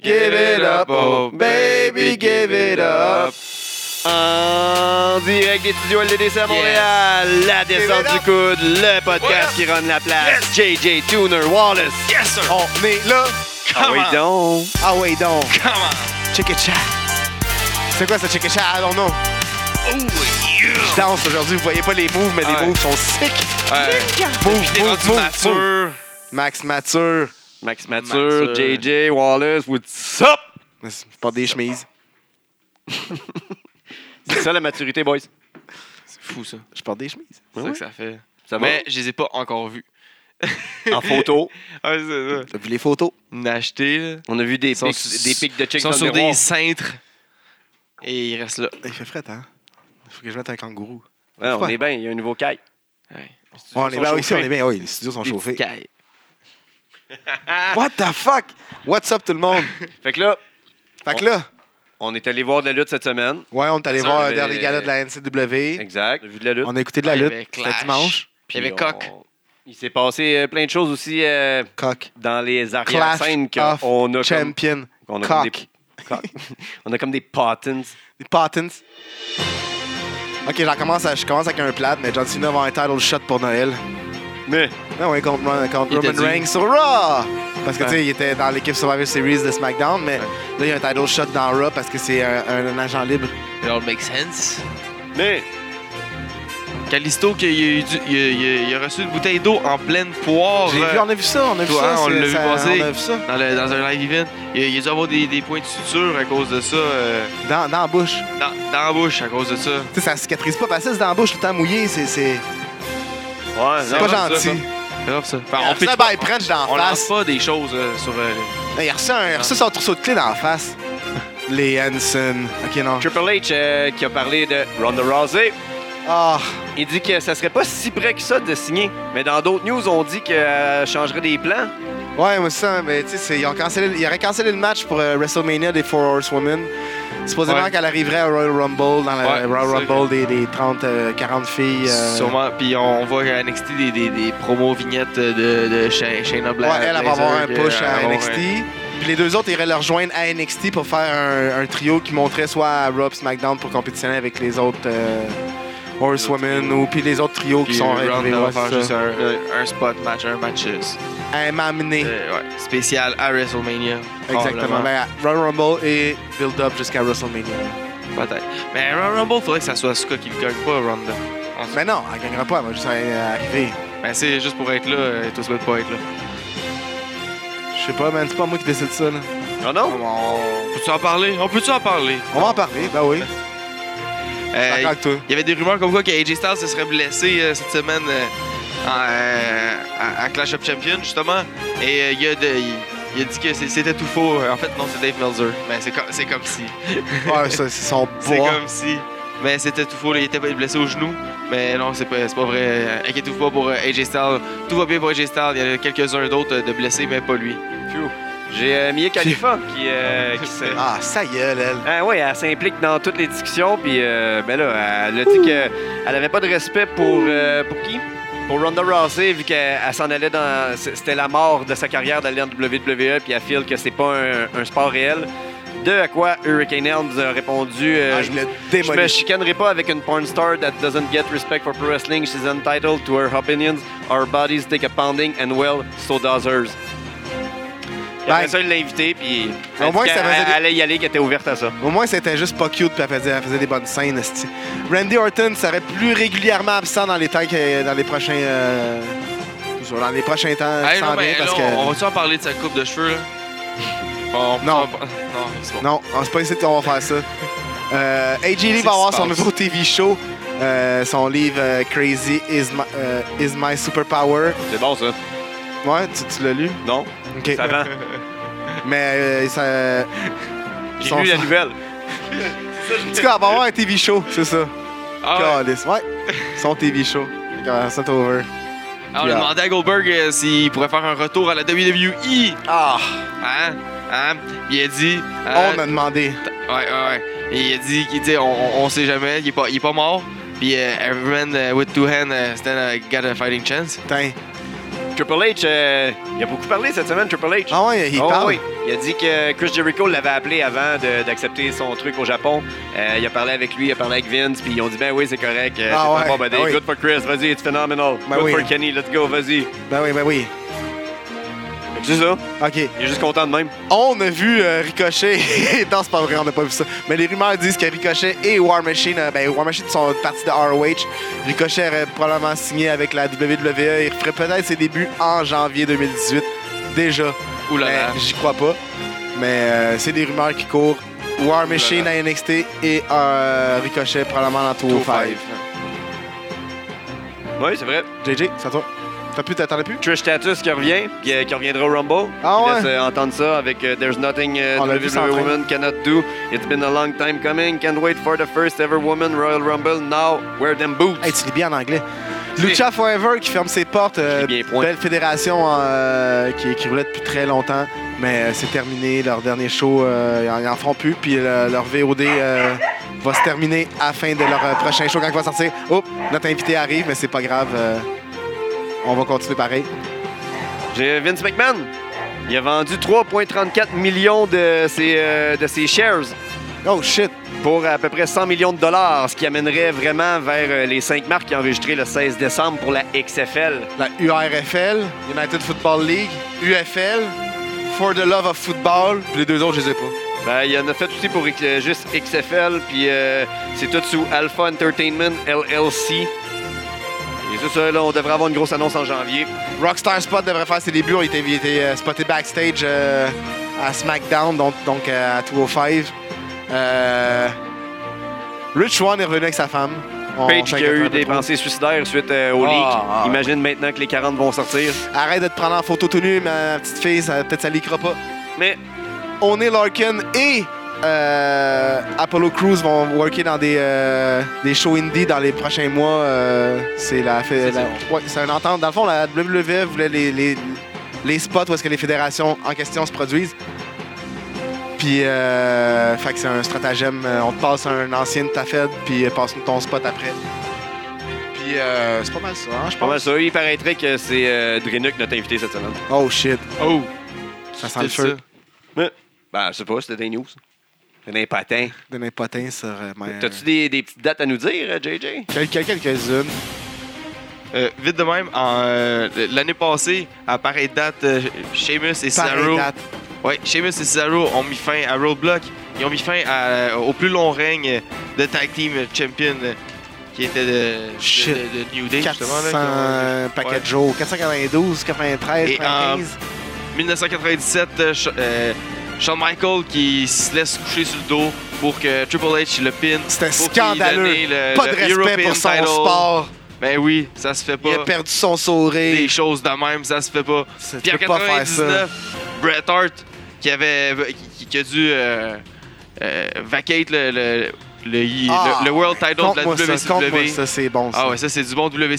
Give it up, oh baby, give it up. En direct des studios LDDC à Montréal, la descente it du up. coude, le podcast Voilà. qui rend la place, JJ Tuner Wallace. Yes, sir! On est là. Ah oui Come on. donc. Ah ouais, donc. Come on! Check it chat. C'est quoi ce check it chat? Ah non, non. Oh, yeah! Je danse aujourd'hui. Vous voyez pas les moves, mais Ouais. les moves sont sick. Ouais. Move, Puis t'es move, rendu move, move. mature. Max Mature. Max Mature, Mature. JJ Wallace, what's up? Je porte des chemises. C'est ça la maturité, boys. C'est fou, ça. Je porte des chemises. C'est ça que ça fait. Ça va? Mais je les ai pas encore vus. En photo, Ah, c'est ça. T'as vu les photos? N'acheter, là. on a vu des Ils sont pics, sur- des pics de Ils chicks dans sont le sur miroir. des cintres. Et ils restent là. Il fait fret, hein? Faut que je mette un kangourou. Ouais, on est bien, il y a un nouveau caille. Ouais. Ouais, on est Ils sont bien, oui, chauffés. on est bien. Oui, les studios sont Des chauffés. petits cailles. What the fuck? What's up, tout le monde? Fait que là, Fait que là, on est allé voir de la lutte cette semaine. ouais, on est allé Ça, voir le mais- dernier gala de la NCW. Exact. On a vu de la lutte. On a écouté de la Il y lutte. avait C'était Clash. dimanche. Puis Il y avait Puis on- Coq. Il s'est passé euh, plein de choses aussi euh, Coq. dans les Clash arrière-scènes qu'on a of comme- Champion. on a comme Coq. des- on a comme des patents. Les Patents. Ok, j'en commence à- je commence avec un plat, mais John Cena va avoir un title shot pour Noël. Mais Ah ouais, contre, Ron- contre Il était Roman dû. Reigns sur Raw! Parce que, Ouais. tu sais, il était dans l'équipe Survivor Series de SmackDown, mais là, il y a un title shot dans Raw parce que c'est un, un- un agent libre. It all makes sense. mais Calisto, qui a, eu du- il a- il a- il a reçu une bouteille d'eau en pleine poire. J'ai euh, vu, on a vu ça, on a vu Toi, ça. on c'est- l'a vu ça- passer. On a vu ça. dans, le- dans un live event. Il, il a dû avoir des, des points de suture à cause de ça. euh, Dans, dans la bouche. dans, dans la bouche, à cause de ça. Tu sais, ça cicatrise pas facile, c'est dans la bouche, tout le temps mouillé, c'est- c'est ouais, c'est non, pas ça, gentil. C'est grave, ça. Enfin, On on fait pitch un pas, by punch dans on la lance face. pas des choses euh, sur. euh, Hey, Il a reçu un- il a reçu son trousseau de clé dans la face. Les Hanson. Ok, non. Triple H euh, qui a parlé de Ronda Rousey, Ah, il dit que ça serait pas si près que ça de signer. Mais dans d'autres news, on dit qu'elle changerait des plans. ouais, moi, c'est ça, mais tu sais, c'est- ils, ont cancellé- ils auraient cancellé le match pour euh, WrestleMania des Four Horsewomen. Supposément Ouais. qu'elle arriverait au Royal Rumble, dans la Ouais, Royal c'est ça Rumble des, des 30, euh, 40 filles. euh, Sûrement. Puis on voit à NXT des, des, des promos vignettes de, de Shay- Shayna Ouais, Black. elle, elle va avoir un Blazer, push euh, à avoir NXT. Puis les deux autres iraient le rejoindre à NXT pour faire un, un trio qui montrait soit à Raw puis SmackDown pour compétitionner avec les autres euh, Horsewomen ou puis les autres trios un- qui Puis sont Ronda arrivés. va Ouais, faire c'est juste ça. un, un- un spot match, un match euh, Elle m'a amené. euh, ouais, spécial à WrestleMania. Exactement. probablement. Ben, Royal Rumble et Build Up jusqu'à WrestleMania. Peut-être. Mais Royal Rumble, faudrait que ça soit Asuka qui le gagne pas, Ronda. Mais non, elle gagnera pas, elle va juste euh, arriver. Ben, c'est juste pour être là, et tout se de pas être là. Je sais pas, man, c'est pas moi qui décide ça. Là. Non, Ah non? On peut-tu en parler? On peut-tu en parler? On va en parler, ben oui. Euh, D'accord avec toi. il y avait des rumeurs comme quoi que AJ Styles se serait blessé euh, cette semaine euh, en, euh, à, à Clash of Champions, justement. Et euh, il, a de- il- il a dit que c'est- c'était tout faux. En fait, non, c'est Dave Meltzer. Mais c'est comme, c'est comme si. Ouais, ça, c'est son C'est bois. comme si. Mais c'était tout faux, là, il était pas blessé au genou. Mais non, c'est pas, c'est pas vrai. Euh, Inquiétez-vous pas pour euh, AJ Styles. Tout va bien pour AJ Styles. Il y en a quelques-uns d'autres euh, de blessés, mais pas lui. Phew. J'ai euh, Mia Khalifa qui, euh, qui s'est- Ah, ça y est, elle. Ah oui, elle s'implique dans toutes les discussions, puis euh, ben là, elle a dit qu'elle n'avait pas de respect pour, euh, pour qui? Pour Ronda Rousey, vu qu'elle elle s'en allait dans... c- C'était la mort de sa carrière d'aller en WWE, E, puis elle file que c'est pas un, un sport réel. De à quoi Hurricane Helms a répondu... euh, Ah, je je l'ai je me démoli. chicanerai pas avec une porn star that doesn't get respect for pro wrestling. She's entitled to her opinions. Our bodies take a pounding, and well, so does hers. Ben- Après ça, il l'a invitée, puis Au elle, moins, dit ça qu'elle- faisait des- elle allait y aller, qu'elle était ouverte à ça. Au moins, c'était juste pas cute, puis elle faisait, elle faisait des bonnes scènes. esti. Randy Orton serait plus régulièrement absent dans les temps que dans les prochains. euh, dans les prochains temps qui Hey, s'en non, mais vient, parce là, que. on- on va-tu en parler de sa coupe de cheveux, là? On- Non. on- non, c'est bon. Non, on sait pas ici qu'on va faire ça. Euh, AJ Lee Qu'est-ce va avoir qui se son passe? nouveau TV show, euh, son livre euh, Crazy is my, euh, is my Superpower. C'est bon, ça. Ouais, tu, tu l'as lu? Non, Ok. ça vend. Mais euh, ça. J'ai Son- lu la son- nouvelle. En tout cas, elle va avoir un TV show, c'est ça. Ah, ouais. Calisse. ouais. Son TV show. Quand ça over. Ah, on a demandé à Goldberg euh, s'il pourrait faire un retour à la WWE. Ah! Hein? Hein? Il a dit. hein, On a demandé. Ouais, ouais, ouais. Et il a dit qu'il était, on, on on sait jamais, il est pas, il est pas mort. Puis euh, every man euh, with two hands euh, stand euh, got a fighting chance. Putain. Triple H, euh, il a beaucoup parlé cette semaine, Triple H. Ah ouais, il Oh, parle. oui. Il a dit que Chris Jericho l'avait appelé avant de- d'accepter son truc au Japon. Euh, il a parlé avec lui, il a parlé avec Vince, puis ils ont dit ben oui, c'est correct. Euh, Ah c'est ouais, pas bon, ben, ah oui. Good for Chris, vas-y, it's phenomenal. Ben good oui. for Kenny, let's go, vas-y. Ben oui, ben oui. Fait que C'est ça. OK. Il est juste content de même. On a vu euh, Ricochet. non, c'est pas vrai, on n'a pas vu ça. Mais les rumeurs disent que Ricochet et War Machine, euh, ben War Machine sont partis de ROH. Ricochet aurait probablement signé avec la WWE. Il ferait peut-être ses débuts en janvier 2018. Déjà. Ouh là Mais là. j'y crois pas. Mais euh, c'est des rumeurs qui courent. War Machine à NXT et euh, Ricochet probablement dans Tour 5. Oui, c'est vrai. JJ, c'est à toi. T'as plus, t'attendais plus? Trish Status qui revient, qui, euh, qui reviendra au Rumble. Ah Il ouais? laisse euh, entendre ça avec euh, There's Nothing euh, On l'a vu WWE s'entraîner. Woman Cannot Do. It's been a long time coming. Can't wait for the first ever Woman Royal Rumble. Now, wear them boots. Hey, tu lis bien en anglais. Lucha Forever qui ferme ses portes. euh, Je lis bien, point. belle fédération euh, qui, qui roulait depuis très longtemps. Mais euh, c'est terminé. Leur dernier show, euh, ils en- ils en feront plus. Puis euh, leur VOD euh, va se terminer à la fin de leur euh, prochain show quand il va sortir. Oh, notre invité arrive, mais c'est pas grave. euh, on va continuer pareil. J'ai euh, Vince McMahon. Il a vendu 3,34 millions de ses, euh, de ses shares Oh shit! pour à peu près 100 millions de dollars, ce qui amènerait vraiment vers euh, les 5 marques qu'il a enregistrées le 16 décembre pour la XFL. La URFL, United Football League, UFL, For the Love of Football, puis les deux autres, je les ai pas. Ben, il y en a fait aussi pour euh, juste XFL, puis euh, c'est tout sous Alpha Entertainment LLC. Et c'est ça, là, on devrait avoir une grosse annonce en janvier. Rockstar Spot devrait faire ses débuts. Il était, il était, euh, spoté backstage euh, à SmackDown, donc, donc euh, à 205. Euh, Rich One est revenu avec sa femme. On Page qui a s'inquiète un eu peu des trop. pensées suicidaires suite euh, au Oh, Ah, leak. ah, ouais. Imagine maintenant que les 40 vont sortir. Arrête de te prendre en photo tout nu, ma petite fille, ça- peut-être ça l'écra pas. Mais On est Larkin et euh, Apollo Crews vont worker dans des, euh, des shows indie dans les prochains mois. euh, c'est la, C'est fait- la- ouais, c'est une entente. Dans le fond, la WWE voulait les, les- les spots où est-ce que les fédérations en question se produisent. Puis, euh, fait que c'est un stratagème. euh, On te passe un ancien de ta fed, puis euh, passe-nous ton spot après. Puis, euh, c'est pas mal ça, hein, je pas mal pense. ça. Il paraîtrait que c'est euh, Drenuk, notre invité cette semaine. Oh shit, Oh! ça sent le feu. Ben, je sais pas, c'était des news. C'était des patins. Donne un potin sur. euh, ma- T'as-tu des, des petites dates à nous dire, euh, JJ? Quel- quel- Quelques-unes. Euh, vite de même, en, euh, l'année passée, à pareille date, euh, Sheamus et Pareille Cesaro. date. Ouais, Sheamus et Cesaro ont mis fin à Roadblock. Ils ont mis fin à- euh, au plus long règne de Tag Team Champion euh, qui était de, de- Shit. de- de New Day, justement. là, qui 400 ont- paquets Ouais. de jours. 492, 93, Et euh, 95. 1997, euh, Sh- euh, Shawn Michael qui se laisse coucher sur le dos pour que Triple H le pin. C'était pour qu'il scandaleux. donne le- Pas de le respect European pour son title. sport. Ben oui, ça se fait Il a pas. perdu son Des sourire. choses de même, ça se fait pas. Ça, Puis Tu en peux pas faire ça. 99, Bret Hart qui avait qui, qui a dû euh, euh, vacate le, le, le- Ah, le- le world title de la Compte-moi ça, compte-moi WCW. ça, c'est bon. ça. ah ouais, ça c'est du bon WCW.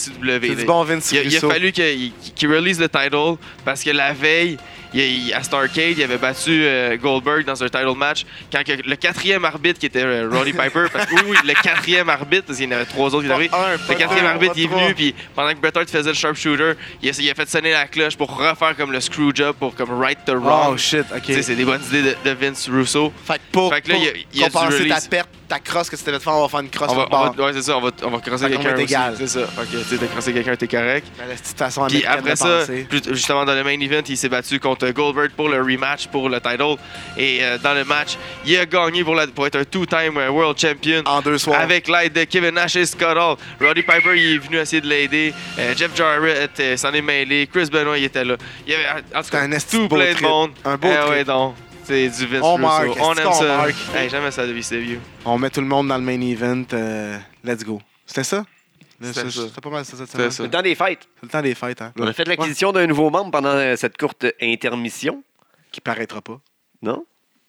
c'est du bon Vince Il, a- il a Russo. fallu que- qu'il qu'il release le title parce que la veille, il a- il- à Starcade, il avait battu euh, Goldberg dans un title match quand que le quatrième arbitre qui était euh, Roddy Piper, parce que oui, oui, le quatrième arbitre, parce qu'il y en avait trois autres qui étaient arrivés. Pas un, pas Le quatrième deux, arbitre pas il est trois. venu, puis pendant que Bret Hart faisait le sharpshooter, il a, il a fait sonner la cloche pour refaire comme le screw job, pour comme right the wrong. Oh shit, Tu sais, ok. C'est des bonnes idées de, de Vince Russo. Fait que pour, Fait que là, pour il y a- il y a du compenser ta release. perte, ta crosse que tu devais te faire, on va faire une crosse On va, au on bord. va- ouais, c'est ça, on va, on va crosser Fait qu'on quelqu'un. aussi. est égal. C'est ça. Fait que, tu sais, t'as crossé quelqu'un, t'es correct. Mais la petite façon Puis américaine après de ça, penser. plus- justement dans le main event, il s'est battu contre Goldberg pour le rematch pour le title. Et euh, dans le match, il a gagné pour, la- pour être un two-time euh, world champion. En deux soirs. Avec l'aide de Kevin Nash et Scott Hall. Roddy Piper, il est venu essayer de l'aider. Euh, Jeff Jarrett euh, s'en est mêlé. Chris Benoit, il était là. Il y avait, en tout C'était cas, un esti tout beau plein de trip. monde. Un beau Eh trip. ouais, donc. C'est du Vince On Russo. marque, On esti aime qu'on ça. marque. Hey, jamais ça de VCW. On met tout le monde dans le main event. euh, Let's go. C'était ça? Là, C'était ça- ça. C'était pas mal ça cette C'était semaine. C'est C'est ça. le temps des fêtes. le temps des fêtes, hein? On a fait l'acquisition d'un nouveau membre pendant euh, cette courte intermission, Qui paraîtra pas. non?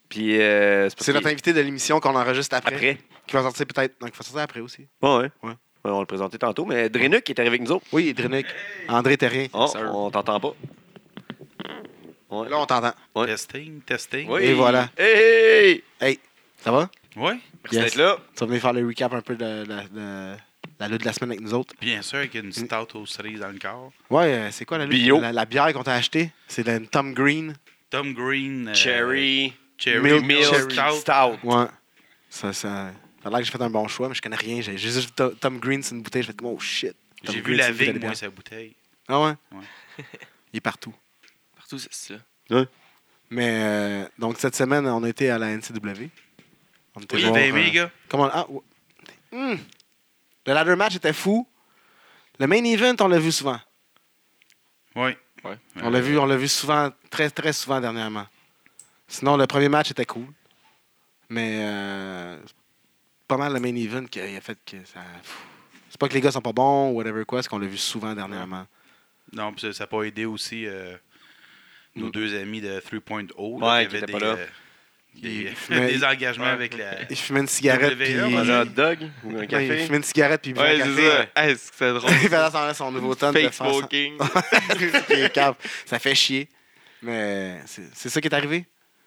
Puis, euh, parce C'est qu'il- notre invité de l'émission qu'on enregistre après. Après. Qui va sortir peut-être. Non, qui va sortir après aussi. Ouais, ouais. Ouais. Ouais, on le présentait tantôt, mais Drenuk est arrivé avec nous autres. Oui, Drenick. André Terrien. Oh, Sir. on t'entend pas. Ouais. Là, on t'entend. Ouais. Testing, testing. Oui. Et voilà. Hey, hey! Hey, ça va? Oui, Merci Yes. Euh, d'être là. Tu vas venir faire le recap un peu de, la- de la lutte de la semaine avec nous autres. bien sûr, avec une petite tarte aux cerises dans le corps. Ouais, euh, c'est quoi la lutte? Bio. La, la bière qu'on t'a achetée? C'est la une Tom Green. Tom Green. euh, Cherry, Cherry. Milk Milk, Cherry. Stout. Ouais. Ça, ça. Ça a l'air que j'ai fait un bon choix, mais je connais rien. J'ai j'ai juste vu To- Tom Green, c'est une bouteille. Je fais comme, oh shit. Tom J'ai vu Green, la c'est une bouteille vigne, de bière. moi, sa bouteille. Ah ouais? Ouais. Il est partout. Partout, c'est ça. Mais euh, donc, cette semaine, on a été à la NCW. On était Oui, voir, j'ai aimé, euh, les gars. Comment ah, ou- Hmm. Le ladder match était fou. Le main event, on l'a vu souvent. Oui. Ouais. On l'a vu, on l'a vu souvent, très très souvent dernièrement. Sinon, le premier match était cool, mais euh, c'est pas mal le main event qui a fait que ça. pff. C'est pas que les gars sont pas bons, whatever quoi, c'est qu'on l'a vu souvent dernièrement. Non, puis ça- ça n'a pas aidé aussi euh, nos Mm. deux amis de 3.0. Ouais, là, qui qui avaient étaient des, pas là. euh, des, Mais- des engagements Ouais. avec la. Il fumait une cigarette WWE, puis on Manger un il, hot dog ou un ouais, il café. fumait une cigarette puis il buvait Ouais, un c'est café. ça. Hey, c'est que c'est drôle. Il faisait son, son nouveau ton de Fake faire ça. smoking. Il est cave. ça fait chier, mais c'est c'est ça qui est arrivé.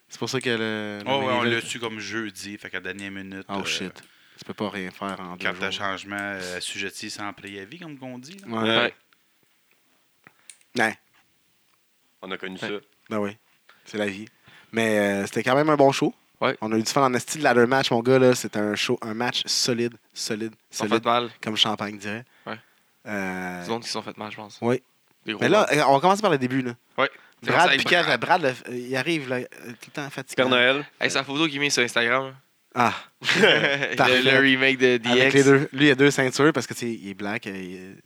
C'est pour ça que le. le Oh, ouais, main on event- l'a su comme jeudi, fait qu'à la dernière minute. Oh euh, shit, tu peux pas rien faire en deux Carte de jours. changement euh, assujettie sans préavis, comme on dit. là. Ouais. Ouais. Ouais. On a connu Ouais. ça. Ben oui, c'est la vie. Mais euh, c'était quand même un bon show. Ouais. On a eu du fun en esti de ladder match, mon gars. là C'était un show, un match solide, solide, Ils sont fait solide, mal. comme champagne dirait. Ouais. Euh, Disons qu'ils se sont fait mal, je pense. Oui. Des gros mais là, euh, on va commencer par le début. Là. Ouais. Brad Hey, Piquet, Brad. Brad, le- euh, il arrive là, euh, tout le temps fatigué. Père Noël. Hey, sa photo qui met sur Instagram. Ah, Parfait. le, le remake de DX. avec les deux. Lui, il a deux ceintures parce que tu sais, il est black. euh, il-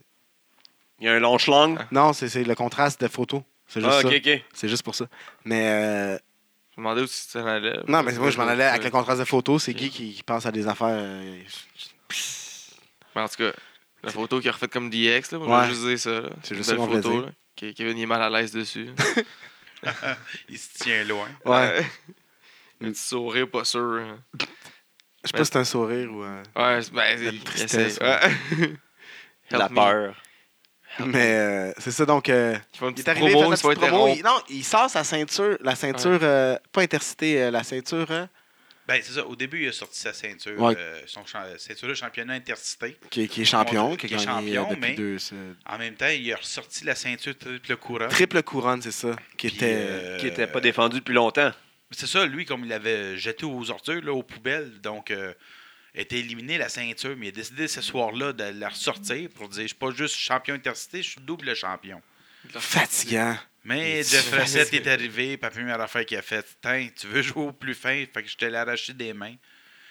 Il y a un long schlang. Non, c'est c'est le contraste de photos. C'est Ah, juste Ah, ça. ok, ok. C'est juste pour ça. Mais euh, Je me demandais où tu t'en allais. non, mais moi, je m'en allais avec le contraste de photos. C'est Ok. Guy qui, qui pense à des affaires. euh, Mais en tout cas, la photo qu'il a refaite comme DX, là, moi, Ouais. je vais juste dire ça. là. C'est juste Une ça belle qu'on voulait photo, dire. là. Ke- Kevin, il est mal à l'aise dessus. Il se tient loin. ouais. Un petit sourire, pas sûr. hein. Je sais pas si c'est un sourire ou euh, un. Ouais, c'est- ben, La il- tristesse, c'est- ouais. La Help me. peur. Mais euh, c'est ça, donc. euh, Ils font une il est petite arrivé, il promo, fait ils se font sa petite promo. interrompre. Il, non, il sort sa ceinture, la ceinture, euh, pas intercité, euh, la ceinture. euh, Ben, c'est ça. Au début, il a sorti sa ceinture, Ouais. euh, son cha- ceinture de championnat intercité. qui, qui est champion, Mon- qui a qui est gagné euh, champion, depuis mais- deux. euh, En même temps, il a ressorti la ceinture triple courant. triple couronne, c'est ça, qui Puis, était. euh, euh, Qui n'était pas défendu depuis longtemps. C'est ça, lui, comme il l'avait jeté aux ordures, là, aux poubelles, donc euh, était éliminé la ceinture, mais il a décidé ce soir-là de la ressortir pour dire Je suis pas juste champion intercité, je suis double champion. fatigant. Mais Mais Jeff tu- Racette est arrivé, puis la première affaire qu'il a fait Tiens, tu veux jouer au plus fin, fait que je te l'ai arraché des mains.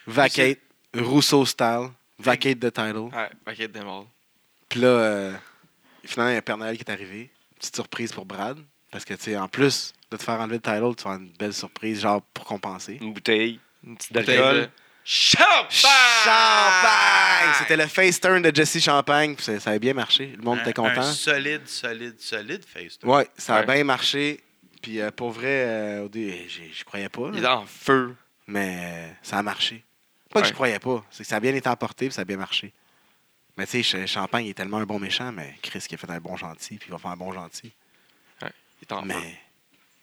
Vacate, Rousseau style, vacate de title. Ouais, paquet de morts. Puis là, euh, finalement, il y a Père Noël qui est arrivé. Petite surprise pour Brad, parce que, tu sais, en plus de te faire enlever le title, tu vas avoir une belle surprise, genre pour compenser. Une bouteille. Une petite D'alcool. bouteille de- Champagne! Champagne! C'était le face turn de Jesse Champagne. puis Ça, ça a bien marché. Le monde Un- était content. Un solide, solide, solide face. toi. Ouais, ça a Ouais. bien marché. Puis euh, pour vrai, euh, au dé- j'ai- je croyais pas. Il est là. en feu. Mais euh, ça a marché. Pas que je Ouais. croyais pas. C'est que ça a bien été emporté puis ça a bien marché. Mais tu sais, Ch- Champagne il est tellement un bon méchant, mais Chris qui a fait un bon gentil, puis il va faire un bon gentil. Il est en feu. Mais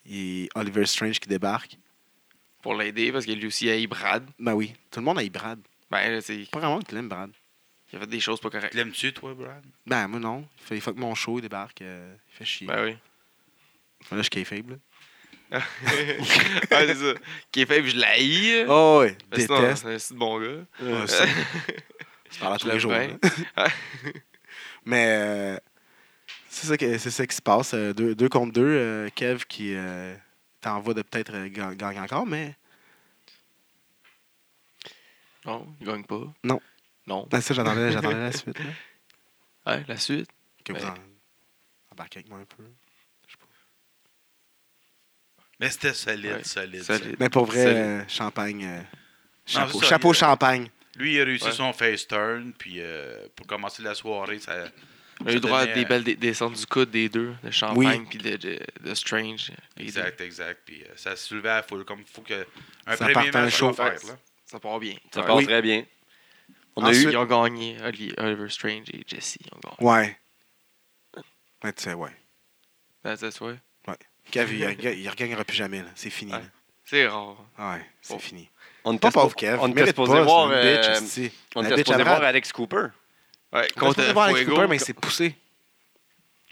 il Oliver Strange qui débarque. Pour l'aider, parce que lui aussi, il haït Brad. Ben oui, tout le monde a Brad. Ben, là, c'est- Pas vraiment que l'aime Brad. il a fait des choses pas correctes. L'aimes-tu, toi, Brad? Ben moi non. Il fait, il fuck mon show, il débarque. euh, il fait chier. Ben oui. Là, je suis faible. ouais, c'est ça. Qui est faible, je l'haïs. Oh ouais, Mais sinon, déteste. C'est un petit bon gars. Euh, ça, tu parles à tous Je les l'aime jours. bien. hein. Mais euh, c'est ça, que- c'est ça qui se passe. euh, deux, deux contre deux. euh, Kev qui euh, t'envoie de peut-être euh, ga- gagner encore, mais Non, il gagne pas. Non. Non. Ah, ça, j'attendais j'attendais la suite. là. Ouais, la suite. Que vous Ben. en... embarquez avec moi un peu. Mais c'était solide, Ouais, solide, solide. solide. Mais pour vrai, Salut. euh, champagne. euh, chapeau, c'est ça, chapeau il- champagne. Lui, il a réussi Ouais. son face turn, puis euh, pour commencer la soirée, ça. On a Ça eu droit à donnait, des euh, belles dé- descentes du coude des deux, de Champagne puis de, de- de Strange. Les deux. Exact, exact. Puis euh, ça se soulevait à la foule. Comme il faut que. Un Ça premier partait un match, show. on va faire, là. Ça part bien. Ça Ouais. part Ah, Oui. Ah, très bien. On a Ensuite- eu. Ils ont gagné. Oli- Oliver Strange et Jesse ils ont gagné. Ouais. Ouais, tu sais, ouais. That's- that's why. Kev, il, il, il regagnera plus jamais. là. C'est fini. Ouais. C'est rare. là. Ouais, c'est Oh. fini. On Pas était pauvre suppo- Kev. On il était mérite supposé pas, c'est voir. une euh, bitch, esti. On La était bitch à supposé Brad. voir Alex Cooper. Ouais, On contre devrait voir Alex Fuego, Cooper, mais il s'est poussé.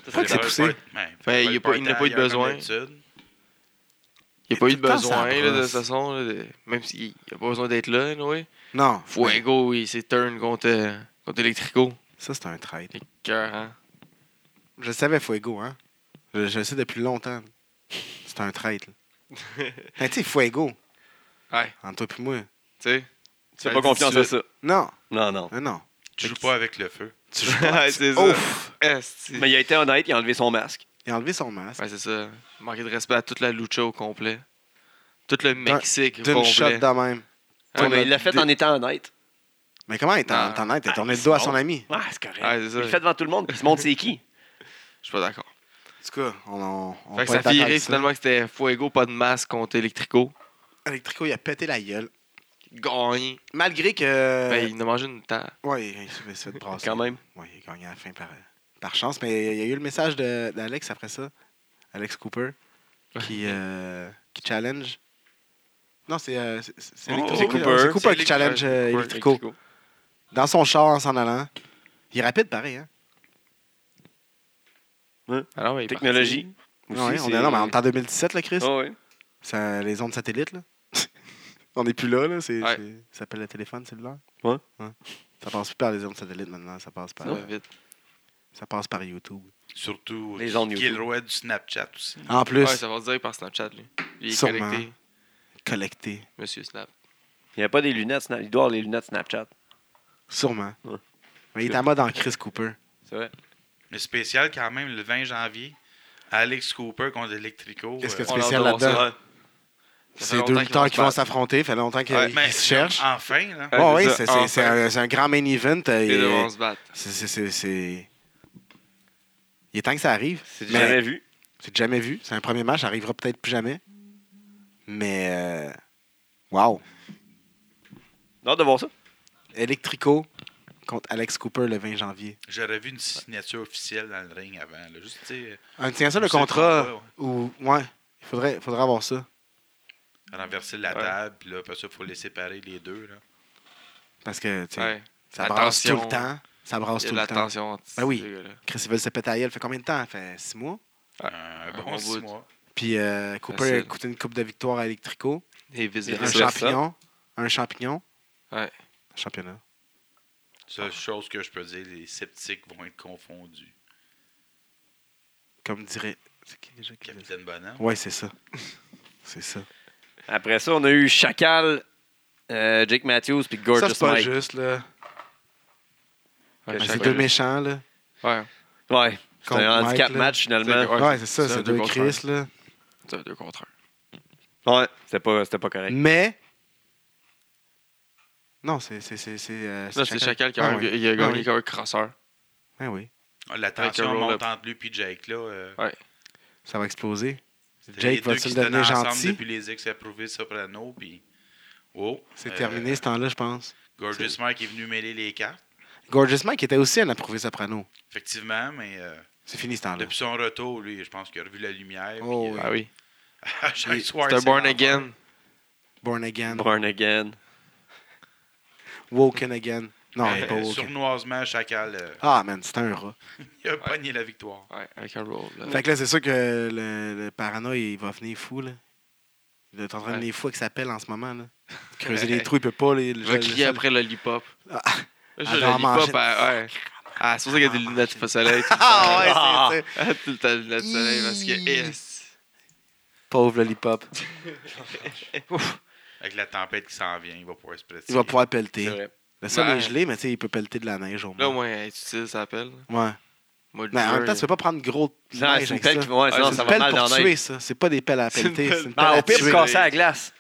co- Faut que c'est Il poussé. avait pas- ouais, Ben, il avait y a pas- il n'a pas eu de d'ailleurs, comme besoin. d'habitude. Il n'y a pas eu de Tout le temps, ça besoin, là, de approche. toute façon. là, de- Même s'il n'y a pas besoin d'être là, oui. Non. Fuego, il s'est turn contre, euh, contre Electrico. Ça, c'est un traître. Cœur, hein? Je le savais, Fuego, hein. Je, je le sais depuis longtemps. C'est un traître. là. Mais tu sais, Fuego. Ouais. Entre toi et moi. Tu sais? Tu fais Ben, pas dis-tu confiance à le- ça. Non, Non, non. non, non. Tu joues pas avec le feu. Tu joues Ouais, pas. c'est ça. Ouf! Esti. Mais il a été honnête, il a enlevé son masque. Il a enlevé son masque. Ouais, c'est ça. Manquer de respect à toute la lucha au complet. Tout le Mexique au D'une shot complet. de même. Ouais, Ah, mais il l'a fait en étant honnête. Mais comment il Ah. t'en t'en aide? T'as Ah, tourné le c'est dos à bon. son ami. Ouais, c'est correct. Ah, Ouais, c'est ça. Il le fait devant tout le monde, puis il se montre c'est qui. Je suis pas d'accord. En tout cas, on, on, on Fait que peut ça être d'accord finirait avec ça. finalement que c'était Fuego, pas de masque contre Electrico. Electrico, il a pété la gueule. Gagné. Malgré que. euh, Ben, il en a mangé une tarte. Ouais, il il s'est fait brasser. Quand même. Ouais, il a gagné à la fin par, par chance, mais il y a eu le message de- d'Alex après ça. Alex Cooper, qui, euh, qui challenge. Non, c'est euh, c'est- c'est Oh, Electrico. c'est Cooper. C'est Cooper qui Elec- challenge euh, Cooper, Electrico. Dans son char en s'en allant. Il est rapide, pareil. Hein? Ah non, mais il est Technologie. Aussi, Ah Ouais, on c'est- est, non, mais on est en 2017, là, Chris. Ah ouais. Ça- les ondes satellites, là. on n'est plus là, là. c'est- Ouais. c'est- Ça s'appelle le téléphone cellulaire. Ouais. Ça passe plus par les ondes satellites maintenant. Ça passe par, parti. Ça va vite. ça passe par YouTube. Surtout Les ondes YouTube. Gilroy du Snapchat aussi. En plus, Ouais, ça va direct par Snapchat, lui. Il est Sûrement. connecté, collecté. Monsieur Snap. Il n'y a pas des lunettes, Snap- il doit avoir les lunettes Snapchat. Sûrement. Ouais. Mais il est en mode en Chris Cooper. C'est vrai. Mais spécial quand même, le 20 janvier, Alex Cooper contre Electrico. Qu'est-ce que euh, tu On Spécial l'adore, là-dedans. ça. Ça fait C'est deux longtemps lutteurs qu'ils qui vont vont se battre. s'affronter. Ça fait longtemps qu'ils Ouais, ils mais- se cherchent. Enfin, là. Ouais, Bon, c'est oui, ça. c'est Enfin. c'est- c'est un, c'est un grand main event. euh, Les deux vont il- se battre. c'est- c'est- c'est- C'est il est temps que ça arrive. C'est Mais- jamais vu. C'est jamais vu. C'est un premier match. Ça arrivera peut-être plus jamais. Mais. euh, Wow. Non, de voir ça. Electrico contre Alex Cooper le 20 janvier. J'aurais vu une signature officielle dans le ring avant. Là. Juste, tu sais, On tient ça le Je sais contrat. pas, Ou. Ouais. Il faudrait, faudrait avoir ça. renverser la Ouais. table, puis là, après ça, il faut les séparer les deux. Là. Parce que, tu sais, Ouais. ça brasse tout Attention. le temps. Ça brasse Il y a tout de le la temps. tension entre Ben oui. ces gars-là. Chris, ils veulent se péter la gueule. Ça fait combien de temps? Ça fait six mois. Un, Ah, Un bon, bon six bout. mois. Puis euh, Cooper Facile. a coûté une coupe de victoire à Electrico. Et vice Il y a Un ça, versa. champ- champignon. Un champignon. Ouais. Championnat. Seule Ah. chose que je peux dire, les sceptiques vont être confondus. Comme dirait. C'est qui déjà qui disait Capitaine Bonham. ça? Ouais, c'est ça. C'est ça. Après ça, on a eu Chacal, euh, Jake Matthews, puis Gorgeous ça, c'est pas Mike. juste, là. Ouais, Ben, Ben, chaque- c'est deux méchants, là. Ouais. Ouais. C'est Contre un Mike, handicap là. match, finalement. Ouais, Ouais, c'est ça. c'est C'est deux deux contre Chris, là. C'est un deux contre un. Ouais. C'était pas, c'était pas correct. Mais. Non, c'est. c'est- c'est- c'est, euh, Là, c'est Chacal qui a, Ah un- ouais. il a gagné Ah oui. comme un crosseur. Ah oui. Ah, La Avec un tension roll-up. monte entre lui puis Jake. Là, euh, Ça va exploser. c'était les Jake deux qui va-t-il se tenaient devenir ensemble gentil? Depuis les ex approuvés Soprano. Puis... Oh, C'est euh, terminé, ce temps-là, je pense. Gorgeous Mike est venu mêler les cartes, Gorgeous Mike était aussi un approuvé soprano. effectivement, mais euh, C'est fini, ce temps-là. depuis son retour, lui, je pense qu'il a revu la lumière. Ah. Oh, puis, euh, Ah oui. à chaque soir, C'est un born l'enfer. again. Born again. Born again. Woken again. Non, Euh, pas woken. Sournoisement, Chacal, euh, Ah, man, c'était un rat. il a pogné la victoire. Ouais, avec un roll. là. Fait que là, c'est sûr que le, le paranoïa, il va venir fou, là. Il est en train de venir fou avec sa pelle en ce moment, là. Creuser les trous, il peut pas. Les, Je vais crier après le lip-hop. Ah. Je Ah, le dans lip-hop, Manchette. ah, ouais. Ah, c'est pour ça qu'il y a des lunettes de soleil. tout le temps. Ah, ouais, c'est ça. Ah, Tout le temps des lunettes de soleil parce que. eh, yes. Pauvre lollipop. Avec la tempête qui s'en vient, il va pouvoir se prêter. Il va pouvoir C'est pelleter. vrai. Le sol Ouais. est gelé, mais tu sais, il peut pelleter de la neige au Là, au moins. moins, elle est utile, ça appelle. Ouais. Moi, Mais Ben, en même temps, tu peux pas prendre gros de Non, neige c'est une avec pelle ça. qui- ouais, sinon, c'est ça une va pelle mal pour dans la tuer, neige. ça. C'est pas des pelles à C'est une pelleter. pelle- C'est une pelle Ah, au à pire, tu tuer. casses à la glace.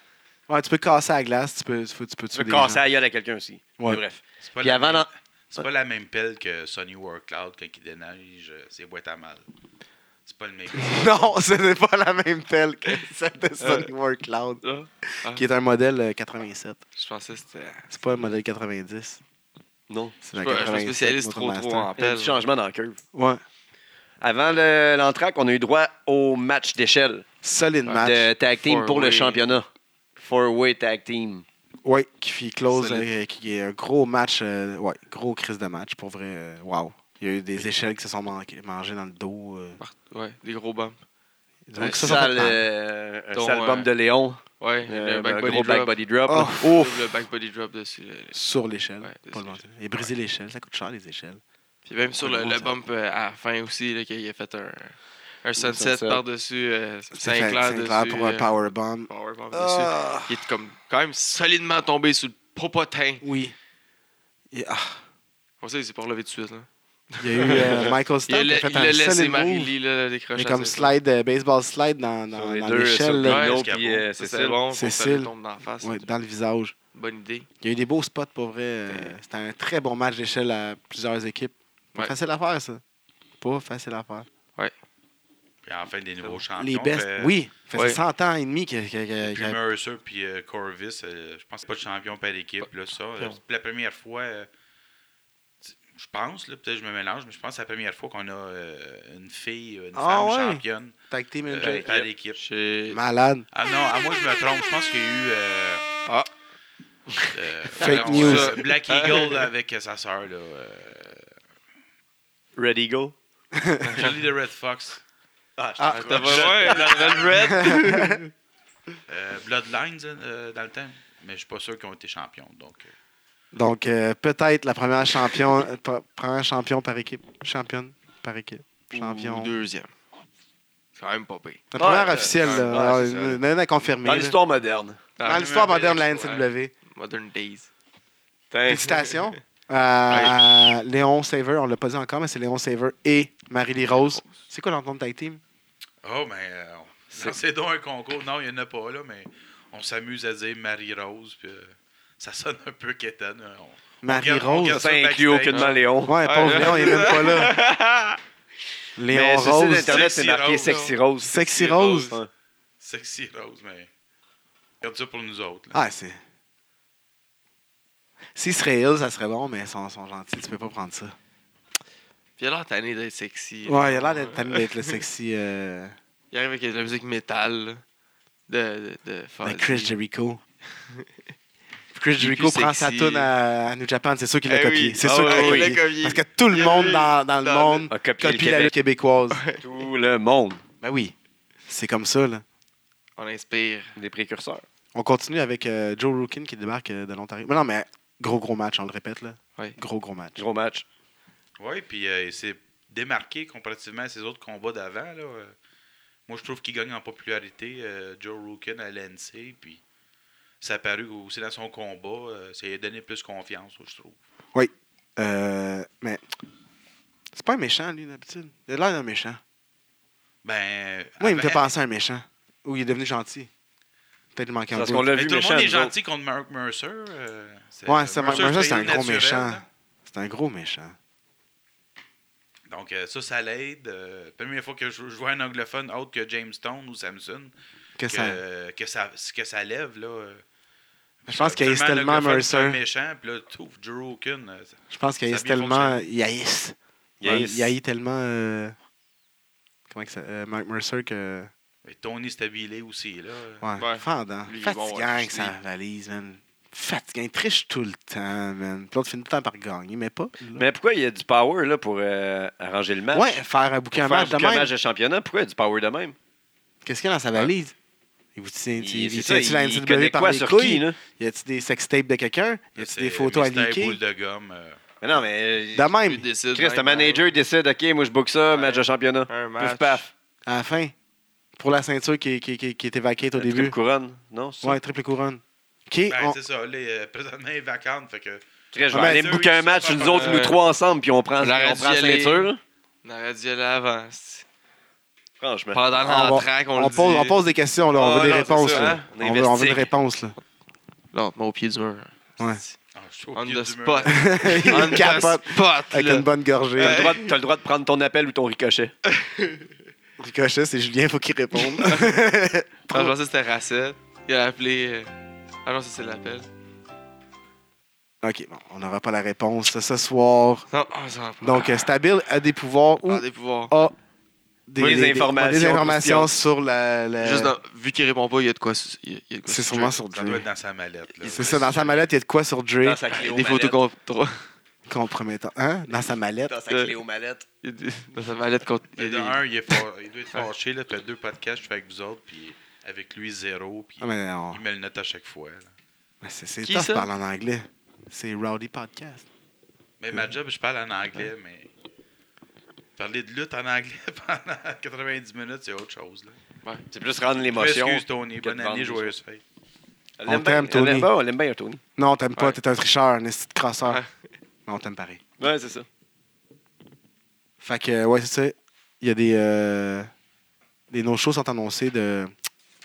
Ouais, tu peux casser à la glace, tu peux, tu peux, tu peux Tu tuer veux des casser gens. la gueule à quelqu'un aussi. Mais Ouais. Bref. C'est pas, Puis la avant, même- dans- c'est pas la même pelle que Sony Workcloud quand il déneige euh, ses boîtes à mal. C'est pas le même. Non, ce n'est pas la même pelle que celle de Sonic War Cloud, Là, Euh, qui est un modèle euh, 87. je pensais que c'était. C'est pas un modèle 90. non. Je C'est suis un pas- je suis pas 87, spécialiste Motor trop Master. trop en Il y a pelle. du changement dans le curve. Ouais. Avant le- l'entraque, on a eu droit au match d'échelle Solide Ah, match. de tag team pour le Four-way. championnat. Four-way tag team. Ouais, qui fit close, Solide. euh, qui est un gros match. euh, ouais, gros crise de match. Pour vrai, euh, wow. Il y a eu des échelles qui se sont manqué- mangées dans le dos. euh, Par- Ouais, des gros bumps. Un Donc ça, ça sale, fait mal. euh, un Ton, sale euh, bump de Léon. Ouais, euh, le back un body gros back drop. body drop. là. Oh, ouf! Le back body drop dessus. là. Sur l'échelle. Ouais, pas sur loin. Et briser l'échelle, ça coûte cher les échelles. Puis même sur le, Gros, le ça. bump euh, à la fin aussi, là, qu'il a fait un, un sunset, sunset. par-dessus. Euh, C'est fait Saint-Clair dessus. Saint-Clair pour un euh, powerbomb. powerbomb dessus. Ah! Qui est comme, quand même solidement tombé sous le popotin. Oui. Et- ah, On sait, c'est pour lever tout de suite. Là. Il y a eu euh, Michael Il a, Stark qui la- a fait il un a laissé solide move. Marie-Lee là, Mais décrocher. comme à ça. slide, euh, baseball slide dans, Sur dans, les dans deux, sur l'échelle, là. Ouais, Pino c'est puis euh, Ça, Cécile. C'est bon, pour ça, Cécile. il tombe dans la face. Ouais, c'est dans le visage. une Bonne idée. Il y a eu des beaux spots pour vrai. euh, C'était un très bon match d'échelle à plusieurs équipes. Pas Ouais. facile à faire, ça. Pas facile à faire. Puis enfin, des nouveaux champions. Les best. Ah, fait- Oui, ça fait Ouais. 100 ans et demi que. que- que- Puis que- Mercer puis euh, Corvis, euh, je pense que c'est pas de champion par équipe. Là, ça. Euh, c'est la première fois, euh, tu- je pense, là, peut-être que je me mélange, mais je pense que c'est la première fois qu'on a euh, une fille, une Ah femme ouais. championne Tag team euh, MJ. par équipe. Chez- Malade. Ah non, à moi je me trompe, je pense qu'il y a eu. euh, Ah. euh, Fake non, news. ça, Black Eagle là, avec euh, sa sœur, là. euh, Red Eagle. Ah, Julie de Red Fox. Ah, Ah, T'as pas ouais, dans le red. euh, Bloodlines, euh, dans le temps. Mais je suis pas sûr qu'ils ont été champions. Donc, euh, Donc, euh, peut-être la première champion, euh, pa- première champion par équipe. Championne par équipe. Champion. Ou Deuxième. C'est quand même pas pire. La première Ouais, officielle, ouais, là. ouais, Alors, c'est ça. il y en a confirmé. Dans là. l'histoire moderne. Dans l'histoire moderne de la NCW. Modern Days. Félicitations. Euh, à Léon Saver, on l'a pas dit encore, mais c'est Léon Saver et Marie-Lee Rose. C'est quoi l'entente tag team? Oh, mais euh, on- non, c'est donc un concours. Non, il n'y en a pas, là, mais on s'amuse à dire Marie-Rose, puis euh, ça sonne un peu quétaine. hein, on- Marie-Rose. regarde Ça Ça, inclut backstage. aucunement Léon. Ouais, pauvre Ouais. Léon, il est même pas là. Mais Léon sur le Rose. site internet, c'est Sexy marqué Rose, Sexy Rose. Sexy Rose. Ouais. Sexy Rose, mais. Regarde ça pour nous autres. là. Ah, c'est. S'il serait ill, ça serait bon, mais ils sont, sont gentils, tu peux pas prendre ça. Puis il a l'air tanné d'être sexy. Ouais, il a l'air d'être tanné d'être le sexy euh, Il arrive avec de la musique métal. là, De, de, de, de Fozzy. Ben, Chris Jericho. Chris Ah, est Jericho plus prend sa sexy. toune à, à New Japan, c'est sûr qu'il l'a Eh oui. copié. C'est Ah sûr ouais, qu'il ouais, l'a il l'a copié. copié. Parce que tout le Il monde l'a- dans, dans le dans le- monde A copié copie le la Québec. lutte québécoise. Tout le monde. Ben oui, c'est comme ça, là. On inspire. Des précurseurs. On continue avec euh, Joe Rookin qui débarque euh, de l'Ontario. Mais non, mais gros, gros match, on le répète, là. Ouais. Gros, gros match. Gros match. Ah. Oui, puis euh, il s'est démarqué comparativement à ses autres combats d'avant. là. Euh, Moi, je trouve qu'il gagne en popularité euh, Joe Rookin à l'NC, puis ça a paru aussi dans son combat. euh, ça lui a donné plus confiance, je trouve. Euh, mais c'est pas un méchant, lui, d'habitude. Il a l'air d'un méchant. Ben. Moi, il me avant- fait penser à un méchant. Ou il est devenu gentil. Peut-être il manquait un Parce peu. qu'on l'a Mais vu tout le méchant. monde est nous autres. gentil contre Mark Mercer. euh, Ouais, c'est Mark Mercer, c'est un il est gros méchant. là. C'est un gros méchant. Donc, euh, ça, ça l'aide. Euh, première fois que je, je vois un anglophone autre que Jamestown ou Samson, Que que, ça... que ça, que ça lève, là. euh, Je pense qu'il haïsse seulement tellement l'anglophone, c'est un Mercer. méchant, puis là, tout, Drew Hawkins, euh, ça- Je pense qu'il Ça a haïsse bien tellement. Il haïsse. Il haïsse. Il haït tellement. euh, Comment que ça. euh, Mark Mercer que. Et Tony Stabilé aussi, là. euh, Ouais. Ouais. Fendant. Lui, il est bon, Fatigant ouais, que ça valise, man. Fatigant. Il triche tout le temps, man. Puis l'autre finit tout le temps par gagner, mais pas. là. Mais pourquoi il y a du power là, pour euh, arranger le match? Ouais, faire bouquer Pour un faire match de bouquer un même. match de championnat, pourquoi il y a du power de même? Qu'est-ce qu'il y a dans sa valise? Il vous tient il, Il- il c'est ça, tient-tu la il NCW connaît par quoi les sur couilles? qui, là? Y a-t-il des sextapes de quelqu'un? Y c'est a-t-il des photos à Mystère leaker? boule de gomme. euh, Mais non, mais. De Lui même, décide, Chris, le même, manager décide, OK, moi je book ça, match de championnat. Un Pif match. paf. à la fin, pour la ceinture qui, qui, qui, qui est évacuée au La triple début. couronne, non? c'est ça? Ouais, triple couronne. OK, ben, on- c'est ça, là, euh, présentement, il est vacante, fait que... Chris, je vais Ah, aller mais- me booker un match, nous autres, nous Ouais. trois ensemble, puis on prend, on On prend aurait Euh, la dû y aller. ceinture. On aurait dû aller avant. c'est- Franchement. Pendant va- l'entraque, on, Ah, on le dit. pose, on pose des questions, là. on Ah, veut des non, c'est réponses. ça, là. hein? On on, veut, on veut une investigue. réponse. Là. L'autre, moi, au pied du mur. Ouais. Ah, je suis au On pied the du mur. spot. On Il the capote spot. avec là. une bonne gorgée. T'as le, droit, de- t'as le droit de prendre ton appel ou ton ricochet. Ricochet, c'est Julien, faut qu'il réponde. Ah, je pensais que c'était Racette. Il a appelé. euh, Ah non, ça c'est l'appel. OK, bon, on n'aura pas la réponse ce soir. Non, ah, ça va pas. Donc, euh, Stabile a des pouvoirs ou Ah, des pouvoirs. a des, Oui, des des- informations. des informations sur la... la- Juste dans- vu qu'il répond pas, il y a de quoi. su- il y a- il y a de quoi Euh, C'est su- sûrement sur Ça doit Dre. être dans sa mallette, là. C'est ça, dans sa mallette, il y a de quoi sur Dre. sa clé au Des manette. photos contre. compromettant. Hein? Dans sa mallette. Dans sa clé aux mallettes. Dans sa mallette contre. Mais de un, il, est fa- il doit être fâché. Là, t'as deux podcasts, je fais avec vous autres, puis avec lui, zéro. Puis Ah, mais non. il met le note à chaque fois. là. Mais C'est c'est Qui, tough ça? parler en anglais. C'est Rowdy Podcast. Mais ma job, je parle en anglais, mais. Parler de lutte en anglais pendant 90 minutes, c'est autre chose. Là. C'est plus rendre Je l'émotion. m'excuse, Tony. que de Bonne vendre année, joyeuse fête. On On l'aime t'aime, bien, on l'aime Tony. bien, on l'aime bien, Tony. Non, t'aimes pas, Ouais. t'es un tricheur, un esti de crosseur. Ouais. Mais on t'aime pareil. Ouais, c'est ça. Fait que, euh, ouais, c'est ça. Il y a des. euh, des no-shows sont annoncés de.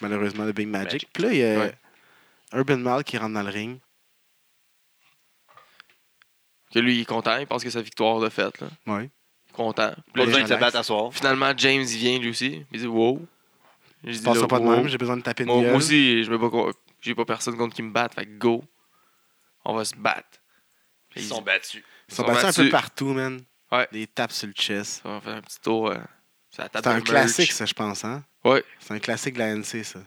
Malheureusement, de Big Magic. Magic. Puis là, il y a Ouais. Urban Mal qui rentre dans le ring. Que lui, il est content. Il pense que sa victoire de fait. Là. Ouais. Content. Puis là, L'autre, gens il se relaxent. bat à soir. Finalement, James, il vient lui aussi. Il dit wow. Je dis, Je pense là, pas de wow. même, j'ai besoin de taper une Moi, moi gueule. aussi, je me bats contre- J'ai pas personne contre qui me batte. Fait que go. On va se battre. Puis Ils il sont dit- battus. Ils sont Ils sont battus un peu battus. partout, man. Ouais. Des tapes sur le chest. On va faire un petit tour. euh, sur la table C'est un de merch. classique, ça, je pense, hein? Ouais. C'est un classique de la NC, ça.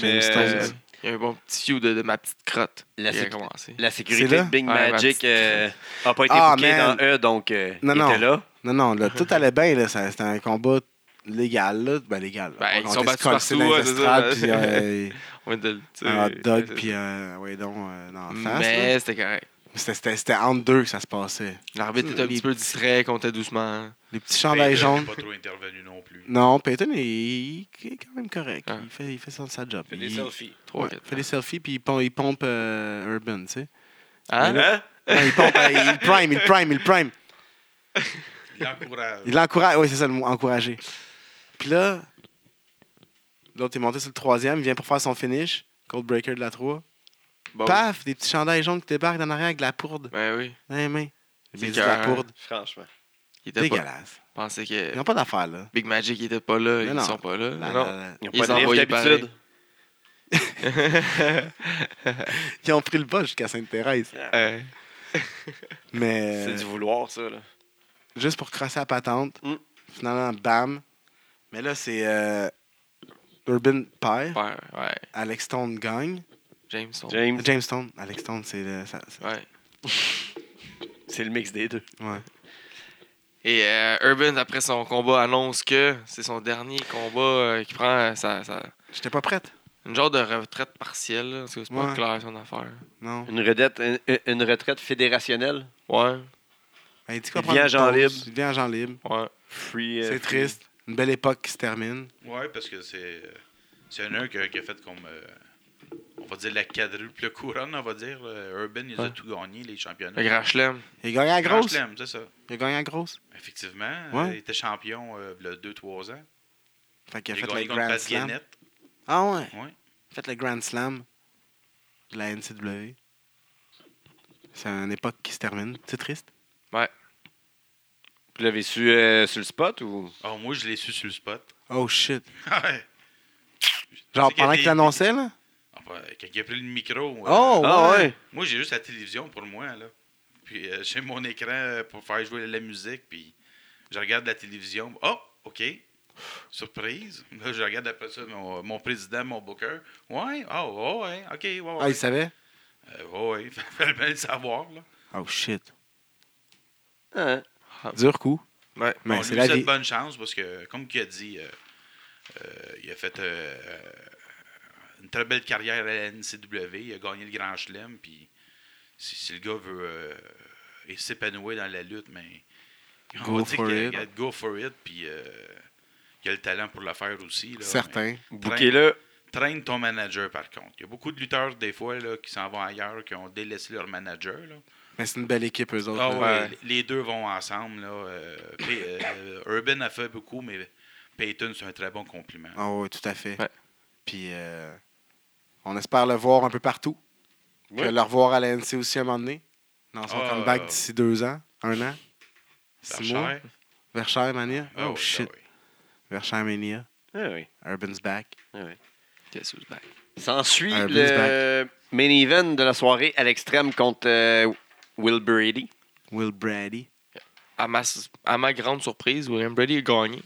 Mais, James Euh, Stones. Il y a un bon petit feud de, de ma petite crotte. La qui a sécu- commencé. La sécurité là? de Big Ouais, Magic ma euh, a pas été Ah, bouquée man. dans eux, donc euh, Non, il non. était là. Non, non, là, tout allait bien, là. ça- C'était un combat légal, là. Ben, légal. là. Ben, On ils comptait sont se battus partout, coller dans les ouais, c'est estrades, ça. puis, euh, On vient de le- tu sais, un hot dog, c'est- Ah, puis un ouais, donc, euh, dans la face. là. euh, Mais c'était correct. C'était- C'était c'était entre deux que ça se passait. L'arbitre était un Les petit peu distrait, comptait doucement. Les petits chandails Peyton n'est jaunes. pas trop intervenu non plus. Non, Peyton, il, il est quand même correct. Ah. Il fait, il fait son, sa job. Fait des Il- selfies. Trois, Ouais, quatre. fait des selfies, puis il pompe, il pompe euh, Urban, tu sais. Hein? Hein? Non, il pompe, euh, il prime, il prime, il prime. Il l'encourage. Il l'encourage, oui, c'est ça le mot, encourager. Puis là, l'autre est monté sur le troisième, il vient pour faire son finish, Cold Breaker de la 3. Bon. Paf, des petits chandails jaunes qui débarquent en arrière avec de la pourde Ben oui. dans les mains. C'est J'ai dit de la écœurant. pourde. Franchement. Il était pas. Dégueulasse. Je pensais Ils que n'ont pas d'affaires, là. Big Magic il était pas là. Non, ils non. sont pas là. Là, non. là, là. Ils Ils n'ont pas de envoient livre d'habitude. Ils ont pris le bol jusqu'à Sainte-Thérèse. Ouais. Mais euh, C'est du vouloir, ça. Là. juste pour crasser la patente, Mm. finalement, bam. Mais là, c'est euh, Urban perd, Ouais, ouais. Alex Stone gagne. James sont. James, James Stone, Alex Stone, c'est le. ça- ça- Ouais. c'est le mix des deux. ouais. Et euh, Urban, après son combat, annonce que c'est son dernier combat euh, qui prend euh, sa, sa- J'étais pas prête. une genre de retraite partielle. là, parce que c'est pas Ouais. clair son affaire. Non. Une, redette, une, une retraite fédérationnelle. Ouais, Ben, il dit quoi, Il prendre devient agent une pause. libre. Il devient agent libre. ouais. Free, euh, C'est free. triste. Une belle époque qui se termine. Ouais, parce que c'est. euh, C'est un qui a, qui a fait comme. euh, on va dire la quadruple couronne, on va dire. euh, Urban, il a Ouais. tout gagné, les championnats. Le grand chelem. Il a gagné à Grand grosse. Chelem, c'est ça. Il a gagné à grosse. Effectivement, Ouais. euh, il était champion euh, il y a 2-3 ans. Fait qu'il a il a fait gagné le contre Grand Pat Slam. Guinnett. Ah ouais. Ouais. Fait le Grand Slam de la NCW. C'est une époque qui se termine. C'est triste. Vous l'avez su euh, sur le spot ou. Ah, moi, je l'ai su sur le spot. Ah Oh shit. Ouais. Ah, Genre C'est qu'il y a pendant des- qu'il l'annonçait, là? Enfin, quand il bah, a pris le micro. euh, Oh! Ah ouais. ouais! Moi, j'ai juste la télévision pour moi, là. Puis euh, j'ai mon écran euh, pour faire jouer la musique, puis je regarde la télévision. Oh, OK. Surprise. Là, je regarde après ça mon, mon président, mon booker. Ouais, oh, oh, ouais, OK, ouais, ouais. Ah, il savait? Euh, ouais, ouais, fallait bien le savoir, là. Oh shit. Hein? Dur coup. Ouais. Mais Bon, c'est Oh, lui, la c'est de vie. bonne chance, parce que, comme il a dit, euh, euh, il a fait euh, euh, une très belle carrière à la NCW. Il a gagné le Grand Chelem, puis si, si le gars veut euh, et s'épanouir dans la lutte, mais on Go va dire for qu'il a- it. il a- go for it, puis euh, il a le talent pour le faire aussi. Là, Certain. Bouquez-le. mais traîne ton manager, par contre. Il y a beaucoup de lutteurs, des fois, là, qui s'en vont ailleurs, qui ont délaissé leur manager, là. Mais c'est une belle équipe, eux autres. Ah là. ouais, les deux vont ensemble. Là. Euh, Pey- euh, Urban a fait beaucoup, mais Peyton, c'est un très bon compliment. Ah ouais, tout à fait. Ouais. Puis euh, on espère le voir un peu partout. Puis Ouais. le revoir à la NC aussi à un moment donné. Dans son Ah, comeback euh, d'ici deux ans, un an. Par Six mois. cher. Versailles Mania. Ah Oh, oui, ah shit. oui. Versailles Mania. Ah oui. Urban's back. Ah oui. Guess who's back. S'ensuit Un blues le main event de la soirée à l'extrême contre euh, Will Brady. Will Brady. à ma, à ma grande surprise, William Brady a gagné.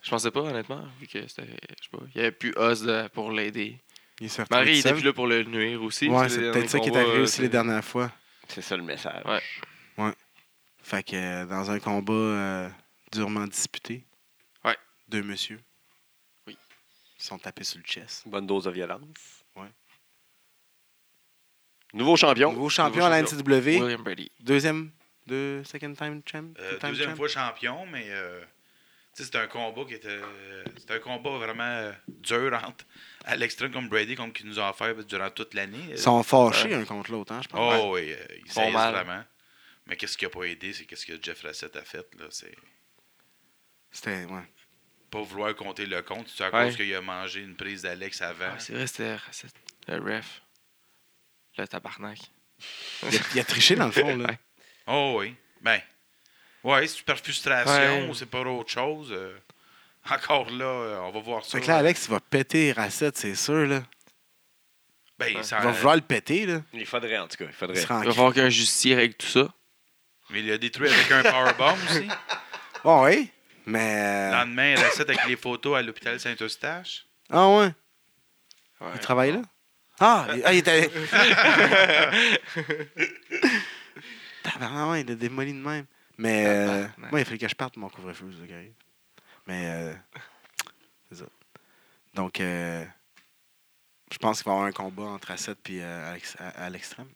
Je pensais pas, honnêtement, vu que c'était. Je sais pas. Il n'y avait plus Oz de- pour l'aider. Il est sorti. Marie tout était seul. plus là pour le nuire aussi. Ouais, parce que c'est les peut-être ça qui est derniers arrivé combats, euh, aussi les c'est- dernières fois. C'est ça le message. Ouais. Fait que euh, dans un combat euh, durement disputé, Ouais. deux messieurs Oui. se sont tapés sur le chest. Bonne dose de violence. Ouais. Nouveau champion. Nouveau champion à la champion. NCW, William Brady. deuxième, deux, second time champ. Euh, two time deuxième champ. fois champion, mais euh, tu sais, c'est un combat qui était. euh, c'est un combat vraiment euh, dur entre Alex Trump comme Brady, comme qu'ils nous ont offert durant toute l'année. Euh, Ils sont fâchés un contre l'autre, hein, je pense. Oh oui, euh, ils Font saisissent mal. vraiment. Mais qu'est-ce qui a pas aidé, c'est qu'est-ce que Jeff Lassett a fait. Là. C'est C'était, ouais. pas vouloir compter le compte, c'est à Ouais. cause qu'il a mangé une prise d'Alex avant. Ah, c'est vrai, c'était c'était le ref. Le tabarnak. Il a, il a triché dans le fond, là. Ouais. Oh oui. Ben. Ouais, c'est par frustration Ouais. ou c'est par autre chose. euh, encore là, euh, on va voir ça. Fait que là, Alex, il va péter Racette, c'est sûr, là. Ben, Ouais. ça- Il va vouloir le péter, là. Il faudrait, en tout cas. Il Il faudrait. sera en Il va falloir qu'un justicier règle tout ça. Mais il a détruit avec un powerbomb aussi. Bon, oui. Mais. Le euh, lendemain, il recette avec les photos à l'hôpital Saint-Eustache. Ah, ouais. Ouais. Euh, Il travaille là? Ah, il, ah, il était. Tabarnak, ouais, il a démoli de même. Mais. euh, Ah, Tabarnak. moi, il fallait que je parte mon couvre-feu, c'est ça qui arrive. Mais. euh, c'est ça. Donc. euh, je pense qu'il va y avoir un combat entre Asset et Alex, à, à l'extrême.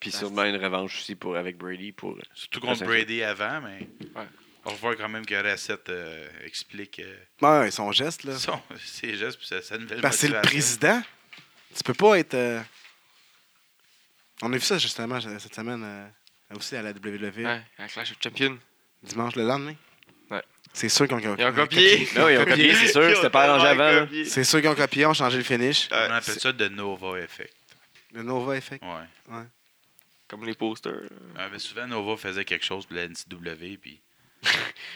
Puis sûrement une revanche aussi pour, avec Brady pour. Surtout Ça, contre ça Brady avant, mais. Ouais. On va voir quand même que Racette euh, explique euh, Ouais, ouais, son geste, là. son- ses gestes puis sa, sa nouvelle Ben, Parce que c'est le motivation. président. Tu peux pas être. euh, On a vu ça justement cette semaine euh, aussi à la WWE. Ouais, à Clash of Champions. Dimanche le lendemain. Ouais. C'est sûr qu'on Ils ont copié. Non, Ben ils ont copié, c'est sûr. C'était pas arrangé tellement avant. là. copié. C'est sûr qu'ils ont copié, ont changé le finish. On Ouais, appelle c'est ça de Nova Effect. Le Nova Effect. Ouais. Comme les posters. Ouais, mais souvent, Nova faisait quelque chose pour la NCW, puis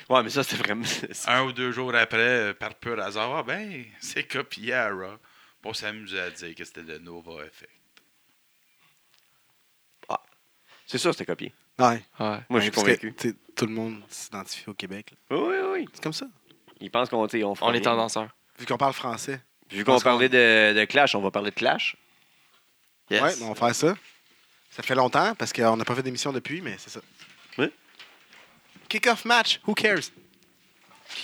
Ouais, mais ça, c'était vraiment. c'est- un ou deux jours après, euh, par pur hasard, ah ben, c'est copié à Raw. Pour s'amuser à dire que c'était de Nova Effect. C'est sûr, c'était copié. Ouais. Ouais. Moi, je suis Parce que, convaincu. tu sais, Tout le monde s'identifie au Québec. là. Oui, oui, oui. C'est comme ça. Ils pensent qu'on t'sais, on fera On est rien. tendanceur. Vu qu'on parle français. Vu qu'on Parce qu'on- parlait de, de Clash, on va parler de Clash. Yes. Ouais, ben, on va faire ça. Ça fait longtemps parce qu'on n'a pas fait d'émission depuis, mais c'est ça. Ouais. Kick-off match. Who cares?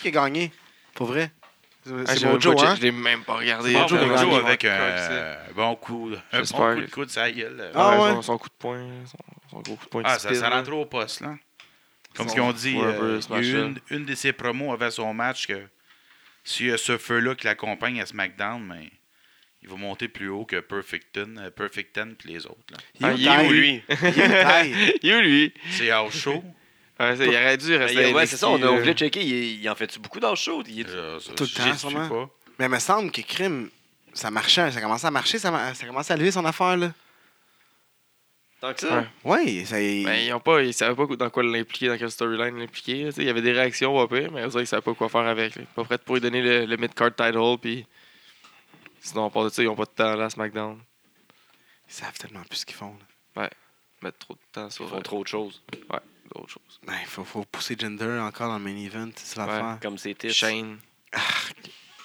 Qui a gagné? Pour vrai? C'est Ah, j'ai c'est même Mojo, pas- hein? Je l'ai même pas regardé. Bon, Mojo J'avais a Mojo gagné, avec ouais, un hein. c'est- euh, bon coup, un bon J'espère. coup de coude sur la gueule. euh. Ah, Ah ouais. ouais. Son, son coup de poing. Son, son gros coup de poing. de Ah, ça, spin, ça là. rentre au poste, là. Comme Son ce qu'on dit, forever euh, il y a eu smash-up. une, une de ses promos avant son match que s'il y a ce feu-là qui l'accompagne à SmackDown, mais il va monter plus haut que Perfect Ten, euh, Perfect Ten puis les autres. là. Ah, il est où, lui? taille. Il est où, lui? C'est House Show. Ouais, c'est- il aurait dû Ben, rester il- à ouais, NXT, c'est ça, on a là. voulu checker. Il, il en fait-tu beaucoup dans le show? Il est- Euh, ça, Tout le j'y temps, suis sûrement. pas. Mais il me semble que Crime, ça marchait. Ça commençait à marcher. Ça, ma- ça commençait à lever son affaire, là. Tant que ça? Ouais. Oui, ça. Ben, ils ont pas, ils savaient pas dans quoi l'impliquer, dans quelle storyline l'impliquer. là, tu sais. Il y avait des réactions au pire, mais on dirait qu'ils savaient pas quoi faire avec. là. Pas prêts pour lui donner le, le mid-card title, puis sinon, on part de ça, ils ont pas de temps là à SmackDown. Ils savent tellement plus ce qu'ils font. là. Mettre trop de temps Ils sur font euh, trop de choses. d'autres choses. Ben, il faut, faut pousser Gender encore dans le main event, c'est l'affaire. Comme c'était. Shane. Ah,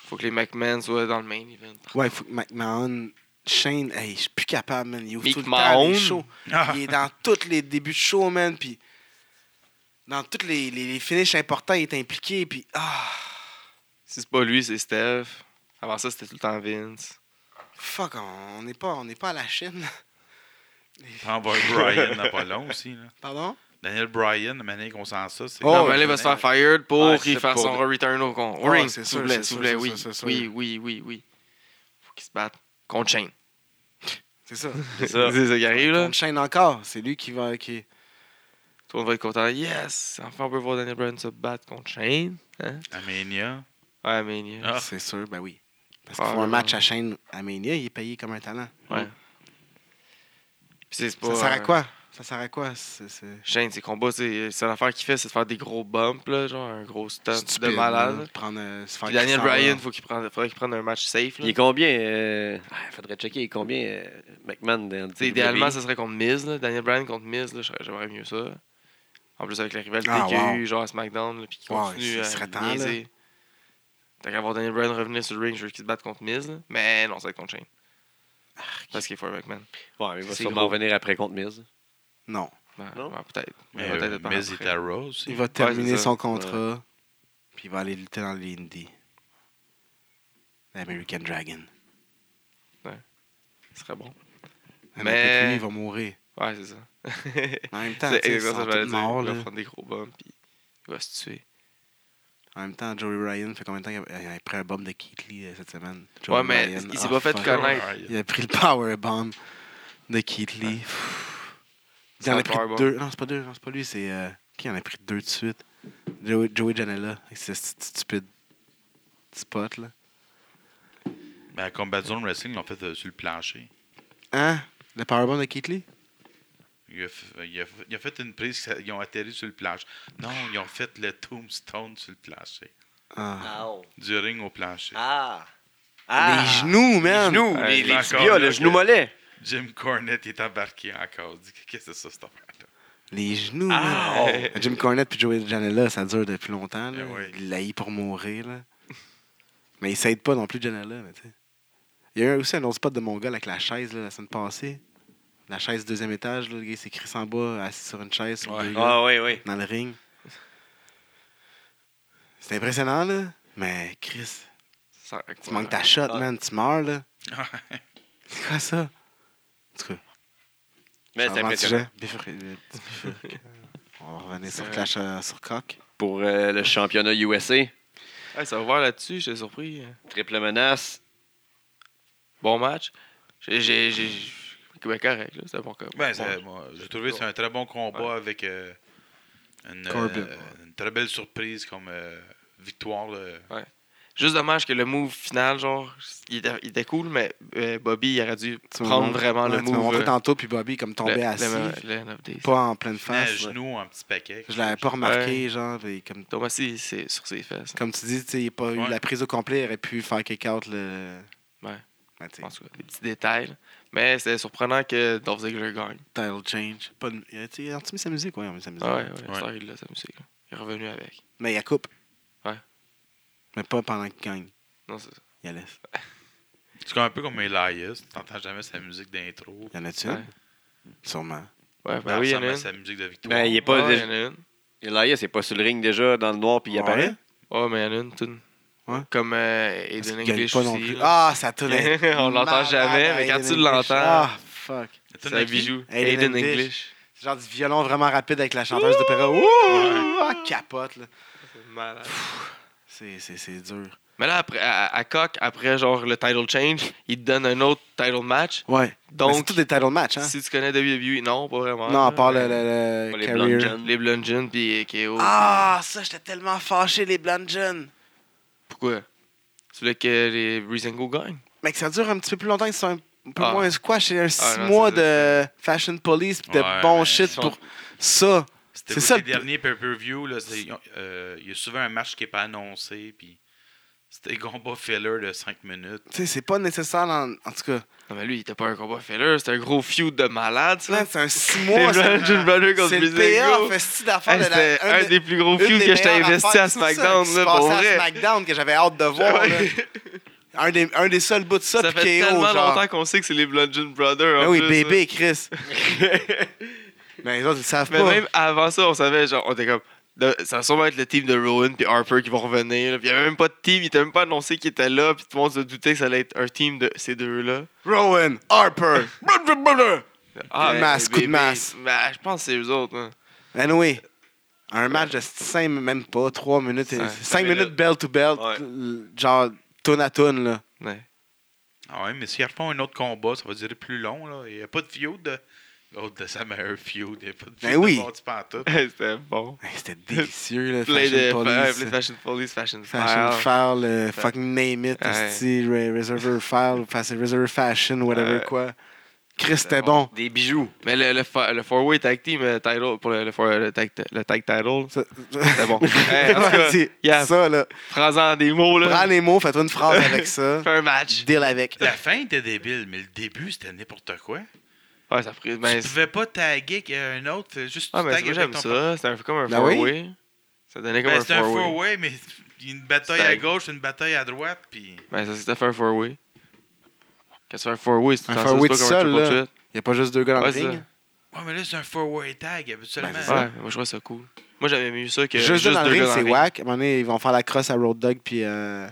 Faut que les McMahon soient dans le main event. Ouais, il faut que McMahon, Shane, hey, je suis plus capable, man. Il ouvre Mick tout le temps les Mahone. shows. Ah, Il est dans tous les débuts de show, man. Puis dans tous les, les, les finishes importants, il est impliqué. Puis ah, Si c'est pas lui, c'est Steph. Avant ça, c'était tout le temps Vince. fuck, on n'est pas, on n'est pas à la Chine. là. T'en vas Brian n'a pas long aussi. Là. Pardon? Daniel Bryan, la manière qu'on sent ça, c'est. Oh, non, mais là, il va se faire fired pour Ouais, qu'il c'est fasse pour- son return au con. Au Ouais, ring, c'est s'il sûr, vous plaît, c'est s'il vous sûr, plaît, c'est oui. sûr, c'est sûr. Oui, oui, oui, oui. Faut qu'il se batte contre Shane. C'est ça. C'est ça. C'est ça qui arrive, là. On Shane encore. C'est lui qui va. Qui... Tout le monde va être content. Yes! Enfin, on peut voir Daniel Bryan se battre contre Shane. Hein? Amenia. Ouais, mais il y a- Ah. C'est sûr, ben oui. Parce qu'il Ah, faut un ouais. match à Shane à Mania, il est payé comme un talent. Ouais. Puis c'est c'est pas. Ça sert à euh, quoi? Ça sert à quoi? C'est- c'est- Shane, ses combats, c'est c'est l'affaire qu'il fait, c'est de faire des gros bumps, là, genre un gros stunt de stupide, malade. là, de Prendre, euh, se faire Puis Daniel Christian Bryan, Bale. faut qu'il prenne, faudrait qu'il prenne un match safe. Il Là. est combien? euh, ah, faudrait checker. Il est combien, euh, McMahon? dans- T'sais, Idéalement, ça serait contre Miz. Là. Daniel Bryan contre Miz, là, j'aurais- j'aimerais mieux ça. En plus, avec la rivalité Ah, qu'il y a wow. eu, genre à SmackDown, là, puis qu'il Ouais, continue ce à serait temps, niaiser. T'as qu'à voir Daniel Bryan revenir sur le ring, je veux qu'il se batte contre Miz. là. Mais non, ça va être contre Ah, Shane. Parce qu'il est fort McMahon. Ouais, mais il va C'est sûrement gros. revenir après contre Miz. Non. Ben, Non? ben, peut-être. Mais, Il va euh, peut-être mais être en Zeta Rose. Il va terminer c'est ça. son contrat, puis il va aller lutter dans l'Indie. L'American Dragon. après. Ce serait bon. Mais, Mais- lui, il va mourir. Ouais, c'est ça. En même temps, tu c'est sais, ils sont exactement ça que j'allais tous dire. morts, Il va là. prendre des gros bombes, puis il va se tuer. En même temps, Joey Ryan, fait combien de temps qu'il a, il a pris un bomb de Keith Lee euh, cette semaine? Joey Ouais, mais Ryan, il s'est ah, pas fait fuck. connaître. Il a pris le power bomb de Keith Lee. Il en C'est a pris un powerbomb. deux. Non, c'est pas deux. Non, c'est pas lui. C'est euh, qui en a pris deux de suite? Joey, Joey Janela. avec ce stu- stupide spot, là. Mais à Combat Zone Wrestling, ils l'ont fait euh, sur le plancher. Hein? Le powerbomb de Keith Lee? Il a, f- il a f- il a fait une prise, ça- ils ont atterri sur le plancher. Non, ils ont fait le tombstone sur le plancher. Ah. Ah. Du ring au plancher. Ah. Les genoux, man! Les genoux, Ouais, Euh, les, c'est les encore tibias, là le que- genou mollet. Jim Cornette il est embarqué encore. Il dit, Qu'est-ce que c'est ça, cette affaire-là? Les genoux, Ah, man. Jim Cornette puis Joey Janela, ça dure depuis longtemps. Là. Eh oui. Il l'a pour mourir. Là. Mais il s'aide pas non plus, Janela. mais tu sais. Il y a eu aussi un autre spot de mon gars avec la chaise là, la semaine passée. La chaise deuxième étage, là, le gars il s'est crissé en bas, assis sur une chaise, sur Ouais. deux gars, Ah oui, oui. dans le ring. C'est impressionnant, là. Mais Chris, Ça- tu manques ta shot, Ouais. Ah. man. Tu meurs, là. C'est quoi ça? En tout cas, Mais on Ben, c'est va en impressionnant. sujet. Bifurque- euh, bifurque. On va revenir sur Clash euh, sur Coq. Pour euh, le championnat USA, Ouais, ça va voir là-dessus, j'étais surpris. triple menace. Bon match. J'ai. j'ai- j'ai- Ben, correct, là. C'était bon comme. Ben, bon. ça- moi, j'ai trouvé que c'est un très bon combat avec euh, une, euh, Corbin, une très belle surprise comme euh, victoire. là. Juste dommage que le move final, genre, il était, il était cool, mais euh, Bobby, il aurait dû Tu prendre m'as- vraiment le ouais, tu m'as move. montré euh, tantôt, puis Bobby, comme tombé le- le- assis, le- le- le- pas en pleine Finalement, à face. là. genoux en petit paquet. Je l'avais pas remarqué, genre, puis comme, Tom Assis, c'est sur ses fesses. hein. comme tu dis, tu sais, il a pas eu Ouais. la prise au complet, il aurait pu faire kick-out le. Ouais. Ouais, tu sais, En tout cas, des petits détails. là. Mais c'était surprenant que Dolph Ziggler gagne. title change. Pas de... Il a il a mis sa musique, ouais, il a mis sa musique. Ah ouais, ouais, Ouais. ça, il l'a, sa musique. là. Il est revenu avec. Mais il la coupe. Ouais. Mais pas pendant qu'il gagne. Non, c'est ça. Il la laisse. C'est comme un peu comme Elias. T'entends jamais sa musique d'intro. Il y en a-tu Ouais. une? Sûrement. Ouais, ben Ça oui, il y en ressemble a à une. sa musique de victoire. Mais il est Ouais, pas. il y en a une. Elias n'est pas sur le ring déjà dans le noir puis il Ouais. apparaît. Ouais, mais il y en a une, toute. Ouais. Comme euh, Parce Aiden qu'il gagne English pas non aussi, plus. là. Ah, ça tourne. On l'entend jamais, mais quand tu l'entends- Ah, fuck. C'est C'est un bijou. Aiden Aiden English. English. C'est genre du violon vraiment rapide avec la chanteuse d'opéra. Ouh! Ah, capote, là. Malade. C'est- C'est c'est dur. Mais là, après, à, à Coq, après genre le title change, il te donne un autre title match. Ouais. Donc, c'est Donc, tous des title match, hein? si tu connais WWE, non, pas vraiment. non, à part là, le, le, le Pas les career. Blonde Jeunes. Les Blondes Jeunes puis KO. Ah, ça, j'étais tellement fâché, les Blonde Jeunes. Pourquoi Tu voulais que les Breezango gagnent Mec, ça dure un petit peu plus longtemps, ils sont un peu Ah. moins un squash. C'est un 6 non, mois c'est de Fashion Police pis de Ouais, bon mais shit ils sont- pour ça. c'est C'était ça ça. Les le- derniers pay-per-view, là, c'est- euh, il y a souvent un match qui n'est pas annoncé. Puis c'était un combat filler de 5 minutes. Tu sais, c'est pas nécessaire, dans- en tout cas. Non, mais lui, il était pas un combat filler, c'était un gros feud de malade, ça. Man, C'est un 6 Les mois. Blondes C'est Jeunes Brothers contre c'est le Breezango. payoff, esti d'affaires Hey, de C'était la. un de- des plus gros une feuds des que j'étais meilleures investi affaires, à c'est ça, qui SmackDown, se là, pour passait à vrai. SmackDown que j'avais hâte de voir. là. Ouais. Un des, un des seuls bouts de ça, Ça puis fait KO, tellement genre. longtemps qu'on sait que c'est les Bludgeon Brothers. Ah en oui, plus, hein. bébé et Chris. Mais les autres, ils le savent Mais pas. même avant ça, on savait, genre, on était comme. de- ça va sûrement être le team de Rowan puis Harper qui vont revenir. là. Puis il n'y avait même pas de team, il était même pas annoncé qu'il était là. Puis tout le monde se doutait que ça allait être un team de ces deux-là. Rowan, Harper. Coup de mais masse, coup de bébé, masse. bah, je pense que c'est eux autres. hein. Anyway, un match de 5, même pas, 3 minutes. Cinq 5 minutes bell to bell, Ouais. l- genre tune à tune, là. Ouais. Ah ouais, mais s'ils refont un autre combat, ça va durer plus long. Là. Il n'y a pas de feud. De... L'autre de Sam a un feud. Il n'y a pas de feud Ben de oui. Monty Pantoute. C'était bon. Hey, C'était délicieux, là. Plein Fashion de ouais, Police. plein de Fashion Police, Fashion Fashion File. File, le fucking name it, Ouais. esti, Re- Reservoir File, enfin, c'est Reservoir Fashion, whatever Ouais. quoi. Chris, Euh, c'était bon. Des bijoux. Mais le, le, fa- le four-way tag team, euh, title, pour le, le, four- le tag, le tag title, Ça- c'était bon. Hey, en tout cas, Vas-y, yeah. ça, là. prends-en des mots, Prends là. les mots, fais-toi une phrase avec ça. Fais un match. Deal avec. La fin était débile, mais le début, c'était n'importe quoi. Ouais, ça a pris. Tu Ben, tu pouvais pas taguer un autre, c'est juste tu Ah, mais c'est- tagues moi avec j'aime ton ça. C'était un- comme un Ben oui. four-way. Ça donnait comme Ben, un c'est un four-way. four-way, mais il y a une bataille C'est à un- gauche, une bataille à droite, puis Ben, ça c'était fait un four-way. Quand tu fais un four-way, c'est Un tout le temps ça, four-way c'est pas tout comme un seul, triple là. Il a pas juste deux gars dans threat. Ouais, le c'est ça. ring. Ouais, mais là, c'est un four-way tag, habituellement. Ben, c'est Ouais, moi je trouvais ça cool. Moi j'avais mieux ça que Juste, juste là, dans deux le ring, gars dans c'est le ring. whack. À un moment donné, ils vont faire la crosse à Road Dog puis euh,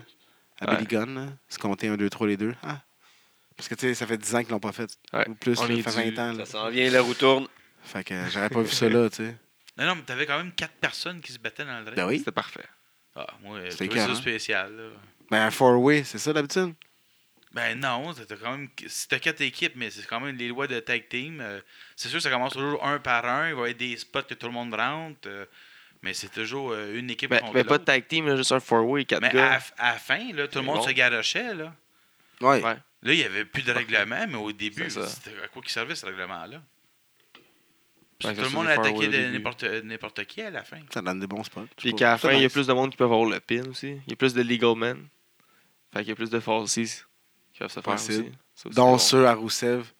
à Ouais. Billy Gunn. là. Se compter 1, 2, 3, les deux. Ah. Parce que, tu sais, ça fait 10 ans qu'ils l'ont pas fait. Ouais. Ou plus, On là, est ça fait dû. 20 ans. Ça là. s'en vient, la roue tourne. Fait que euh, j'aurais pas vu ça là, tu sais. Non, non, mais t'avais quand même quatre personnes qui se battaient dans le ring. Ben oui. C'était parfait. Ah, moi, je C'était trouvais ça écœurant. spécial. là. Ben, un four-way, c'est ça d'habitude? Ben non, t'as t'as quand même. C'était quatre équipes, mais c'est quand même les lois de tag team. euh, c'est sûr, ça commence toujours un par un. Il va y avoir des spots que tout le monde rentre. euh, mais c'est toujours euh, une équipe Ben, contre ben, pas de l'autre. tag team, là, juste un four-way, quatre Mais à, gars. la f- à la fin, là, tout C'est le monde bon. se garochait. Là. Ouais. Ouais. Là, il n'y avait plus de règlement, mais au début, C'est ça. c'était à quoi qui servait ce règlement-là? Puis Ouais, tout ça, le c'est monde des attaquait forwards au de début. n'importe, n'importe qui à la fin. Ça donne des bons spots. je Puis sais qu'à la pas. fin, il y a C'est plus de monde qui peuvent avoir le pin aussi. Il y a plus de legal men. Fait qu'il y a plus de falsies qui peuvent se faire Possible. aussi. Ça aussi, Dont c'est bon. ceux à Rousseff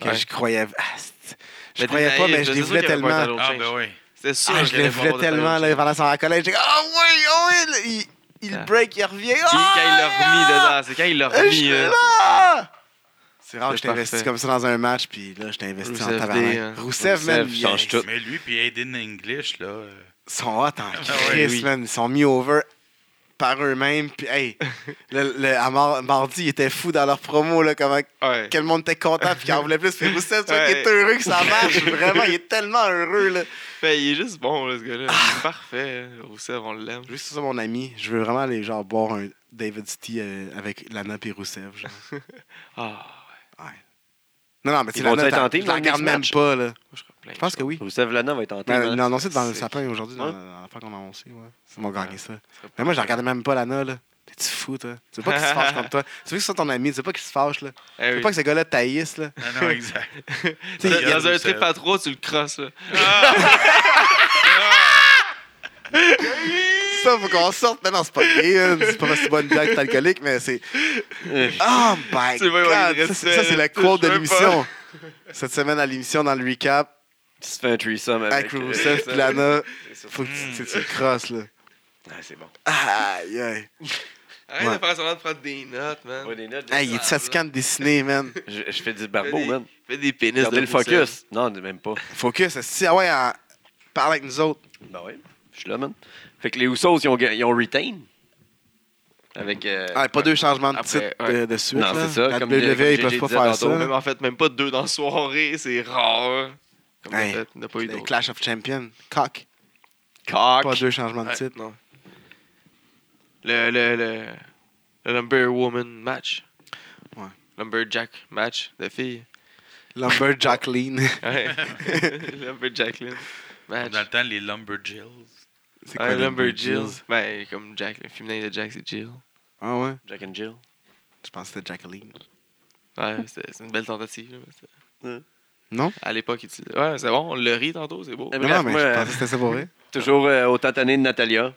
que Ouais. je croyais. Ah, c'est- je Mais croyais t'es pas, naïf, mais je c'est les sûr voulais qu'il y avait pas tellement. de title Ah, change. ben oui. C'était sûr Ah, qu'il je allait pas les avoir voulais de title tellement change. là, pendant son collège. J'ai dit, oh oui, oh oui, là, il, il Ah. break, il revient. Puis quand il Ah, l'a remis dedans. dedans, c'est quand il l'a Je remis. suis euh, là! C'est rare que C'est je t'ai investi parfait. comme ça dans un match, puis là, je t'ai investi en Rousseff tabarnak. D, hein. Rousseff, man, Rousseff ils- change tout. Ah Mais lui, puis Aiden English, là. euh, Ils sont hot en ouais, Chris, oui. man. Ils sont mis over par eux-mêmes, puis hey, le, le- à mar- mardi, ils étaient fous dans leur promo, là, comment Ouais. que le monde était content, puis qu'ils en voulaient plus. Puis Rousseff, tu vois, Ouais. qu'il est heureux que ça marche, vraiment, il est tellement heureux, là. Fait, Ben, il est juste bon, là, ce gars-là. Ah. Il est parfait. hein. Rousseff, on l'aime. Juste ça, mon ami, je veux vraiment aller, genre, boire un David City euh, avec Lana et Rousseff, genre. Ah, Non, non, mais tu sais, Ils vont-tu Lana, être t'en- tentés je la dans le next regarde même match? pas, là. moi, je serais plein. Je pense que oui. Rousseff Lana va être tenté. Ben, hein? non, non, c'est dans le C'est- sapin aujourd'hui, dans Hein? dans l'affaire qu'on a annoncée. Ouais. Ils m'ont gagné ça. serait Mais moi, je regardais même pas Lana, là. T'es-tu fou, toi? Tu veux pas qu'il se fâche contre toi. Tu veux que ce soit ton ami, tu veux pas qu'il se fâche, là. Eh Tu veux oui. pas que ce gars-là taillisse, là. Ah, Non, non, exact. Dans- il y a Dans un Rousseff. trip à trois, tu le crosses, là. Ça, faut qu'on sorte. Non, non, c'est pas gay, hein. C'est pas si bonne blague que t'es alcoolique, mais c'est. Oh, my C'est vrai, ouais, il God! reste Ça, c'est ça, c'est là. le quote de Je veux l'émission. Cette semaine, à l'émission, dans le recap, Tu te fais un threesome avec avec euh, Rousseff et ça. Lana, C'est ça. faut que tu- tu tu le crosses, là. Ah, c'est bon. Aïe, aïe. Arrête Ouais. de faire semblant de prendre des notes, man. Ouais, des notes, Hey, il est fatigant de dessiner, man. Je, je fais du barbeau, Fais des- man. Fais des pénis Gardez le de Rousseff. focus. Non, même pas. Focus, si, ah ouais, en- parle avec nous autres. Ben oui, je suis là, man. Fait que les Usos, ils ont, ga- ils ont retain. Avec. euh, Ouais, Ah, pas deux changements de Après, titre euh, ouais. de, de suite. Non, là. c'est ça, La comme- WWE, comme ils JJ peuvent pas disait faire tantôt, ça. Même en fait, même pas deux dans la soirée, c'est rare. Comme Hey. en fait, il n'y en a pas eu Le d'autres. Clash of Champions. Cock. Cock. Pas deux changements de Ouais, titre. non. Le, le, le, le Lumberwoman match. Ouais. Lumberjack match de filles. Lumberjack Lean. Ouais. Lumberjacklin match. Dans le temps, les Lumberjills. c'est Ouais, Lumberjills? Lumberjills. Ben, comme Jack, le féminin de Jack, c'est Jill. Ah ouais? Jack and Jill. Je pensais que c'était Jack Lean. Ouais, Hein? c'est c'est une belle tentative. là, mais c'est- Non? À l'époque, il disait- Ouais, c'est bon, on le rit tantôt, c'est beau. Eh ben, Non, Bref, non, mais moi, je euh, pensais que c'était ça pour vrai. Toujours euh, autant tanné de Natalia.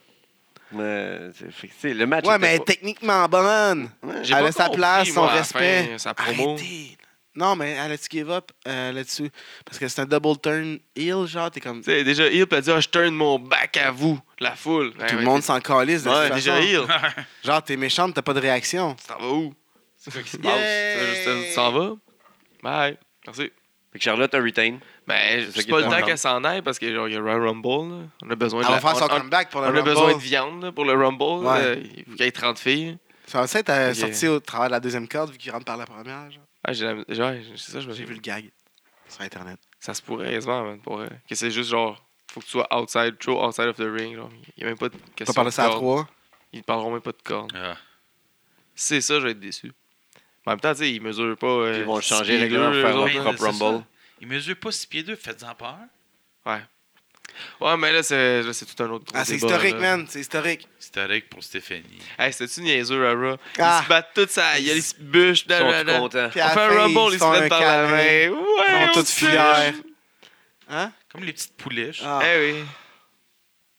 Mais, c'est- fait que, tu sais, le Ah, match. Ouais, était mais elle est pas- techniquement bonne. Ouais. J'ai Elle pas a sa compris, place, son moi, à la respect. fin, sa promo. Arrêtez. Non, mais elle a-tu give up euh, là-dessus? Parce que c'est un double turn heel, genre, t'es comme. Tu sais, déjà, il peut dire Ah, Je turn mon back à vous, la foule. Tout le monde s'en calisse de Ouais, toute déjà, façon. il. Genre, t'es méchante, t'as pas de réaction. Tu t'en vas où C'est quoi qui se passe Yeah. C'est juste, Tu t'en vas Bye. Merci. Fait que Charlotte a retain. Mais C'est ça c'est qui pas est le important. temps qu'elle s'en aille parce qu'il y a Royal Rumble. là. On a besoin Elle de. la- va faire son on- on- comeback pour on le a besoin de Rumble. viande là, pour le Rumble. Ouais. là. Il faut qu'il y ait 30 filles. Ça va être euh, Ok. sorti au travers de la deuxième corde vu qu'il rentre par la première. genre. Ah, j'ai la- ouais, c'est ça, je me J'ai vu le gag sur Internet. Ça se pourrait quasiment, man. Pour, euh, que c'est juste genre, faut que tu sois outside, trop outside of the ring. Genre. Il y a même pas de Tu question. peux parler de ça à corde. trois. Ils parleront même pas de cornes. Ah. Si c'est ça, je vais être déçu. Mais en même temps, tu sais, ils mesurent pas. euh, Puis ils vont six changer pieds les règlements pour deux, faire eux leur autres, Ouais, là. propre c'est ça. Rumble. Il mesure pas 6 pieds 2, faites-en peur. Ouais, mais là, c'est là, c'est tout un autre gros Ah, c'est débat, historique, là. man. C'est historique. C'est correct pour Stéphanie. Hey, c'était-tu niaiseux, Rara? Ah. Ils se battent toute sa gueule, ils se bûchent. Ils da, da, sont da. tout contents. Puis On à fait un la fin, rumble, ils ils font se un mettent par la câlin. main. Ouais, Ils on sont toutes se fiers. lève. Hein? Comme les petites pouliches. Ah. Eh oui.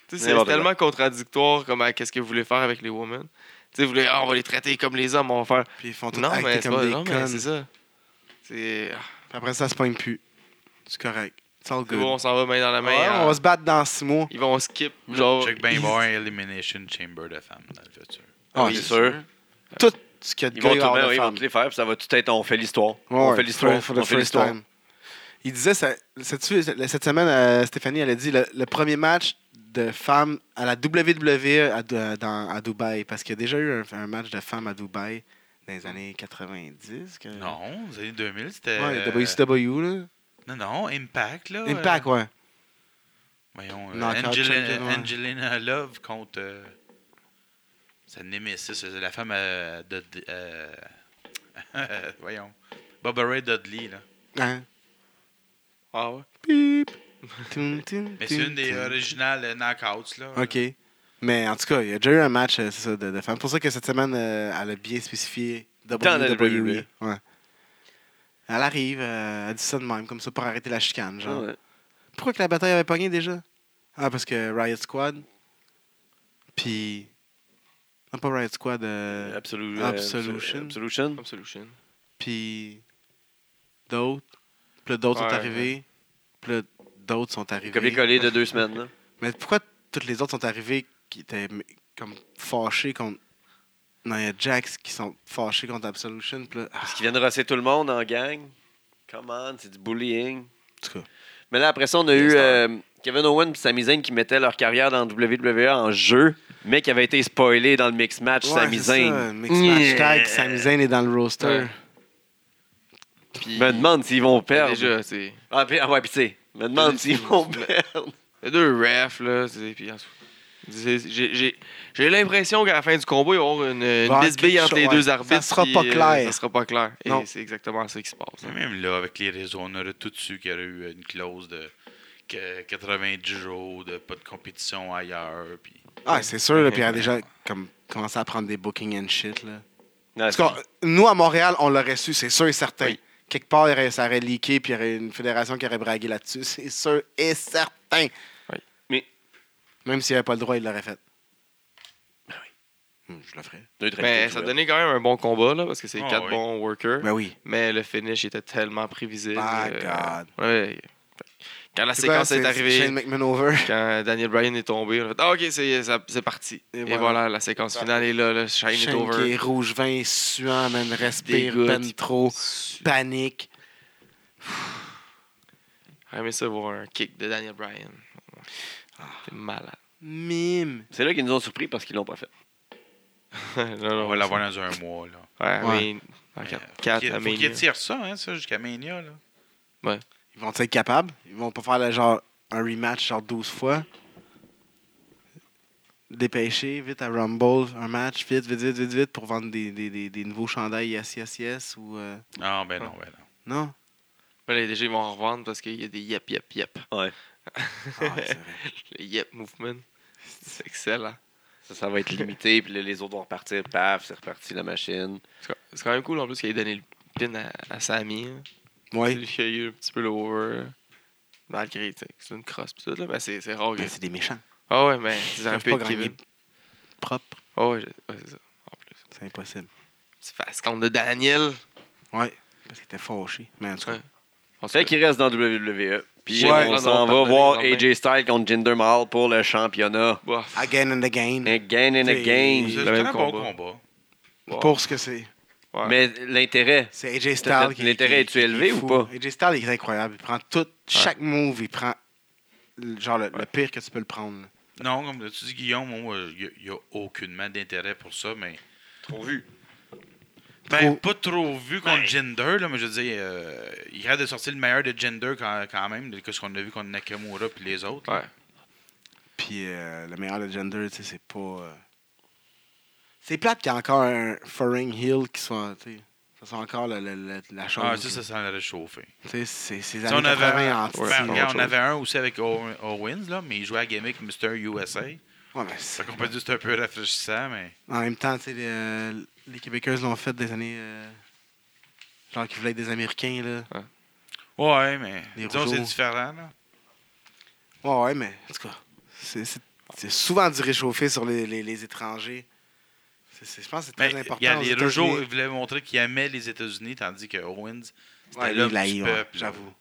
Tu sais, c'est N'importe tellement contradictoire comme à qu'est-ce que vous voulez faire avec les women. Tu sais, vous voulez, ah, on va les traiter comme les hommes, on va faire. Puis ils font tout Non, mais acter c'est comme pas. des Non, mais connes. c'est ça. C'est. ah, Puis après ça, ça se pogne plus. C'est correct. It's all c'est good. bon, on s'en va main dans la main. Ouais, hein. on va se battre dans six mois. Ils vont skip. Genre. Check bien, il ils- va y avoir un Elimination Chamber de femmes dans le futur. Ah, oh, Ouais, c'est c'est sûr. Tout ce qu'il y a de Ils vont, gars, il tout, va y avoir ben de oui, ils vont femmes. tous les faire, puis ça va tout être on fait l'histoire. Ouais, on fait l'histoire. for- for the On fait first l'histoire. time. Il disait, ça- sais-tu, cette semaine, euh, Stéphanie, elle a dit le, le premier match de femmes à la WWE à, Dou- euh, dans- à Dubaï. Parce qu'il y a déjà eu un, un match de femmes à Dubaï dans les années 90. que- Non, les années 2000, c'était. Ouais, euh, WCW, là. Non, non, Impact, là. Impact, euh, ouais. Voyons, euh, Knockout Angelina, champion, ouais. Angelina Love contre. euh, sa Nemesis, euh, la femme euh, de. de- euh, voyons. Bobby Ray Dudley, là. Hein? Ah ouais. Pip. Tum, tum, Mais c'est tum, une des tum. originales euh, knockouts, là. OK. Mais en tout cas, il y a déjà eu un match euh, c'est ça, de, de femmes. C'est pour ça que cette semaine, euh, elle a bien spécifié Dans la E. WWE. Ouais. Elle arrive, euh, elle dit ça de même, comme ça, pour arrêter la chicane. Genre. Ouais. Pourquoi que la bataille avait pogné déjà? Ah, parce que Riot Squad. Puis. Non, pas Riot Squad. euh, Absolu- Absolution. euh, Absolution. Comme Solution. Puis. D'autres. Puis là, d'autres Ouais, sont arrivés. Puis là, d'autres sont arrivés. Copier-coller de deux semaines. là. Mais pourquoi toutes les autres sont arrivées qui étaient m- comme fâchées contre. Non, il y a Jax qui sont fâchés contre Absolution. Puis là, ah, Parce qu'ils viennent rosser tout le monde en gang. Come on, c'est du bullying. en tout cas. Mais là, après ça, on a eu euh, Kevin Owen et Sami Zayn qui mettaient leur carrière dans WWE en jeu, mais qui avait été spoilé dans le mix match Sami Zayn. Mix hashtag Sami Zayn est dans le roster. Ouais. Puis, Je me demande s'ils vont perdre. Déjà, c'est. Ah, puis- ah ouais, puis tu sais, je me demande s'ils vont perdre. Les deux refs, là. c'est- Puis, en tout cas, c'est- j'ai- j'ai- J'ai l'impression qu'à la fin du combat, il va y avoir une, une Va y bisbille avoir entre quelque les chose, deux ouais. arbitres. Ça sera puis, pas euh, clair. ça sera pas clair. Non. Et c'est exactement ça qui se passe. là. Mais Même là, avec les réseaux, on aurait tout su qu'il y aurait eu une clause de que- 90 jours, de pas de compétition ailleurs. Puis... Ah, c'est sûr. Là, puis il y a déjà comme, commencé à prendre des bookings and shit. Là. Non, Parce que nous, à Montréal, on l'aurait su, c'est sûr et certain. Oui. Quelque part, il aurait- ça aurait leaké, puis il y aurait une fédération qui aurait bragué là-dessus. C'est sûr et certain. Oui. Mais- Même s'il n'avait pas le droit, il l'aurait fait. Ben Hmm, je le ferais. neutralité, Mais tout ça là. donnait quand même un bon combat, là, parce que c'est Ah, quatre oui. bons workers. Ben oui. Mais le finish était tellement prévisible. My euh, God. ouais. Ah, Quand la séquence est Shane arrivée, McMahon over. quand Daniel Bryan est tombé, on a fait Ah, ok, c'est ça- c'est parti. Et Et, voilà. voilà. la séquence finale est là, le Shane, Ah, est Shane qui over. est rouge vin, suant, man, respire, Dégoûte. peine trop, panique. J'aurais aimé ça voir un kick de Daniel Bryan. Ah. C'est malade. Mime. C'est là qu'ils nous ont surpris parce qu'ils l'ont pas fait. non, non, On va l'avoir dans un mois. Là. Ouais, Ouais. ouais. mais. Mais, euh, 4 faut qu'il- à faut qu'il Mania. tire ça, hein, ça, jusqu'à Mania. Là. Ils vont être capables. Ils vont pas faire le genre un rematch genre 12 fois. Dépêcher vite à Rumble, un match, vite, vite, vite, vite, vite, pour vendre des, des, des, des nouveaux chandails yes, yes, yes ou. euh, Ah, ben non, ben non. Non? Ouais, les DG vont en revendre parce qu'il y a des yep, yep, yep. Ah, ouais, c'est vrai. Le yep movement. C'est excellent. Ça, ça va être limité, puis là, les autres vont repartir. Paf, c'est reparti la machine. C'est c'est quand même cool en plus qu'il ait donné le pin à, à Sammy. hein. C'est Ouais. Ben, lui qui a eu un petit peu l'over. Malgré, tu sais, c'est une crosse pis tout, là. Ben, c'est c'est rare. que- Mais c'est des méchants. Ah ouais, mais c'est un peuvent peu pas Kevin. gagner. Propres. Ah ouais, je- ouais, c'est ça. En plus. C'est impossible. Petit face contre de Daniel. Ouais. Parce qu'ils étaient fâchés. Mais en tout cas. Ouais. On C'est qu'il reste dans WWE. Puis Ouais. on s'en va Ouais. voir Ouais. AJ Styles contre Jinder Mahal pour le championnat. Bof. Again and Hmm. again. Again and C'est- again. C'est le même un bon combat. combat. Wow. Pour ce que c'est. Ouais. Mais l'intérêt, C'est AJ Styles qui L'intérêt, es-tu qui- qui élevé est ou fou. pas? AJ Styles il est incroyable. Il prend tout, chaque move, il prend le- genre le, le pire que tu peux le prendre. là. Non, comme tu dis, Guillaume, moi, il n'y a, aucunement d'intérêt pour ça, mais. Trop vu. Trop- Ben, pas trop vu contre Gender, là, mais je veux dire, euh, il rêve de sortir le meilleur de Gender quand, quand même, que ce qu'on a vu contre Nakamura puis les autres. là. Ouais. Puis euh, le meilleur de Gender, tu sais, c'est pas. euh, C'est plate qu'il y a encore un Foreign Hill qui soit. tu sais, Ça soit encore le- le- le- la chose. Ah, ça, ça s'en aurait chauffé. Tu sais, c'est ces Si années on avait, 80 en Ben, Ouais, Titi, c'est regarde, autre on chose. avait un aussi avec Ow- Owens, là, mais il jouait à la gimmick Mr. USA. Ouais, mais c'est- Fait qu'on peut dire que c'est un peu rafraîchissant, mais. en même temps, tu sais, les, euh, les Québécois l'ont fait des années. euh, Genre qui voulaient être des Américains, là. Ouais, mais. Les Disons, c'est rougeaux. différent, là. Ouais, ouais, mais en tout cas, c'est- c'est c'est souvent du réchauffé sur les, les- les étrangers. C'est- c'est- je pense que c'est Mais, très important. il y a aux les États-Unis. Rougeaux, ils voulaient montrer qu'ils aimaient les États-Unis, tandis que Owens, c'était Ouais, l'homme lui, il du l'a eu, ouais, peuple. j'avoue.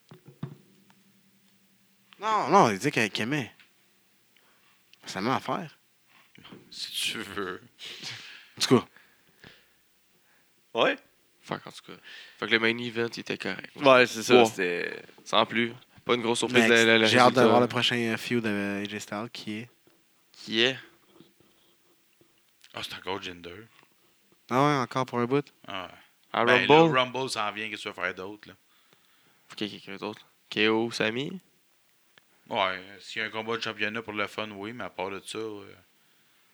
Non, non, il dit qu'il qu'il aimait. C'est la même affaire. Si tu veux. En tout cas, ouais. fait Fait qu'en tout cas, fait que le main event il était correct. Ouais, c'est ça. Wow. C'était. Sans plus. Pas une grosse surprise. de la- la- ben, J'ai hâte de résultat. voir le prochain euh, feud de AJ Styles qui est. Qui est Ah, c'est encore Jinder. Ah ouais, encore pour un bout. Ah. à Ben, là, Rumble. Rumble s'en vient, qu'est-ce que tu vas faire d'autre? là? Ok, quelqu'un d'autre. KO, Sami. Ouais, s'il y a un combat de championnat pour le fun, oui, mais à part de ça, euh,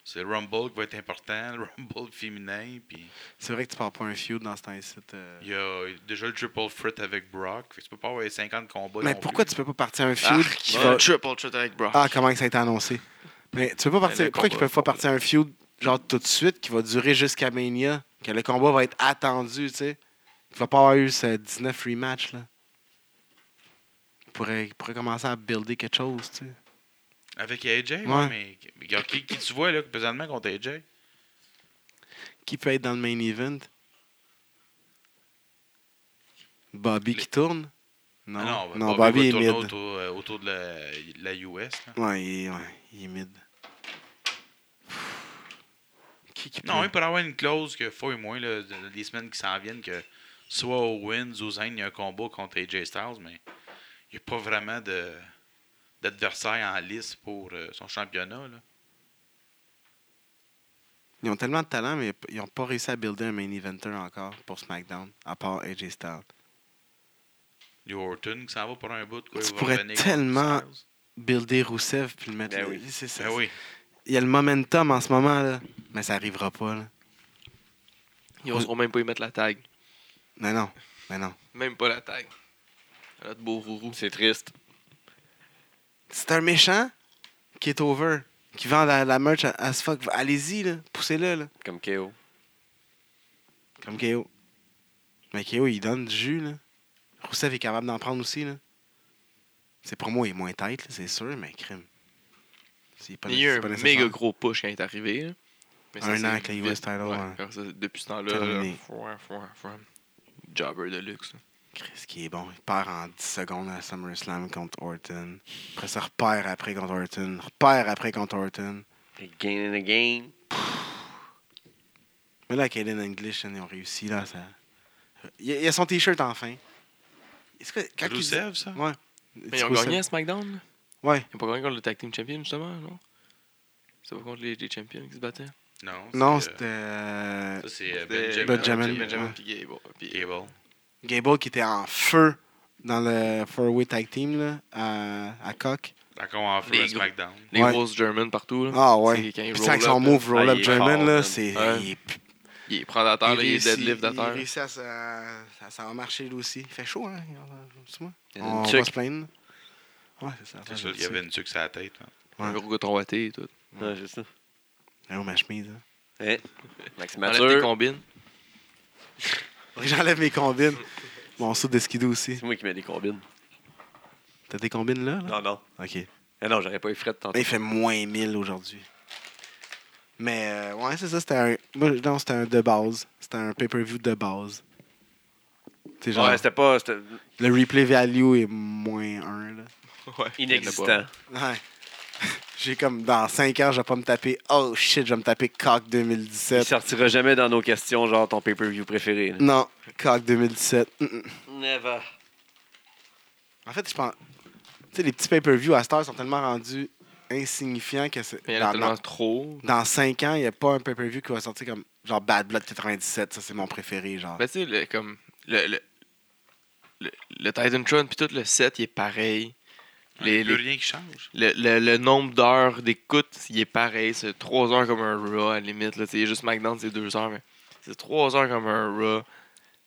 c'est le Rumble qui va être important, le Rumble féminin, puis C'est vrai que tu parles pas un feud dans ce temps-ci. euh. il y a déjà le Triple Threat avec Brock, fait que tu peux pas avoir les 50 combats. Mais non pourquoi plus. tu Ah, peux pas partir un feud Arc, qui Ah, il va- fait triple threat avec Brock. Ah, comment que ça a été annoncé? Mais tu peux Mais pas partir. le Pourquoi qu'ils combat, peuvent pas partir un feud genre tout de suite qui va durer jusqu'à Mania? Que le combat va être attendu, tu sais. Il va pas avoir eu ce 19 rematch là. Il pourrait, il pourrait commencer à builder quelque chose, tu sais. Avec AJ, ouais, Ouais. mais mais regarde, qui, qui tu vois là, présentement contre AJ Qui peut être dans le main event? Bobby Les- qui tourne? Non, Ah non, ben, Bobby, va est tourner mid. autour, euh, autour de la, la US. là. Ouais, il est, ouais, il est mid. Qui, qui peut... Non, il pourrait avoir une clause que faut et moins là, de- des semaines qui s'en viennent que soit au Wins ou Zayn, il y a un combat contre AJ Styles, mais il n'y a pas vraiment de d'adversaire en lice pour euh, son championnat. Là. Ils ont tellement de talent, mais ils n'ont pas réussi à builder un main eventer encore pour SmackDown, à part AJ Styles. Du Orton qui s'en va pour un bout. Quoi, Tu il va pourrais revenir contre tellement- Styles. Builder Rousseff puis le mettre. Ben là. oui. C'est ça. Ben oui. Il y a le momentum en ce moment, là. mais ça n'arrivera pas. Là. Ils oseront même pas y mettre la tag. Mais non, mais non. Même pas la tag. Notre beau rourou. C'est triste. C'est un méchant qui est over, qui vend la, la merch à- as fuck. Allez-y, là. poussez-le. Là. Comme KO. Comme KO. Mais KO, il donne du jus. Là. Rousseff est capable d'en prendre aussi. Là. C'est pour moi, il est moins tête, là, c'est sûr, mais crime. C'est pas Il y a eu c'est pas un nécessaire. méga gros push quand il est arrivé. là. Mais ça, Un c'est an avec la vite. US title, Ouais, ouais. quand ça- Depuis ce temps-là, Terminé. là, fouin, fouin, fouin. jobber de luxe. là. Chris qui est bon. Il perd en 10 secondes à SummerSlam contre Orton. Après ça, repère après contre Orton. Repère après contre Orton. Gain in the game. Mais là, Kaden English, hein, ils ont réussi. Là, ça... il, y a, il y a son t-shirt enfin. Est-ce que quand il- Rusev, ça? Ouais. Mais ils ont Rusev. gagné à SmackDown. là. Ouais. Ils ont pas gagné contre le Tag Team Champion, justement, non? C'est pas contre les, les champions qui se battaient. Non, Non, c'est, euh, c'était euh, ça, c'est euh, C'était- Benjamin. Benjamin. Benjamin ouais. puis Gable. puis- Gable. Gable qui était en feu dans le four-way tag team là, à, à Coq. Encore en feu Les à gros- SmackDown. Les Ouais. grosses German partout. Là. Ah C'est ouais. quand il Puis roll ça, avec up, son là. Ah, move roll-up il est German, fort, là, man. c'est. Ouais. il est pu- Il prend à terre, là, il, réussit- deadlift à il terre. réussit à se- à- ça va marcher lui aussi. Il fait chaud, hein? Excuse-moi. Il y a une On va tuque. se plaindre. Ouais, c'est ça. C'est sûr qu'il y avait une tuque sur la tête. hein. Un gros gouton watté et tout. Ouais, c'est ça. Allô, ma chemise. hein. Hein? Max Enlève tes Mature. combines. Faudrait que J'enlève mes combines. Mon saut de skidoo aussi. C'est moi qui mets des combines. T'as tes combines là? là? Non, non. Ok. Ah non, j'aurais pas eu fret tantôt. Il fait moins 1000 aujourd'hui. Mais euh, ouais, c'est ça. C'était un. Moi, non, c'était un de base. C'était un pay-per-view de base. C'est genre. Ouais, c'était pas. C'était le replay value est moins 1. Là. Ouais, il y en a inexistant. pas. Ouais. J'ai comme dans 5 ans, je vais pas me taper. Oh shit, je vais me taper Cock Il 2017. sortira jamais dans nos questions, genre ton pay-per-view préféré. là. Non, Cock 2017. Mm-mm. Never. Mm, En fait, je pense. Tu sais, les petits pay-per-view à Star sont tellement rendus insignifiants que c'est. Mais il y en a dans- dans- tellement trop. dans 5 ans, il n'y a pas un pay-per-view qui va sortir comme genre Bad Blood 97, ça c'est mon préféré, genre. Ben, tu sais, le- comme. Le, le, le, le Titan Tron, puis tout le set, il est pareil. Les- Il n'y a les- rien qui change. Le, le, le nombre d'heures d'écoute, il est pareil. C'est 3 heures comme un Raw, à la limite. Là. Tu sais, juste McDonald's, c'est 2 heures, mais c'est 3 heures comme un Raw.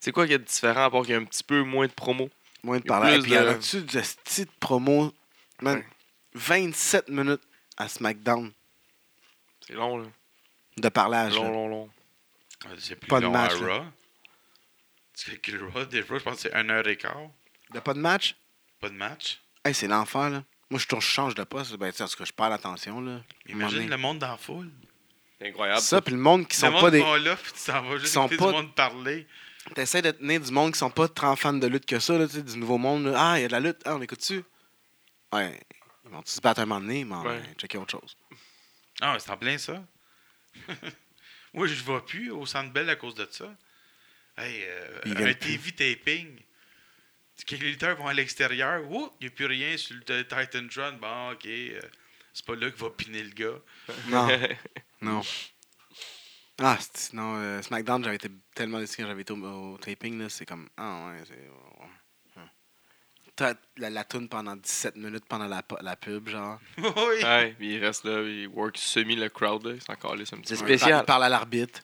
C'est quoi qu'il y a de différent à part qu'il y a un petit peu moins de promo? Moins de y a parler. Et plus puis, il y en de- a-tu de style de promo, man, Ouais. 27 minutes à SmackDown C'est long, là. de parlage. Long, là. long, long. Ah, C'est plus Pas de long match, à là. Raw. Tu fais que le Raw, des fois, je pense que c'est 1h15. De pas de match? Pas de match. Hey, c'est l'enfer, là. Moi, je tourne, je change de poste. Ben, tu sais, en tout cas, je perds l'attention, là. Imagine M'emmener. le monde dans la foule. C'est Ah, incroyable. ben, Ça, puis le monde qui Ils sont sont pas des. là, puis tu s'en vas juste sont écouter pas- du monde parler. T'essaies de tenir du monde qui sont pas tant fans de lutte que ça, là, tu sais, du nouveau monde. là. Ah, il y a de la lutte. Ah, on écoute-tu? Ouais. Ils vont se battre un moment donné, mais Ouais. ben, checker autre chose. Ah, c'est en plein ça. Moi, je ne vais plus au Centre Bell à cause de ça. Hey, euh, Ils un viennent plus. TV taping. Que les lutteurs vont à l'extérieur. Ouh, il n'y a plus rien sur le t- Titan Tron. Bon, ok. euh, c'est pas là que va piner le gars. Non. non. Ah, c'est- sinon, euh, SmackDown, j'avais été tellement déçu quand j'avais été au, au taping. là, C'est comme. Ah, ouais. c'est- ouais. Ouais. T'as La, la toune pendant 17 minutes pendant la, pu- la pub, genre. oui. ouais, puis il reste là, il work semi le crowd, là. C'est encore là, c'est un petit Ouais, peu. Il spécial. parle- il parle à l'arbitre.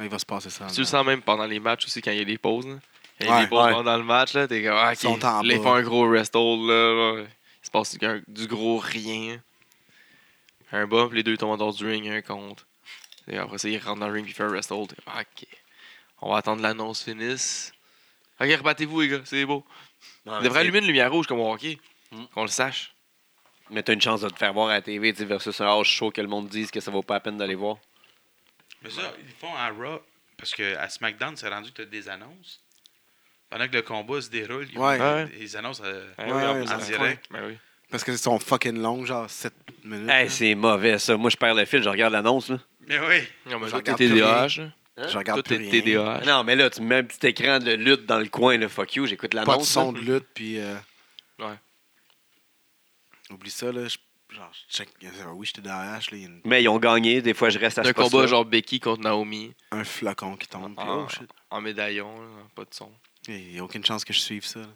Ouais, Il va se passer ça. Tu le sens même pendant les matchs aussi, quand il y a des pauses, là. Il y a Ouais, des pauses ouais. pendant le match, là. T'es comme, ah, Ils sont ok. en Là, ils bas. font un gros rest hold, là. là. Il se passe du, du gros rien. Un bump, les deux tombent en dehors du ring, un contre. Et après ça, il rentre dans le ring, puis il fait un rest hold. T'es comme, ah, ok. On va attendre l'annonce finisse. Ok, rebattez-vous, les gars, c'est beau. Non, Ah, On mais devrait c'est- allumer une lumière rouge comme au hockey. Hmm. Mm. Qu'on le sache. Mais t'as une chance de te faire voir à la TV tu sais, versus un house show que le monde dise que ça vaut pas la peine d'aller voir. Mais ça, ils le font à Raw. Parce que à SmackDown, c'est rendu que tu des annonces. Pendant que le combat se déroule, ils Ouais. Ouais. ils annoncent. euh, Ah Ouais, en plus, en ça- direct. Ben oui. Parce que sont fucking longs, genre 7 minutes. Hey, c'est mauvais ça. Moi, je perds le fil, je regarde l'annonce. là. Mais oui. Non, mais Je toi, t'es regarde plus rien. TDAH. là. je Toi, regarde plus t'es rien. TDAH. Non, mais là, tu mets un petit écran de lutte dans le coin, le fuck you, j'écoute Pas de hein. l'annonce. son là. de lutte, puis. euh, Ouais. Oublie ça, là. Je... Genre, je check. Oui, j'étais derrière, là, il y a une- Mais ils ont gagné, des fois je reste à ce un combat poste-là. genre Becky contre Naomi un flocon qui tombe. puis Ah. oh shit. en médaillon, là, pas de son. Il n'y a aucune chance que je suive ça. là.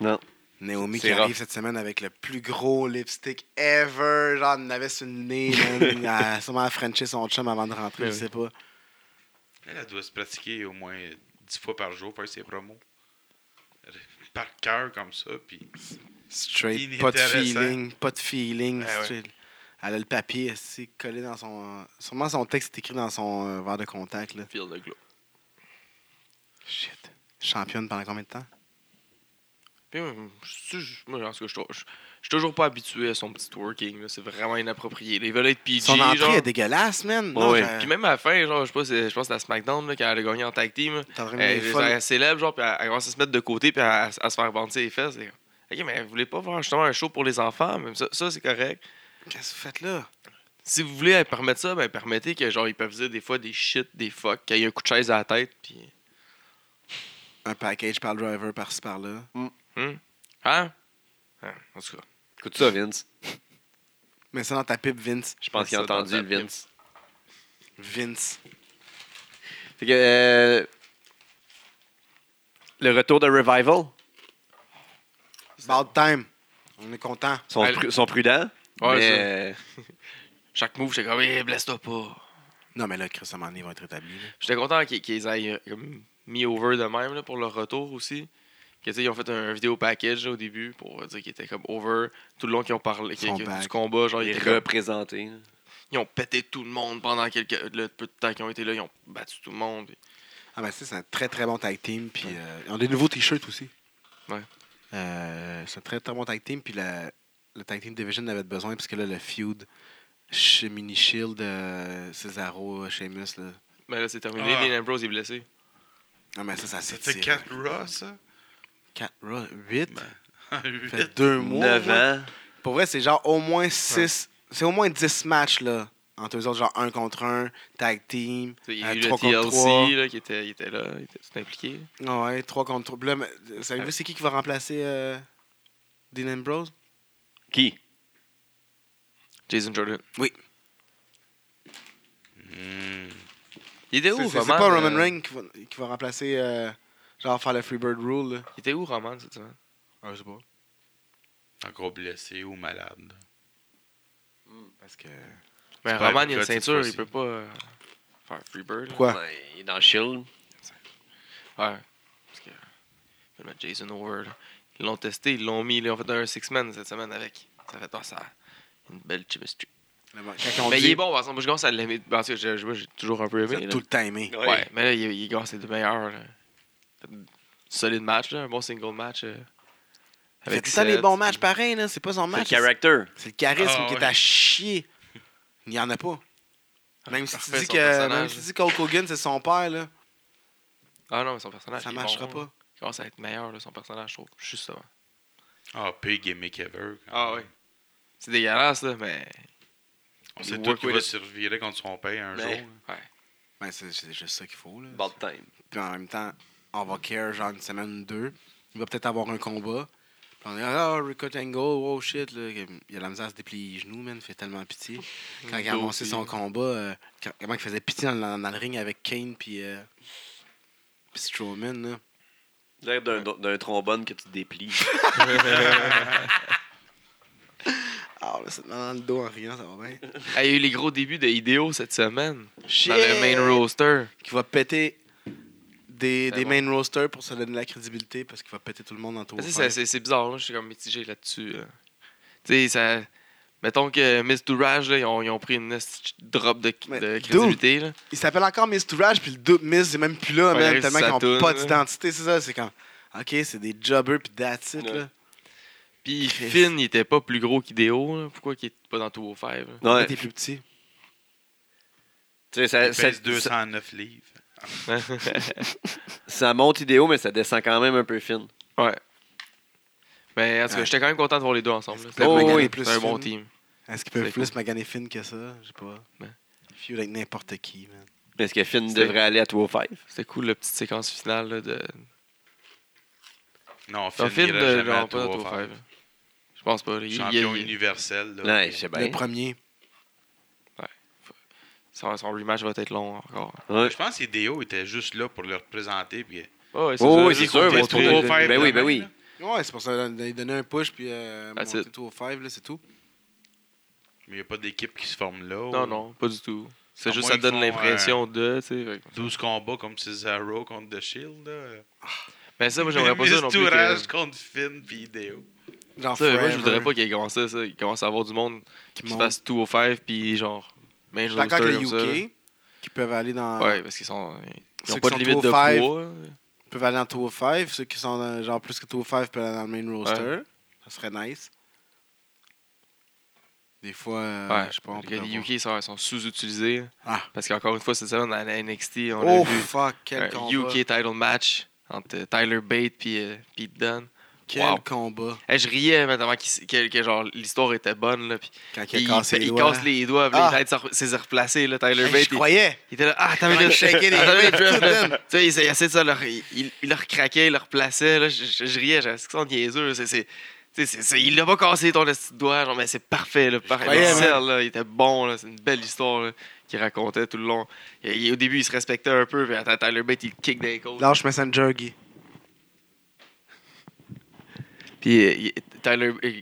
Non. Naomi C'est qui rough. arrive cette semaine avec le plus gros lipstick ever. Genre, elle en avait sur le nez, man. Elle a sûrement frenché son chum avant de rentrer, Ben Mais je oui. sais pas. Elle, elle doit se pratiquer au moins 10 fois par jour, faire ses promos. Par cœur, comme ça. Puis. Straight, pas de Inintéressant. feeling, pas de feeling. Ah ouais. straight. Elle a le papier, c'est collé dans son. Sûrement son texte est écrit dans son euh, verre de contact, là. Field de glow. Shit. Championne pendant combien de temps? Puis, moi, je- je- moi, en tout cas, je trouve- je- je suis toujours pas habitué à son petit working. là, C'est vraiment inapproprié. Ils veulent être PG. Son entrée genre. est dégueulasse, man. Non, Ouais. j'ai- Puis même à la fin, genre, je sais pas, c'est- je pense que c'est à SmackDown là, quand elle a gagné en tag team. t'es en train de Elle, me folle. elle est célèbre, genre, puis elle, elle commence à se mettre de côté, puis à, à se faire bander ses fesses. c'est comme, Ok, mais vous voulez pas voir justement un show pour les enfants, même ça, ça c'est correct. Qu'est-ce que vous faites là? Si vous voulez euh, permettre ça, ben permettez que genre ils peuvent dire des fois des shit, des fuck, qu'il y a un coup de chaise à la tête, puis. Un package par le driver par-ci par-là. Hein? Hein, en tout cas. Écoute ça, Vince. Mets ça dans ta pipe, Vince. Je pense qu'il a Ça, dans entendu ta le Vince. Vince. Fait que, euh, le retour de Revival, About time. On est content. sont, Elle- pru- sont prudents. Ouais, mais, Chaque move, j'étais comme, eh, blesse-toi pas. Non, mais là, Chris à un moment donné, ils vont être établis. là. J'étais content qu'ils qu'ils aient euh, comme, mis over de même là, pour leur retour aussi. Que, tu sais, ils ont fait un vidéo package là, au début pour euh, dire qu'ils étaient comme over. Tout le long qu'ils ont parlé qu'ils- Ils sont qu'ils- du back. combat, genre, il ils, est étaient comme- représenté. ils ont pété tout le monde pendant quelques, le peu de temps qu'ils ont été là. Ils ont battu tout le monde. puis- Ah, ben, tu sais, c'est un très très bon tag team. Puis, euh, ils ont des nouveaux t-shirts aussi. Ouais. Euh, c'est un très très bon tag team. Puis, la- le tag team division avait besoin. Parce que là, le feud chez Mini Shield, euh, Cesaro, Sheamus. Là. Mais là, c'est terminé. Ah. Dean Ambrose est blessé. Non, mais ça, ça C'était s'étire. hein. 4 Raw, ça 4, 8. Ben, fait Huit. 2 mois. 9 ouais. ans. Pour vrai, c'est genre au moins 6. C'est au moins 10 matchs, là. Entre eux autres, genre 1 contre 1, tag team, Tu sais, Il y a euh, eu 3 le contre 3. TLC là, qui était, il était là. Il était tout impliqué. Ah Ouais, 3 contre 3. Là, mais, euh, savez-vous c'est qui qui va remplacer euh, Dean Ambrose? Qui? Jason Jordan. Hmm. Il était C'est où, c'est- Roman c'est pas euh, Roman Reigns qui va, qui va remplacer, euh, genre, faire le Freebird Rule, là. Il était où, Roman, cette semaine? Ah, je sais pas. Encore blessé ou malade. Parce que... Mais Ouais, Roman, il a une Cody, cette ceinture. fois-ci. Il peut pas euh, faire Freebird. là. Pourquoi? Ben, il est dans Shield. Ouais. Parce que. ils veulent mettre Jason over. là. Ils l'ont testé, ils l'ont mis. Ils ont fait un six-man cette semaine avec. Ça fait pas ça. Une belle chemistry. là, bon, Quand on mais dit, il est bon, par exemple. Moi, je commence à l'aimer. Parce que je- je- moi, j'ai toujours un peu vous aimé. êtes là. tout le temps aimé. Ouais. mais là, il, il commence à être le meilleur. là. Fait un Solide match, là, un bon single match. euh, Faites Seth. ça, les bons matchs, pareil, là. C'est pas son C'est le match. c'est- character. C'est le charisme Ah, qui est ouais. à chier. Il n'y en a pas. Même si tu Ah, parfait, dis son que personnage, même si tu dis qu'Hulk Hogan, c'est son père, là, Ah non, mais son personnage. ça il est marchera bon, là. pas. Il commence à être meilleur, là, son personnage, je trouve. Justement. Ah, pire gimmick ever. quand Ah même. oui. C'est dégueulasse, là, mais. On Il sait work tout with qu'il va it. Ben, se revirer contre son père un mais- jour. Ouais. Ben, c'est c'est juste ça qu'il faut. Là. Bad time. Puis en même temps, on va care genre une semaine ou deux. Il va peut-être avoir un combat. Puis on est ah, Rico Tango, oh shit. Là. Il a la misère à se déplier les genoux, man. Il fait tellement pitié. Quand il a Dos annoncé aussi. son combat, euh, quand- comment il faisait pitié dans, le- dans le ring avec Kane puis, euh, puis Strowman. Là. L'air d'un d'un trombone que tu déplies. Ah, là, c'est dans le dos en riant, ça va bien. Ah, Il y a eu les gros débuts de Ideo cette semaine. Shit! Dans le main roster. Qui va péter des, C'est des bon. main rosters pour se donner de la crédibilité parce qu'il va péter tout le monde dans tout Mais tu sais, C'est c'est- c'est bizarre, là, je suis comme mitigé là-dessus. là. Tu sais, ça. Mettons que Miss Tourage, là, ils, ont, ils ont pris une esti de drop de, Mais de dude, crédibilité. Là. Il s'appelle encore Miss Tourage, puis le double Miss, c'est même plus là, Ouais, il man, reste tellement sa qu'ils n'ont toune, pas là. d'identité, c'est ça. C'est comme, OK, c'est des jobbers, puis that's it, Ouais. là. Puis Chris. Finn, il était pas plus gros qu'Ideo. là. Pourquoi qu'il est pas dans tout 5 là? Ouais. T'es plus petit. Tu sais, ça, euh, Il ça, pèse 209 livres. ça- ça monte idéo, mais ça descend quand même un peu fine. Mais en tout cas, Ouais. j'étais quand même content de voir les deux ensemble. là. Est-ce C'était que un- Magané c'était plus un bon Finn? team. Est-ce qu'ils peuvent C'est plus maganer Finn que ça? Je sais pas. Ben. Feud avec n'importe qui, man. Est-ce que Finn C'est- devrait aller à 205? C'était cool la petite séquence finale là, de. Non, Finn, Dans Finn, il euh, ira jamais non, à pas dans 3 5 Je pense pas. là. Il- il- Champion il- universel. là. Ouais, je sais Le Ben. bien. premier. son, son rematch va être long encore. Ouais. Je pense que Deo était juste là pour le représenter. Puis... Oh, Oh, oui, c'est ça, juste sûr, pour mais montrer c'est pour le- faire- ben oui, ben oui. Ouais, c'est pour ça, il donner un push, puis euh, That's monter it. tout au 5, là, c'est tout. Mais il n'y a pas d'équipe qui se forme là. Non, ou non, pas du tout. À C'est juste moins ça qu'ils donne font, l'impression de, tu sais. fait que- 12 combats comme Cesaro contre The Shield. Là. Mais Ben, ça, moi, j'aimerais pas ça non plus. que- Mistourage contre Finn puis Deo. Genre, Ça, moi, je voudrais forever. pas qu'il commence ça, ça. Il commence à avoir du monde qui se monte. fasse tout au 5 puis genre. Main Je suis d'accord roster avec comme ça, les UK, qui peuvent aller dans... là. Ouais, parce qu'ils sont. Ils Ah. Ceux ont qui pas de sont limite tout de au five. poids. là. peuvent aller dans Tour 5. Ceux qui sont dans- genre plus que Tour 5 peuvent aller dans le main roster. Ça serait nice. Des fois, euh, Ouais, je sais pas, on peut Les avoir- UK ils sont, ils sont sous-utilisés. Ah. Parce qu'encore une fois, cette semaine, à la NXT, on Oh a vu fuck, quel un combat. UK title match entre euh, Tyler Bate puis euh, Pete Dunne. Quel Wow. combat. Hey, je riais mais avant qu'il s- que, que, genre l'histoire était bonne. Là, puis Quand il, il, a cassé les il doigts. casse les doigts, puis Ah. il arrête de se re- se replacer. Là, Tyler Hey, Bate, je il- croyais. Il était là, ah, t'as Quand mis il shakeait les Tu doigts. sais, il essayait de ça, leur- il, il, il leur craquait, il leur plaçait. Là, je, je, je riais, j'avais l'impression de niaiseux. C'est, c'est, tu sais, c'est, c'est, il l'a pas cassé ton petit doigt, genre, mais c'est parfait. Là, par, croyais, le sel, là, il était bon, là, c'est une belle histoire là, qu'il racontait tout le long. Il- il- au début, il se respectait un peu, puis attends, Tyler Bate, il kick d'un côté. Lâche Messenger, Guy. Puis euh, il- Tyler, euh,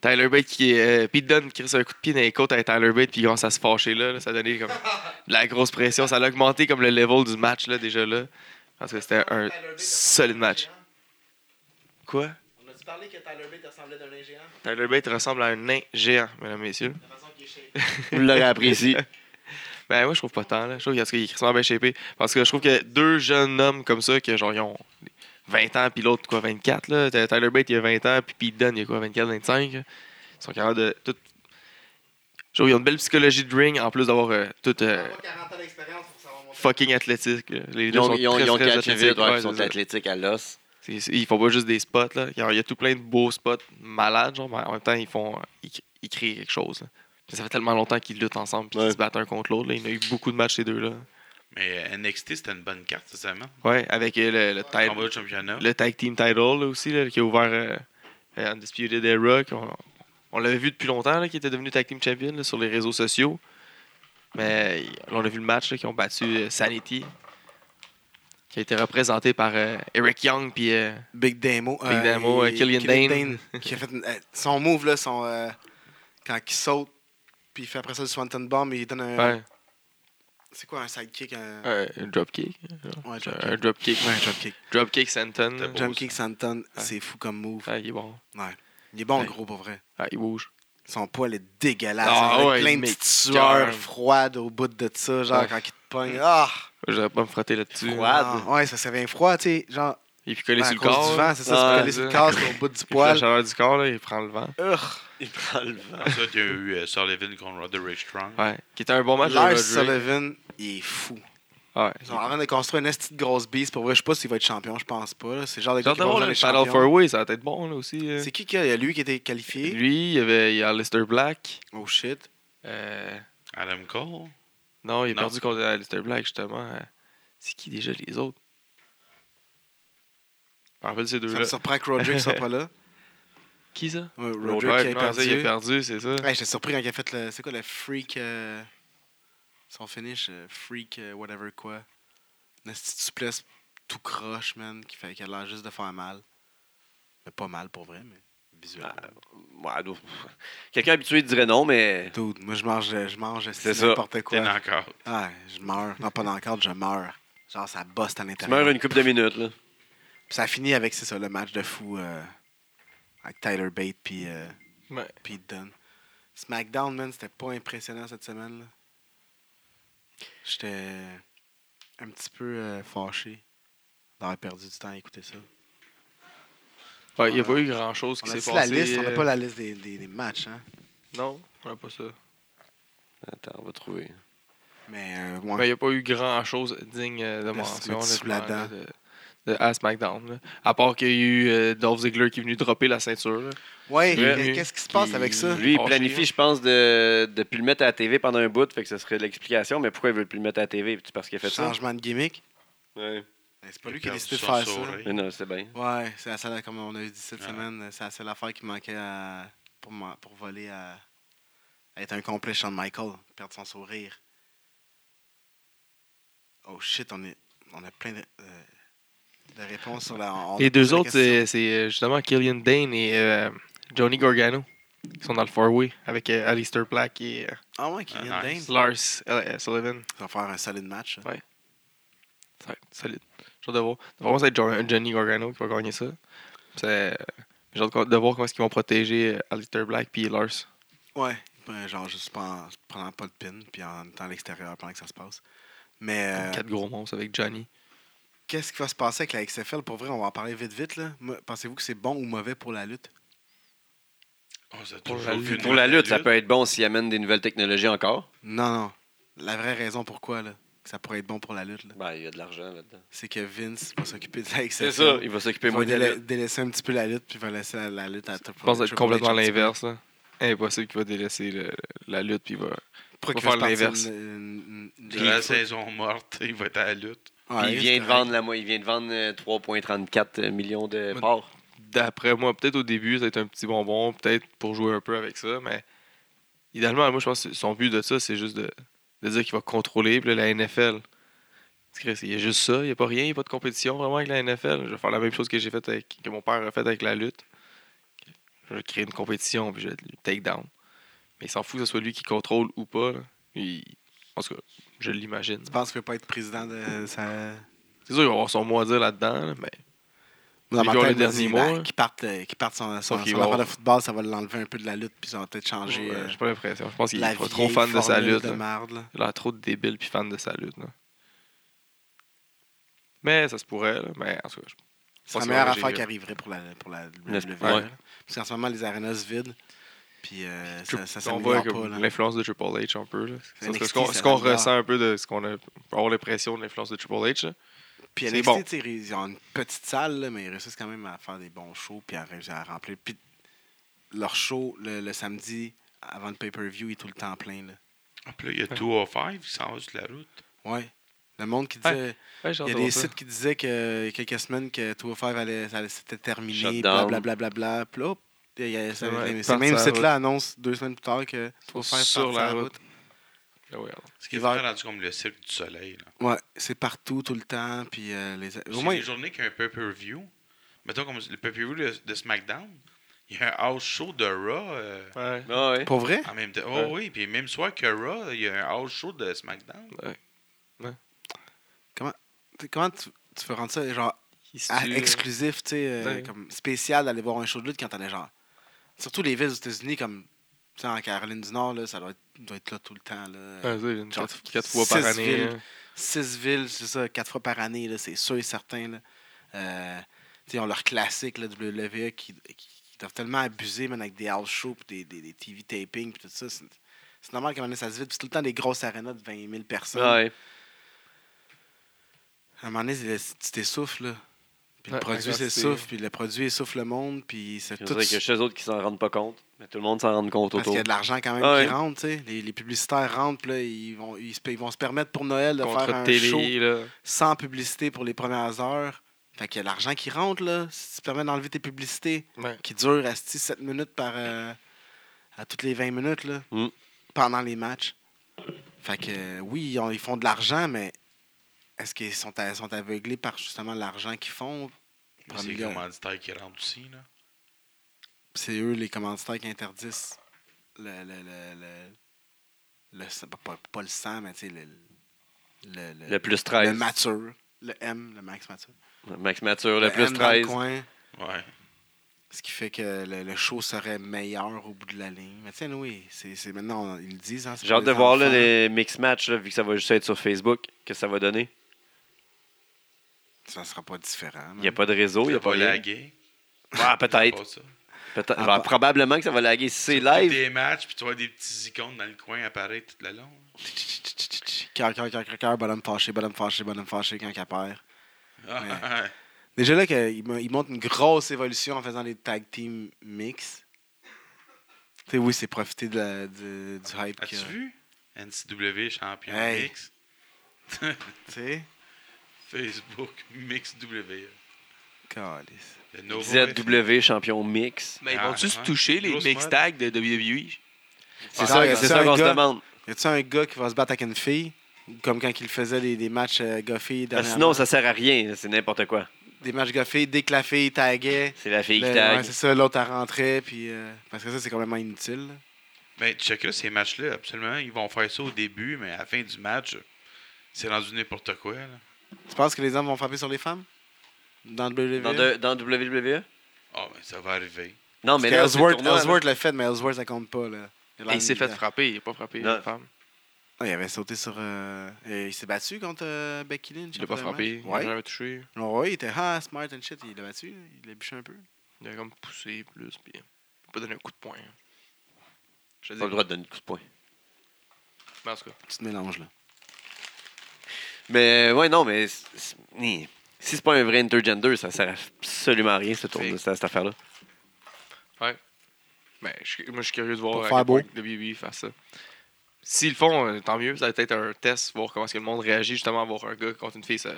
Tyler Bate qui euh, Pete Dunne qui crisse un coup de pied dans les côtes à Tyler Bate puis il commence à se fâcher là, là. ça donnait comme de la grosse pression, ça l'a augmenté comme le level du match là déjà là. Parce que c'était un solide match. Quoi? On a-tu parlé que Tyler Bate ressemblait d'un ingéant? Tyler Bate ressemble à un nain géant, mesdames et messieurs. De façon qu'il est Vous l'aurez apprécié. Ben moi je trouve pas tant là. Je trouve qu'il est crissement bien shapé. Parce que je trouve que deux jeunes hommes comme ça que genre ils ont 20 ans puis l'autre quoi 24 là. T- Tyler Bate il a 20 ans puis Pete Dunne il a quoi 24 25. là. Ils sont capables de tout. Je trouve qu'ils ont une belle psychologie de ring en plus d'avoir euh, tout euh, 40 ans d'expérience pour savoir monter. fucking athlétique. là. Les Ils deux ont, sont ils ont, très, ils ont très catché athlétiques. vite, ouais, Ouais, ils sont c'est ça. athlétiques à l'os. C'est- c'est- Ils font pas juste des spots là. Il y a- Il y a tout plein de beaux spots malades genre mais en même temps ils font euh, ils, cr- ils créent quelque chose. là. Ça fait tellement longtemps qu'ils luttent ensemble puis qu'ils Ouais. se battent un contre l'autre. là. Il y en a eu beaucoup de matchs ces deux là. Mais euh, NXT, c'était une bonne carte, sincèrement. Ouais, avec euh, le, le tag- Combat de championnat. le tag team title là, aussi, là, qui a ouvert euh, euh, Undisputed Era. qu'on- On, l'avait vu depuis longtemps, là, qui était devenu tag team champion là, sur les réseaux sociaux. Mais euh, là, on a vu le match là, qui ont battu euh, Sanity, qui a été représenté par euh, Eric Young. Puis, euh, Big Demo. Big Demo, euh, et- Killian Dane. qui a fait une- euh, son move, là, son, euh, quand il saute, puis il fait après ça le Swanton Bomb, il donne un. ouais, C'est quoi un sidekick Un, un, un euh, dropkick. ouais, Un- dropkick. Euh, Un dropkick. Ouais, un dropkick. Dropkick Senton. C'était beau. Jumpkick Santon, c'est fou comme move. Ah, il est bon. Il est bon, Ouais. gros, pour vrai. Ah, il bouge. Son poil est dégueulasse. Ah il a ouais, plein il de petites m'écoeure. sueurs froides au bout de ça, genre Ah. quand il te pogne. Ah! Je devrais pas me frotter là-dessus. Ah, ouais, ça, ça vient froid, tu sais. Genre, Il est collé Ben, à sur le cause corps. du là. vent, c'est ça, Ah, c'est collé sur le ça. corps, c'est au bout du Puis La poil. chaleur du corps, là, il prend le vent. Urgh. Il prend le vent. Ensuite, il y a eu euh, Sullivan contre Roderick Strong. Ouais, qui était un bon match. de Lars Roderick. Sullivan, il est fou. Ouais. Ils sont en train de construire une petite grosse bise. Pour vrai, je sais pas s'il va être champion, je pense pas. là. C'est le genre de gars Genre, qui va le jamais être Battle champion. for Way, ça va être bon là aussi. euh. là. C'est qui qui a il y a lui qui était qualifié? Lui, il y avait il y a Alistair Black. Oh shit. euh, Adam Cole. Non, il a Non. perdu contre Alistair Black, justement. Euh, C'est qui déjà les autres? Je me rappelle ces Ça me deux-là. surprend que Roderick soit pas là. Qui ça? Ouais, Roger, Roderick qui a perdu. il a perdu, c'est ça. Ouais, J'étais surpris quand il a fait le. C'est quoi le freak. euh, Son finish, euh, freak, euh, whatever quoi. Une petite souplesse tout croche, man, qui fait qu'elle a l'air juste de faire mal. Mais pas mal pour vrai, mais visuellement. Ah, Ouais, donc, Quelqu'un habitué dirait non, mais Dude, moi je mange, je mange c'est C'est ça. n'importe quoi. T'es encore. Ouais, je meurs. Non, pas dans le cadre, je meurs. Genre, ça bosse à tu l'intérieur. meurs une coupe de minutes. Là. Puis ça finit avec, c'est ça, le match de fou euh, avec Tyler Bate puis euh, Ouais. Pete Dunne. SmackDown, man, c'était pas impressionnant cette semaine. là. J'étais un petit peu euh, fâché d'avoir perdu du temps à écouter ça. Ouais, il n'y a pas eu grand-chose On qui a s'est dit passé. la liste, on n'a euh, pas la liste des, des- des matchs, hein. Non, on n'a pas ça. Attends, on va trouver. Mais euh, Ben, Il ouais. n'y a pas eu grand-chose digne euh, de mention. mettre sous la honnêtement, là, dent. de- de- à SmackDown. là. À part qu'il y a eu euh, Dolph Ziggler qui est venu dropper la ceinture. là. Ouais, Ouais. qu'est-ce qui se passe avec ça? Lui, il Fâché, planifie, hein. je pense, de ne plus le mettre à la TV pendant un bout. Fait que ce serait l'explication. Mais pourquoi il veut plus le mettre à la TV? C'est parce qu'il a fait ça? Changement de gimmick. Ouais. Ben, C'est pas lui Il qui a perd décidé de son faire ça. sourire. Mais non, c'est bien. Ouais, c'est la seule, comme on a dit cette Ouais. semaine, c'est la seule affaire qui manquait à- pour, ma- pour voler à, à être un complet Shawn Michael, perdre son sourire. Oh shit, on, est, on a plein de, euh, de réponses sur la. on- Les on pose deux la autres, c'est c'est, euh, justement Killian Dane et euh, Johnny Gargano qui sont dans le four-way avec euh, Alistair Black et euh, question. Ah ouais, Kylian Ah, Dane. nice. Lars euh, Sullivan. Ça va faire un solide match. hein. ça. Ouais. Ça va être solide. J'ai hâte de voir. Vraiment, ça va être Jo- euh, Johnny Gargano qui va gagner ça. C'est- euh, J'ai hâte de voir comment est-ce qu'ils vont protéger euh, Alistair Black puis Lars. Ouais. Ben, genre juste pas en prenant pas le pin, puis en étant à l'extérieur pendant que ça se passe. Mais. euh, Quatre gros monstres avec Johnny. Qu'est-ce qui va se passer avec la XFL? Pour vrai, on va en parler vite, vite. Là. Moi, Pensez-vous que c'est bon ou mauvais pour la lutte? Oh, ça a Pour la toujours lutte. fini. Pour la lutte, ça peut être bon s'il amène des nouvelles technologies encore. Non, non. La vraie raison pourquoi là, que ça pourrait être bon pour la lutte, là, Ben, il y a de l'argent là-dedans. c'est que Vince va s'occuper de la XFL. C'est ça. Il va s'occuper Il va moins de la déla- lutte. délaisser un petit peu la lutte, puis va laisser la, la lutte à Top Je pense être complètement l'inverse. là. Impossible qu'il va délaisser le- la lutte puis il va Pourquoi va faire faire l'inverse? De la saison morte, il va être à la lutte. Puis il vient de vendre la mo- il vient de vendre euh, 3,34 euh, millions de Mais- parts. d'après moi, peut-être au début, ça va être un petit bonbon, peut-être pour jouer un peu avec ça, mais idéalement, moi, je pense que son but de ça, c'est juste de, de dire qu'il va contrôler puis là, la NFL. Tu crées, Il y a juste ça, il n'y a pas rien, il n'y a pas de compétition vraiment avec la NFL. Je vais faire la même chose que j'ai fait avec, que mon père a fait avec la lutte. Je vais créer une compétition puis je vais le take down. Mais il s'en fout que ce soit lui qui contrôle ou pas. là. Il- en tout cas, je l'imagine. Tu penses qu'il ne peut pas être président de sa. C'est sûr qu'il va avoir son mot à dire là-dedans, là, mais Dans ma Lui, il a tête, le dernier il- mot, bah, là. Qu'il parte, euh, qu'il parte son, son, qu'il son va- affaire de football, ça va l'enlever un peu de la lutte, puis ça va peut-être changer. euh, euh, j'ai pas l'impression. Je pense qu'il la est trop vieille fan de sa formule lutte. de là. marde, là. Il a l'air trop de débile puis fan de sa lutte. là. Mais ça se pourrait, là. mais en tout cas, je- C'est la Pas meilleure sûr, j'ai affaire vu. qui arriverait pour la, pour la Le- WWE. ouais. là. Parce qu'en ce moment, les arenas se vident. Puis euh, ça, ça on voit s'améliore comme pas. là. l'influence de Triple H un peu. Là. Ça, NXT, c'est ce qu'on, ça ce qu'on s'améliore. ressent un peu de ce qu'on a, on peut avoir l'impression de l'influence de Triple H. là. Puis c'est NXT, bon. tu sais, ils ont une petite salle, là, mais ils réussissent quand même à faire des bons shows puis à réussir à remplir. Puis leur show le, le samedi avant le pay-per-view il est tout le temps plein. Là. Ah, puis là, il y a 205 qui s'en va sur la route. Ouais. Le monde qui disait. Ouais, j'ai Il hâte y a de des voir ça. sites qui disaient que il y a quelques semaines que 205 allait, ça allait- c'était terminé, Shutdown. blablabla. Bla, bla, Puis là, hop, il y a- ça- Ouais, les- ces part mêmes sur la sites-là annoncent deux semaines plus tard que 205 part Sur la route. Ah ouais, alors. Ce qui est Il va- vraiment rendu comme le cirque du soleil. Là. Ouais, c'est partout, tout le temps. Puis euh, les... Au au moins, une journée qu'il y a un pay-per-view, mettons comme le pay-per-view de, de SmackDown, il y a un house show de Raw euh, Ouais. Ah ouais. pour vrai, en même temps. Ouais. Oh oui, puis même soir que Raw, il y a un house show de SmackDown. tu- comment tu, tu peux rendre ça genre Qui se à- tue, exclusif, tu sais, euh, Ouais. comme spécial d'aller voir un show de lutte quand t'en es genre. Surtout les villes aux États-Unis, comme tu sais, en Caroline du Nord, là, ça doit être, doit être là tout le temps. Là. euh, ouais, ça, il y a une Genre quatre, quatre fois par six année. villes. hein. Six villes, c'est ça, quatre fois par année, là, c'est sûr et certain. Là. Euh, tu sais, ils ont leur classique, là, WWE, qui, qui, qui doivent tellement abuser, même avec des house shows, puis des, des, des TV tapings, puis tout ça. C'est c'est normal qu'à un moment donné, ça se vide. Puis c'est tout le temps des grosses arénas de 20 000 personnes. Ah Ouais. À un moment donné, c'est- tu t'essouffles, là. Puis le Ouais, produit agressif. s'essouffle, puis le produit essouffle le monde, puis c'est Je tout. dirais que chez eux autres qui s'en rendent pas compte, mais tout le monde s'en rend compte Parce autour. qu'il y a de l'argent quand même Ah ouais. qui rentre, tu sais. Les, les publicitaires rentrent, puis là, ils vont, ils, se- ils vont se permettre pour Noël de Contre faire un télé, show là. sans publicité pour les premières heures. Fait qu'il y a de l'argent qui rentre, là. Si tu te permets d'enlever tes publicités, Ouais. qui durent à 7 minutes par. euh, à toutes les 20 minutes, là. Mm. Pendant les matchs. Fait que, euh, oui, ils ont- ils font de l'argent, mais est-ce qu'ils sont, à- sont aveuglés par justement l'argent qu'ils font? Puis C'est les Premier- commanditaires qui rentrent aussi. Là. C'est eux, les commanditaires, qui interdisent le. le, le, le, le sang- pas- pas, pas le sang, mais tu sais, le. Le, le, Le plus le 13. mature. Le M, le max mature. Max Mature, le, plus M Ben, dans le 13. coin, Ouais. ce qui fait que le, le show serait meilleur au bout de la ligne. Mais tiens, oui, c'est c'est- maintenant, on- ils le disent. Hein, c'est J'ai hâte pour de les voir là, enfants. les mix match là, vu que ça va juste être sur Facebook, que ça va donner. Ça sera pas différent. Il n'y a man. pas de réseau, Oh, il n'y ça a pas va rien. laguer. Ah, peut-être. Pas ça. Peut-être. Ah, Genre, pas- probablement que ça va laguer si c'est Tous live. Des matchs, puis tu vois des petits icônes dans le coin apparaître tout le long. là. Cœur, cœur, cœur, cœur, cœur, bonhomme fâché, bonhomme fâché, bonhomme fâché quand il perd. Ah, Déjà là, que- il mo- il montre une grosse évolution en faisant des tag team mix. Tu sais, oui, c'est profiter de la- du- du hype. As-tu qu'il y a, vu? NCW champion Hey. mix. Tu sais? Facebook mix W. Calice. Le Novo ZW champion mix. Mais ils Ah, vont-tu se ouais. toucher, les Grosse mix mode. tags de E? WWE? C'est Ah, ça, c'est ça qu'on se demande. Y a-tu un gars qui va se battre avec une fille? Comme quand il faisait des, des matchs euh, gars-filles Parce que dernièrement. Ben, sinon, ça sert à rien. C'est n'importe quoi. Des matchs gars-filles, dès que la fille taguait. C'est la fille le- qui tag. Ben, ouais, c'est ça, l'autre elle rentrait. Puis, euh, parce que ça, c'est complètement inutile. là. Ben, check là, ces matchs-là, absolument, ils vont faire ça au début, mais à la fin du match, c'est rendu n'importe quoi. Là. Tu penses que les hommes vont frapper sur les femmes? Dans le E? WWE? dans, de- dans WWE? Ah, ben, ça va arriver. Non, Parce mais que là, c'est le Ellsworth, tournoi, là. Ellsworth l'a fait, mais Ellsworth, ça compte pas. Là. a Il s'est l'air fait d'une- frapper, il n'a pas frappé Non. une femme. Ah, il avait sauté sur. euh, et il s'est battu contre euh, Becky Lynch. Il l'a pas après le frappé, match. il l'a Ouais. jamais touché. Non, ouais, il était ah, smart and shit. Il l'a battu. là. Il l'a bûché un peu. Il a comme poussé plus, puis il a pas donné un coup de poing. Je te dis, Pas le droit de donner de coup de poing. mais en tout cas, Tu te mélanges, là. Mais ouais, non, mais c- c- ni- si c'est pas un vrai intergender, ça sert absolument à rien, ce tour, Fait- cette, cette affaire-là. ben, je, moi, je suis curieux de voir Pour à faire quel point beau. que WWE fasse ça. S'ils le font, euh, tant mieux. Ça va être un test, voir comment est-ce que le monde réagit justement à voir un gars contre une fille se,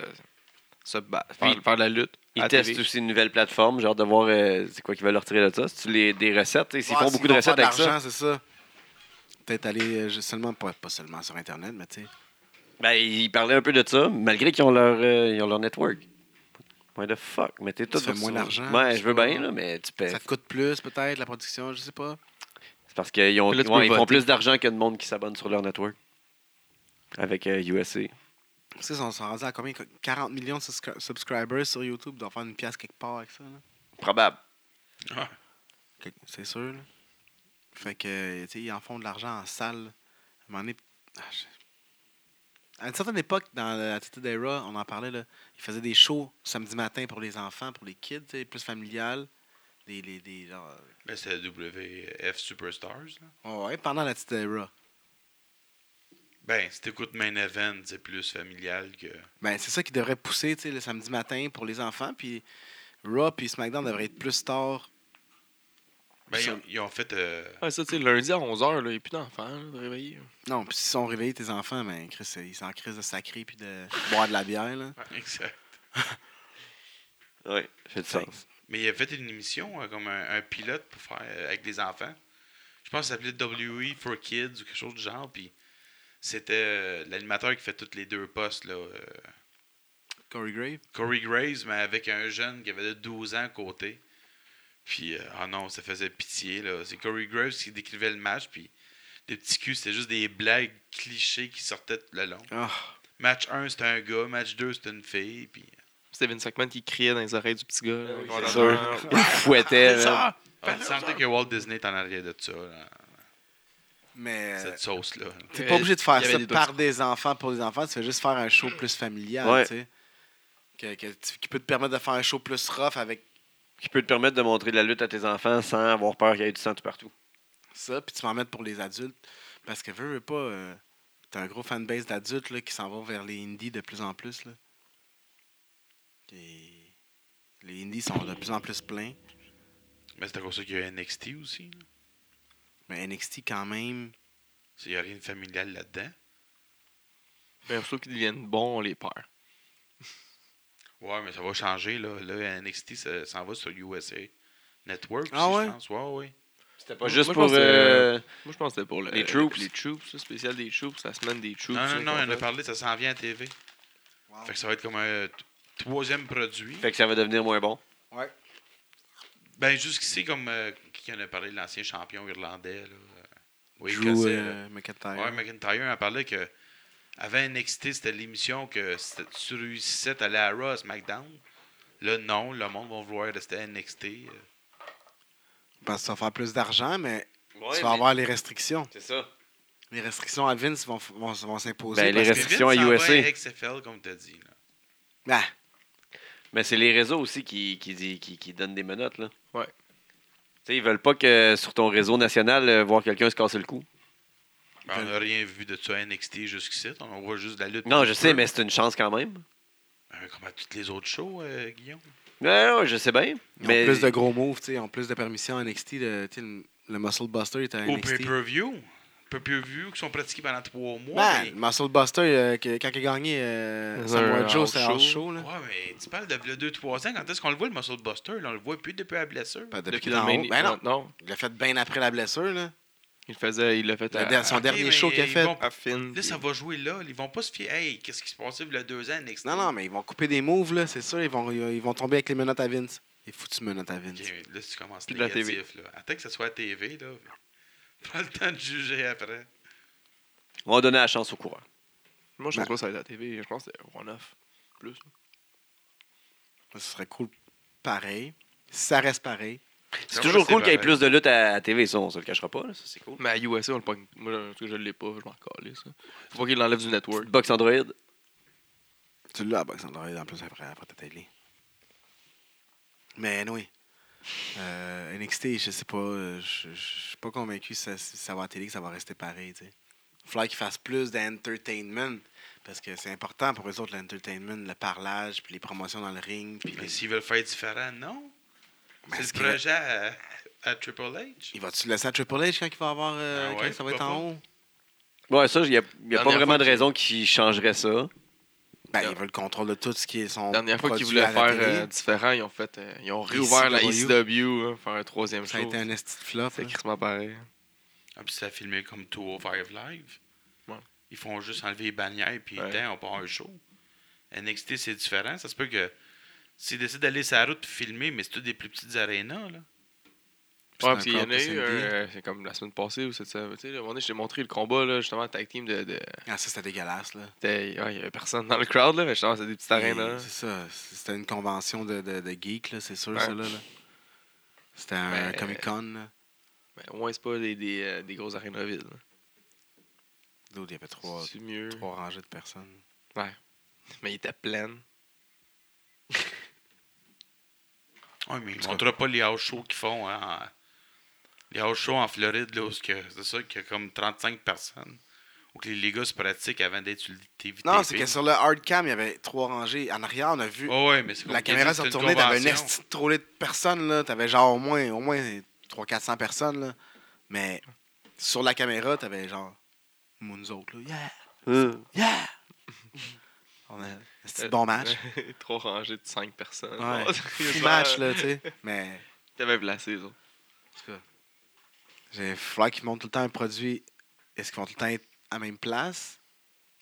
se battre, faire, Puis- faire de la lutte. Ils à testent TV. aussi une nouvelle plateforme, genre de voir euh, c'est quoi qu'ils veulent retirer de ça. Si tu les, des recettes, tu sais, s'ils Ouais, font beaucoup de vont faire recettes avec ça, l'argent, c'est ça. Peut-être aller euh, juste seulement, pas, pas seulement sur Internet, mais tu sais. ben, ils parlaient un peu de ça, malgré qu'ils ont leur, euh, ils ont leur network. Point de fuck, mettez tout Tu fais vers moins ça. d'argent, Ouais, je je veux sais bien, pas. là, mais tu paies. Ça te coûte plus, peut-être, la production, je sais pas. C'est parce qu'ils ont, Là, tu ouais, peux ils font voter. plus d'argent que de monde qui s'abonne sur leur network. Avec euh, USA. Parce qu'ils sont sont rendus à combien 40 millions de subscri- subscribers sur YouTube. Ils doivent faire une pièce quelque part avec ça, là. Probable. Que- C'est sûr. Là. Fait que, tu sais, ils en font de l'argent en salle. À un moment donné, ah, je- à une certaine époque, dans la Attitude Era, on en parlait, là, ils faisaient des shows samedi matin pour les enfants, pour les kids, tu sais, plus familial. Des, des, des, genre, Ben, c'est la WF Superstars. Là. euh, ouais, pendant la Attitude Era. Ben, si t'écoutes Main Event, c'est plus familial que. Ben, c'est ça qui devrait pousser, tu sais, le samedi matin pour les enfants. Puis Raw puis SmackDown devraient être plus tard. Ben, ils ont, ils ont fait. euh, Ouais, ça, tu sais, lundi à 11h, il n'y a plus d'enfants là, de réveiller. Non, puis s'ils sont réveillés, tes enfants, ben, Chris, ils sont en crise de sacré puis de boire de la bière, là. exact. Ouais, fait du sens. Mais il a fait une émission, euh, comme un, un pilote pour faire euh, avec des enfants. Je pense que ça s'appelait WE for Kids ou quelque chose du genre. Puis c'était euh, l'animateur qui fait tous les deux postes. Là, euh, Corey Grave. Corey Graves, mais avec un jeune qui avait de 12 ans à côté. Puis, euh, ah non, ça faisait pitié. là. C'est Corey Graves qui décrivait le match. Puis les petits culs, c'était juste des blagues clichés qui sortaient tout le long. Ah, Match 1, c'était un gars. Match 2, c'était une fille. Puis, C'était Vince McMahon qui criait dans les oreilles du petit gars. là, quand c'est on sûr. entend- Il le fouettait. là. Ben ah, tu sentais que Walt Disney était en arrière de ça, là, mais. euh, cette sauce-là. T'es pas obligé de faire Il y avait ça des par des enfants pour des enfants. Tu fais juste faire un show plus familial, Ouais. tu sais. Que- que tu- qui peut te permettre de faire un show plus rough avec Qui peut te permettre de montrer de la lutte à tes enfants sans avoir peur qu'il y ait du sang tout partout. ça, puis tu m'en mets pour les adultes. Parce que veux, veux pas, euh, t'as un gros fanbase d'adultes là, qui s'en vont vers les indies de plus en plus. Là. Et Les indies sont de plus en plus pleins. Mais c'est à cause de ça qu'il y a NXT aussi. là. Mais NXT, quand même. Il n'y a rien de familial là-dedans. Ben, ceux qui deviennent bons, on les perd. Ouais, mais ça va changer. Là, là NXT ça- s'en va sur USA Network. Ah aussi, ouais? je pense. Ouais, ouais. C'était pas Moi, juste pour. moi, je pense que, euh, Moi, je pense que c'était pour le- Les Troops. Les troops, le spécial des troops, la semaine des troops. Non, ça, non, non, on en qu'on a fait. parlé, ça s'en vient à TV. Wow. Fait que ça va être comme un t- troisième produit. Fait que ça va devenir moins bon. Ben, jusqu'ici, comme euh, qui en a parlé, l'ancien champion irlandais. Là, euh, oui, Drew, écossais, là. euh, McIntyre. Ouais, McIntyre en parlait que avant NXT, c'était l'émission que c'était- tu réussissais, t'allais à Raw, à SmackDown. Là, non, le monde va vouloir rester à NXT. euh. Parce que ça va faire plus d'argent, mais Ouais, tu vas avoir les restrictions. C'est ça. Les restrictions à Vince vont, f- vont, vont s'imposer. Ben, les parce que- Parce que restrictions Vince à s'en va USA. XFL, comme t'as dit. là. Ah, Mais c'est les réseaux aussi qui, qui, dit- qui, qui donnent des menottes, là. Ouais. Tu sais, ils veulent pas que sur ton réseau national, euh, voir quelqu'un se casser le cou. Ben, on n'a rien vu de ça à NXT jusqu'ici. On voit juste de la lutte. Non, je Un sais, peu. mais c'est une chance quand même. Ben, comme à toutes les autres shows, euh, Guillaume. Ouais, ouais, je sais bien. ils ont mais plus de gros moves, tu sais, ils ont plus de permissions à NXT. Le, tu sais, le- le Muscle Buster est à Au NXT. pay-per-view. Pay-per-view qui sont pratiqués pendant trois mois. Ben, mais- le Muscle Buster, euh, que- quand il a gagné euh, Dans Samoa un Joe, house c'est un show. show. Là. Ouais, mais tu parles de 2-3 ans. Quand est-ce qu'on le voit, le Muscle Buster? Là, on le voit plus depuis la blessure. Ben, depuis Depuis qu'il le est en haut. main- Ben non, non, non, il l'a fait bien après la blessure. Là. il le faisait, il l'a fait Le à, der- son à- dernier mais show qu'il a ils fait. vont- à Finn. Là, ça va jouer là. Ils vont pas se fier. Hey, qu'est-ce qui se passait il y a deux ans, NXT? Non, non, mais ils vont couper des moves, là, c'est sûr. Ils vont, ils vont tomber avec les menottes à Vince. Les foutues menottes à Vince. Ok, mais là, si tu commences Puis de la négatif, là. Attends que ça soit à TV, là. Prends le temps de juger après. on va donner la chance au coureur. Moi, je Ben. pense pas que ça va être à la TV. Je pense que c'est one-off. Plus. Ça serait cool pareil. Si ça reste pareil. C'est Ouais, toujours c'est cool qu'il y ait pareil. plus de lutte à, à TV, ça, on se le cachera pas, là, ça c'est cool. Mais à USA, on le pogne. Moi, en tout cas, je l'ai pas. Je m'en calisse. ça. Faut pas qu'il l'enlève du network. Petite box Android. Tu l'as, Box Android, en plus, après, après ta télé. Mais oui. NXT, je sais pas. euh, Je je- je suis pas convaincu si ça, si ça va à la télé, que ça va rester pareil. Il faudrait qu'ils fassent plus d'entertainment. Parce que c'est important pour eux autres, l'entertainment, le parlage, puis les promotions dans le ring. Puis Mais les- s'ils veulent faire différent, non. Mais est-ce Ben, C'est qu'il le va- projet à, à Triple H. Il va-tu le laisser à Triple H quand il va avoir euh, Ah quand ouais, ça va être pourquoi en haut? Ouais, ça, il n'y a, y a Dernière pas fois vraiment de qu'il- raison qui changerait ça. Ben, Yeah. il veut le contrôle de tout ce qui est son. La dernière fois qu'ils produit voulaient à la faire télé. euh, différent, ils ont fait. euh, ils ont réouvert la ECW. ECW, hein, faire un troisième ça a show. été un esti de flop. C'est hein. crissement pareil. Ah, puis ça a filmé comme 205 Live. Ouais. Ils font juste enlever les bannières, puis Ouais. dedans, on part un show. NXT, c'est différent. Ça se peut que s'ils décident d'aller sur la route puis filmer, mais c'est tout des plus petites arénas, là. Puis Ouais, c'est parce qu'il y en encore a plus eu, un, indie. euh, c'est comme la semaine passée ou cette semaine. Tu sais, là, à un moment donné, je t'ai montré le combat, là, justement, tag team de. de- Ah, ça, c'était dégueulasse, là. de- ouais, il y avait personne dans le crowd, là, mais justement, c'est des petites arénas. là. Et C'est ça. C'était une convention de, de, de geeks, là, c'est sûr, Ouais. ça, là. là. C'était un Ben, Comic-Con, là. Mais au moins, c'est pas des, des, euh, des grosses arénas vides. là. D'autres, il y avait trois, C'est mieux. trois rangées de personnes. Mais il était plein. Oui, mais ils ne montrent pas les house shows qu'ils font. hein, en- Les house shows en Floride, là, où ce que- c'est ça qu'il y a comme 35 personnes. Ou que les- les gars se pratiquent avant d'être sur le TV. Non, c'est que sur le hardcam, il y avait trois rangées. En arrière, on a vu. Ouais, ouais, mais c'est la compliqué, caméra Oh, c'est s'est une retournée, t'avais une convention. esti de trollée de personnes, là. T'avais genre au moins, au moins 300-400 personnes, là. Mais sur la caméra, t'avais genre. Nous nous autres, là. Yeah! Yeah! On a. Euh, C'était bon match. Trois rangées de cinq personnes. Ouais. Fou match, là, tu sais. Mais. T'avais placé, ça. J'ai falloir qu'ils montent tout le temps un produit. Est-ce qu'ils vont tout le temps être à même place?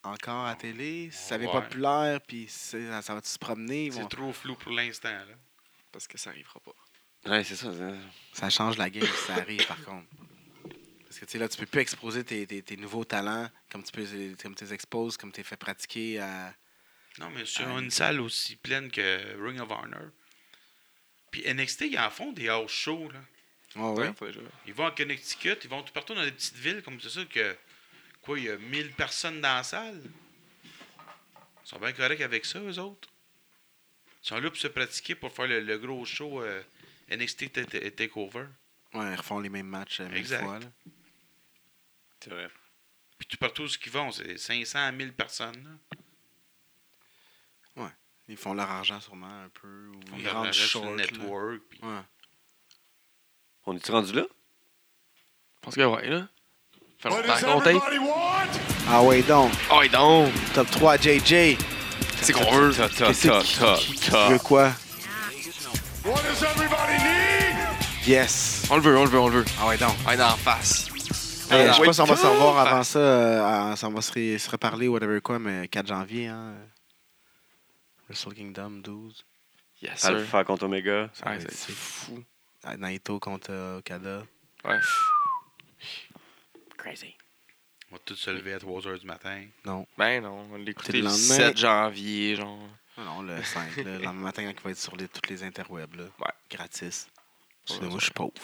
Encore à télé? Si ça devient Ouais. populaire, puis c'est- ça, va se promener? ils C'est vont- trop flou pour l'instant. là. Parce que ça arrivera pas. Ouais, c'est ça. Ça change la game si ça arrive, par contre. Parce que tu sais, là, tu peux plus exposer tes, tes- tes nouveaux talents comme tu peux les- comme tu les exposes, comme tu les fais pratiquer à. Non, mais sur Ah, une salle aussi pleine que Ring of Honor. Puis NXT, ils en font des house shows. Là. Ah Ouais, ouais. faut déjà. Ils vont à Connecticut, ils vont tout partout dans des petites villes comme c'est ça que. Quoi, il y a 1000 personnes dans la salle. Ils sont bien corrects avec ça, eux autres. Ils sont là pour se pratiquer pour faire le, le gros show euh, NXT Ta- Ta- Takeover. Ouais, ils refont les mêmes matchs euh, mille Exact. fois. là. C'est vrai. Puis tout partout où ils vont, c'est 500 à 1000 personnes. là. Ils font leur argent sûrement un peu. Ou On ils rendent reste sur short. le là. network. puis- Ouais. On est-tu rendu là? Je pense que ouais, là. Fait longtemps qu'on tape. Ah ouais, donc, Oh, et donc! top 3 JJ. C'est qu'on veut. Ta, ta, ta, ta, Tu ta. veux quoi? Yes. On le veut, on le veut, on le veut. Ah ouais, donc. On est en face. Hey, Ah, je sais ouais, pas si on va tout. se revoir avant ça, euh, euh, si on va se, ré- se reparler, whatever quoi, mais 4 janvier, hein. euh, Wrestle Kingdom 12. Yes, sir. Alpha contre Omega. Ça va Ouais, être c'est sick. fou. Ah, Naito contre euh, Okada. Ouais. Crazy. On va tous se lever à 3 h du matin. Euh, Ben non, on l'écoute le le lendemain. 7 janvier, genre. Non, Ah non, le 5, là, le lendemain matin, quand il va être sur les, toutes les interwebs, là. Ouais. Gratis. Ouais, Sinon, moi, ouais. je suis pauvre. Ben,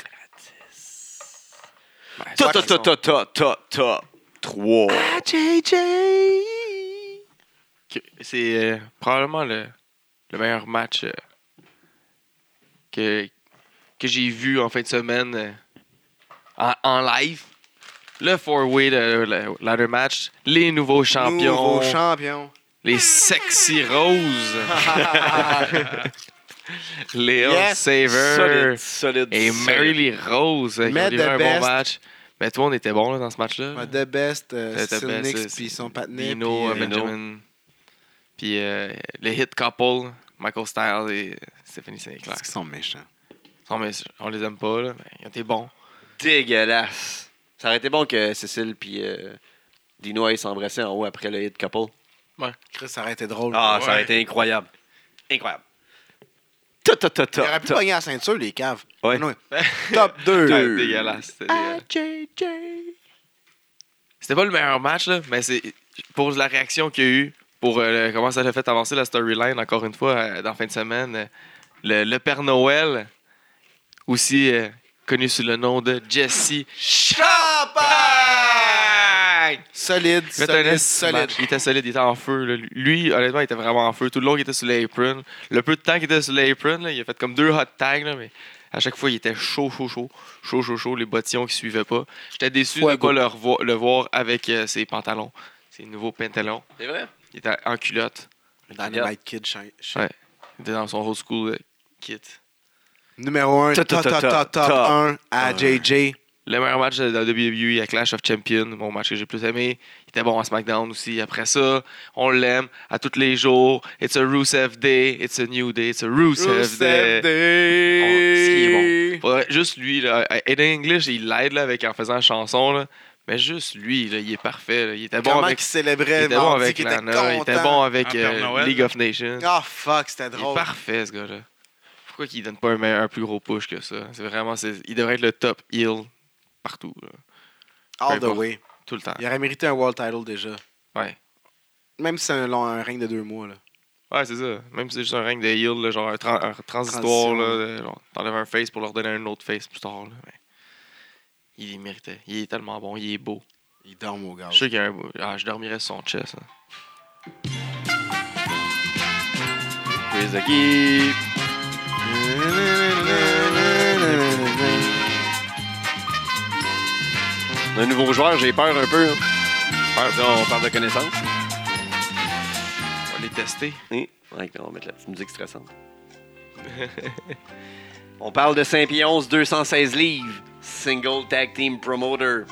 Ta, ta, c'est Ah, ta, ta, ta, ta, ta. Trois. que- C'est euh, probablement le, le meilleur match euh, que, que j'ai vu en fin de semaine euh, en, en live. Le four-way, le, le ladder match, les nouveaux champions, Nouveau champion. les sexy roses, Léon Yes. Saver Solide, solide. et solide. Mary Rose euh, qui Mais ont livré the un bon best. match. Mais toi, on était bon là, dans ce match-là. Ouais, The Best, euh, The- The Sid Best, Nix, c'est- puis son patinet. Dino, puis, euh, Benjamin. Puis euh, le hit couple, Michael Styles et Stephanie Sinclair. Parce qu'ils sont méchants. Non, mais on les aime pas, là, mais ils ont été bons. Dégueulasse. Ça aurait été bon que Cécile puis euh, Dino aillent s'embrasser en haut après le hit couple. Chris, ça aurait été drôle. Ah, ça aurait Ouais. été incroyable. Incroyable. Ta, ta, ta, Il ta, aurait pu ta. pogner la ceinture, les caves. Ouais. Anyway, Top 2. C'était dégueulasse. euh, C'était dégueulasse. C'était pas le meilleur match, là, mais c'est pour la réaction qu'il y a eu, pour euh, le- comment ça a fait avancer la storyline, encore une fois, euh, dans la fin de semaine. euh, le, le Père Noël, aussi euh, connu sous le nom de Jesse Champagne! Solide, Il était un solide, esti solide. match. Il était solide, il était en feu. là. Lui, honnêtement, il était vraiment en feu. Tout le long, il était sur l'apron. Le peu de temps qu'il était sur l'apron, là, il a fait comme deux hot tags, là, mais à chaque fois, il était chaud, chaud, chaud. Chaud, chaud, chaud. Les bottillons qui suivaient pas. J'étais déçu de Fuego. ne pas le, revoir- le voir avec euh, ses pantalons, ses nouveaux pantalons. C'est vrai? Il était en culotte. Dynamite Kid, chi- chi- Ouais. Il était dans son old school euh, kit. Numéro 1, Ta- top, ta- ta- ta- top, top ta. 1 à Ouais. JJ. Le meilleur match de la WWE à Clash of Champions, mon match que j'ai le plus aimé. Il était bon à SmackDown aussi. Après ça, on l'aime à tous les jours. It's a Rusev Day, it's a New Day, it's a Rusev Day. Oh, ce qui est Faudrait- juste lui, là, Aiden English, il l'aide là, avec, en faisant la chanson. là. Mais juste lui, là, il est parfait. là. Il était bon Comment avec, il il célébrait était bon mardi, avec qu'il était Lana, il était content. bon avec En Père euh, Noël. League of Nations. Ah, fuck, c'était Il est drôle. parfait, ce gars-là. Pourquoi qu'il donne pas un, meilleur, un plus gros push que ça? C'est vraiment, c'est- il devrait être le top heel partout, là, All the peu importe. way. tout le temps. Il aurait mérité un world title déjà. Ouais. Même si c'est un, long, un règne de deux mois. Là. Ouais, c'est ça. Même si c'est juste un règne de heel, là, genre un, tran- un transitoire, Transition, là, ouais. de- genre, t'enlèves un face pour leur donner un autre face plus tard. Là, mais il les méritait. Il est tellement bon, il est beau. Il dort, mon gars. Je suis sûr qu'il y a un. Ah, je dormirais sur son chest. hein. Quiz de qui? Un nouveau joueur, j'ai peur un peu. hein. Là, on parle de connaissances. On va les tester. Hein? Ouais, on va mettre la petite musique stressante. on parle de Saint-Pionce, 216 livres. Single Tag Team Promoter.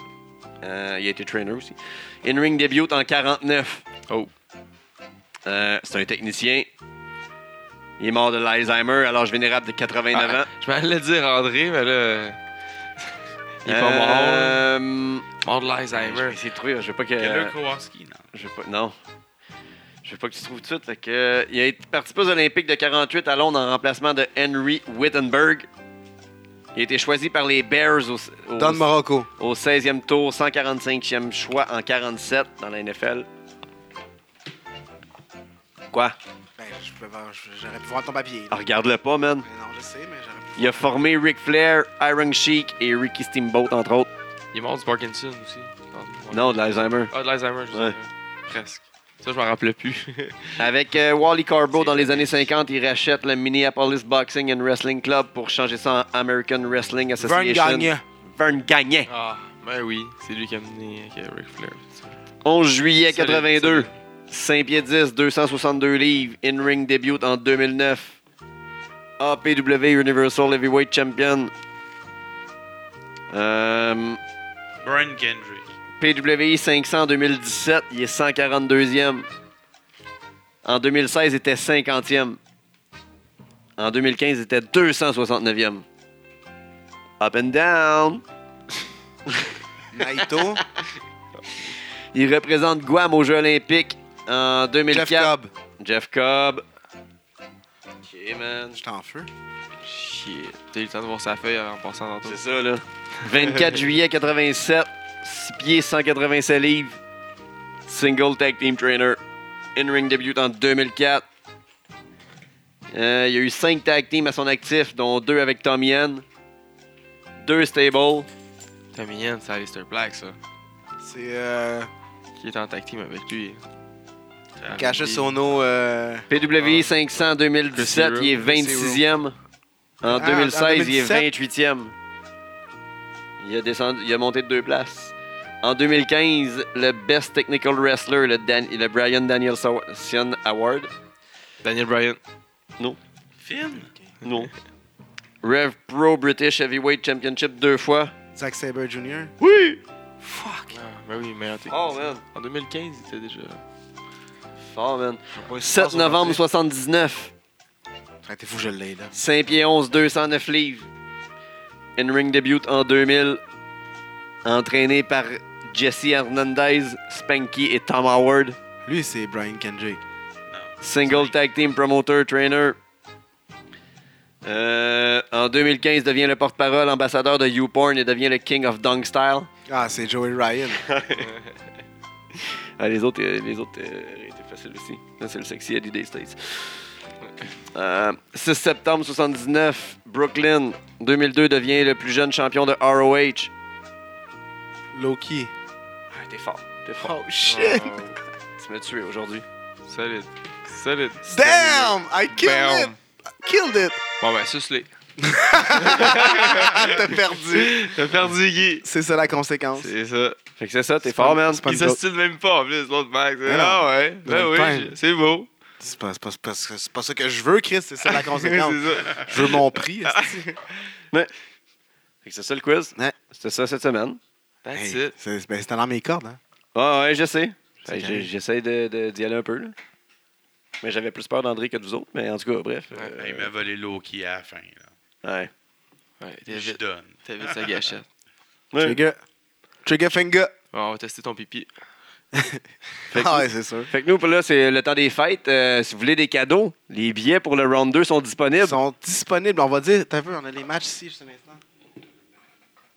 Euh, il a été trainer aussi. In-ring début en 49. Oh. Euh, c'est un technicien. Il est mort de l'Alzheimer à l'âge vénérable de 89 Ah, ans. Je m'allais dire André, mais là. Il est pas mort. Euh, Mort de Je vais l'Alzheimer. essayer de trouver. Je veux pas que. Keller Kowalski, non. Je veux pas, non. Je veux pas que tu trouves tout de suite. Fait que, euh, il a été- participé aux Olympiques de 48 à Londres en remplacement de Henry Wittenberg. Il a été choisi par les Bears au, au- Don Morocco. au 16e tour, 145e choix en 47 dans la NFL. Quoi? Ben, je peux voir- je- j'aurais pu voir ton papier. Ah, là. regarde-le pas, man. Mais non, je sais, mais j'aurais pu. Il a formé Ric Flair, Iron Sheik et Ricky Steamboat, entre autres. Il est mort du Parkinson aussi. je pense. Ouais. Non, de l'Alzheimer. Ah, de l'Alzheimer, je sais. Ouais. Presque. Ça, je m'en rappelais plus. Avec euh, Wally Carbo, dans les années 50, il rachète le Minneapolis Boxing and Wrestling Club pour changer ça en American Wrestling Vern Association. Gagne. Vern Gagné. ah, ben oui. C'est lui euh, qui a mené avec Ric Flair. 11 juillet Solide, 82. solide. 5 pieds 10, 262 livres, in-ring débute en 2009. APW Universal Heavyweight Champion. Euh, Brian Kendrick. PWI 500 en 2017, il est 142e. En 2016, il était 50e. En 2015, il était 269e. Up and down. Naito, Il représente Guam aux Jeux Olympiques en Jeff 2004. Cobb. Jeff Cobb. Ok, man. J'étais en feu. Shit. T'as eu le temps de voir sa feuille en passant dans tout. C'est ça, là. 24 juillet 87, 6 pieds 187 livres, single tag team trainer, in-ring debut en 2004. Euh, il y a eu 5 tag teams à son actif, dont 2 avec Tommy Yen, 2 stable. T'as mignonne, c'est Alistair Black, ça. C'est euh, Qui est en tag team avec lui. Ah, Cassius Sono. euh, PWI 500 2017, Chris il est Hero. 26e. En Ah, en 2016, il est 2017. 28e. Il a, descendu, il a monté de deux places. En 2015, le Best Technical Wrestler, le, Dan- le Brian Danielson Award. Daniel Bryan. Finn? Non. Rev Pro British Heavyweight Championship deux fois. Zack Sabre Jr. Oui! Ah, ben oui, meilleur tag Oh, team. man. En 2015, il était déjà. Fort, Oh, man. 7 novembre 79. Arrêtez, vous, je l'ai, là. 5 pieds 11, 209 livres. In-ring debut en 2000. Entraîné par Jesse Hernandez, Spanky et Tom Howard. Lui, c'est Brian Kendrick. Euh, Single Tag Team Promoter Trainer. Euh, en 2015, devient le porte-parole ambassadeur de YouPorn et devient le King of Dunk Style. Ah, c'est Joey Ryan. Ah, les autres, euh, les autres euh, étaient faciles aussi. Là, c'est le sexy Eddie Day States. Euh, 6 septembre 79, Brooklyn, 2002, devient le plus jeune champion de ROH. Loki. Ah, t'es fort, t'es fort. Oh, shit. Tu m'as tué aujourd'hui. Solide. Solide. Damn! I killed Bam. it! I killed it! Bon, ben, suce-les. Ah, t'as perdu. T'as perdu, Guy. C'est ça la conséquence. C'est ça. Fait que c'est ça, t'es C'est pas- fort, man. c'est pas- Il une joke. s'ostine même pas en plus, l'autre Max. Non. Ah ouais, ben Une oui, peine. j'ai- c'est beau. C'est pas, c'est pas- c'est pas- c'est pas ça que je veux, Chris. C'est ça la C'est conséquence. ça. je veux mon prix. esti. Fait que c'est ça le quiz. Ouais. C'était ça cette semaine. That's Hey, it. c'est- ben, C'était dans mes cordes. Hein. Ah ouais, je sais. C'est Fait que carré. j'ai- J'essaie de- de- d'y aller un peu, là. Mais j'avais plus peur d'André que de vous autres, mais en tout cas, bref. Ouais, euh, Ben, il m'a volé Loki à la fin. Là. ouais. Ouais, t'as Je vite, donne. t'as vite sa gâchette. Ouais. Trigger. Trigger finger. Bon, on va tester ton pipi. Fait que- ah, ouais, c'est sûr. Fait que nous, pour là, c'est le temps des fêtes. Euh, si vous voulez des cadeaux, les billets pour le round 2 sont disponibles. Ils sont disponibles. On va dire, t'as vu, on a les matchs ici, juste un instant.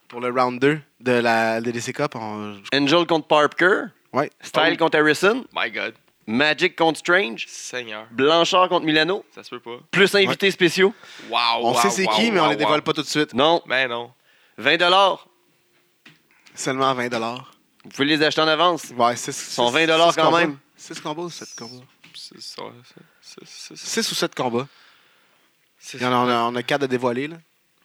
Pour le round 2 de la DDC Cup, on... Angel contre Parker, Ouais. Style contre Harrison, My God. Magic contre Strange, Seigneur. Blanchard contre Milano, Ça se peut pas. plus invités spéciaux. Wow, on sait c'est qui, mais on les dévoile pas tout de suite. Non, Ben non. 20 Seulement 20 Vous pouvez les acheter en avance. Ouais, 6 sont 20 quand même. 6 combats ou 7 combats C'est ça. c'est- c'est- c'est- 6 ou 7 combats. c'est- Il y en a, on, a, 4 à dévoiler, là.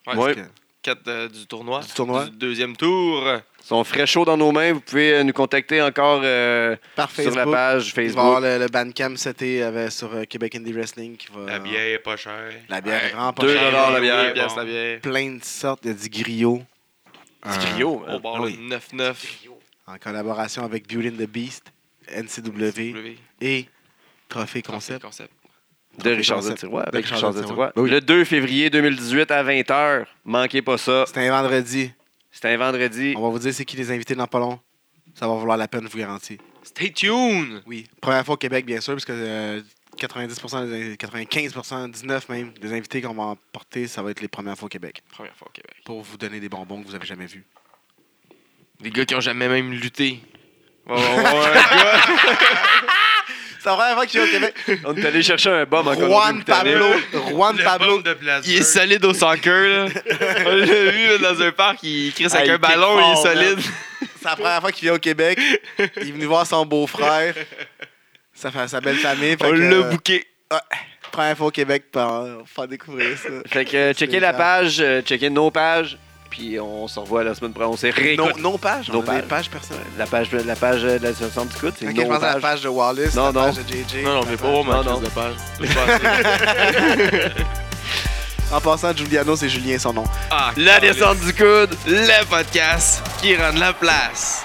Ouais, Parce que- 4 du tournoi. Du tournoi. Du deuxième tour. Ils sont frais chauds dans nos mains. Vous pouvez euh, nous contacter encore euh, Par sur Facebook. la page Il va y avoir Facebook. le, le Bandcamp cet été avec- sur euh, Québec Indie Wrestling qui va. La bière est pas chère. La bière est Ouais. vraiment pas Deux chère. dollars la Oui, bière. pièce la bière. Plein de sortes. Il y a du griot. Du Euh, griot, Au hein. bord oui. le 9-9. En collaboration avec Beauty and the Beast, NCW W. et Trophée Concept. Concept. de Richard de Tiroir. Avec De Richard Richard de de Tiroir. Tiroir. Oui. Le 2 février 2018 à 20h. Manquez pas ça. C'est un vendredi. C'est un vendredi. On va vous dire c'est qui les invités dans pas long. Ça va valoir la peine, je vous garantis. Stay tuned! Oui. Première fois au Québec, bien sûr, parce que euh, 90%, des- 95%, 19% même, des invités qu'on va emporter, ça va être les premières fois au Québec. Première fois au Québec. Pour vous donner des bonbons que vous avez jamais vus. Des gars qui ont jamais même lutté. Oh, ouais. C'est la première fois que je suis au Québec. On est allé chercher un bomb en Juan Colombie-Britannique. Pablo. Juan Le Pablo. bombe de Plattsburgh. Il est solide au soccer, là. On l'a vu, là, dans un parc, il crisse avec Ah, il un ballon, kick il est fort, solide. C'est la première fois qu'il vient au Québec. Il est venu voir son beau-frère. Ça fait sa belle famille. Fait On que, l'a euh, bouqué. première fois au Québec pour euh, faire découvrir ça. Fait que euh, checkez la page, euh, checkez nos pages. Puis on se revoit la semaine prochaine. On s'est réécoute. Non, non page, Nos on a des pages. pages personnelles. La page, la page euh, de la situation du coude, c'est Ok, je nos pense à la pages. page de Wallace, Non, la non. page de JJ. Non, non, mais la pas Non, vraiment ma non. crise de page. C'est pas assez. En passant, Giuliano, c'est Julien son nom. Ah, La descente du coude! le podcast qui rend la place.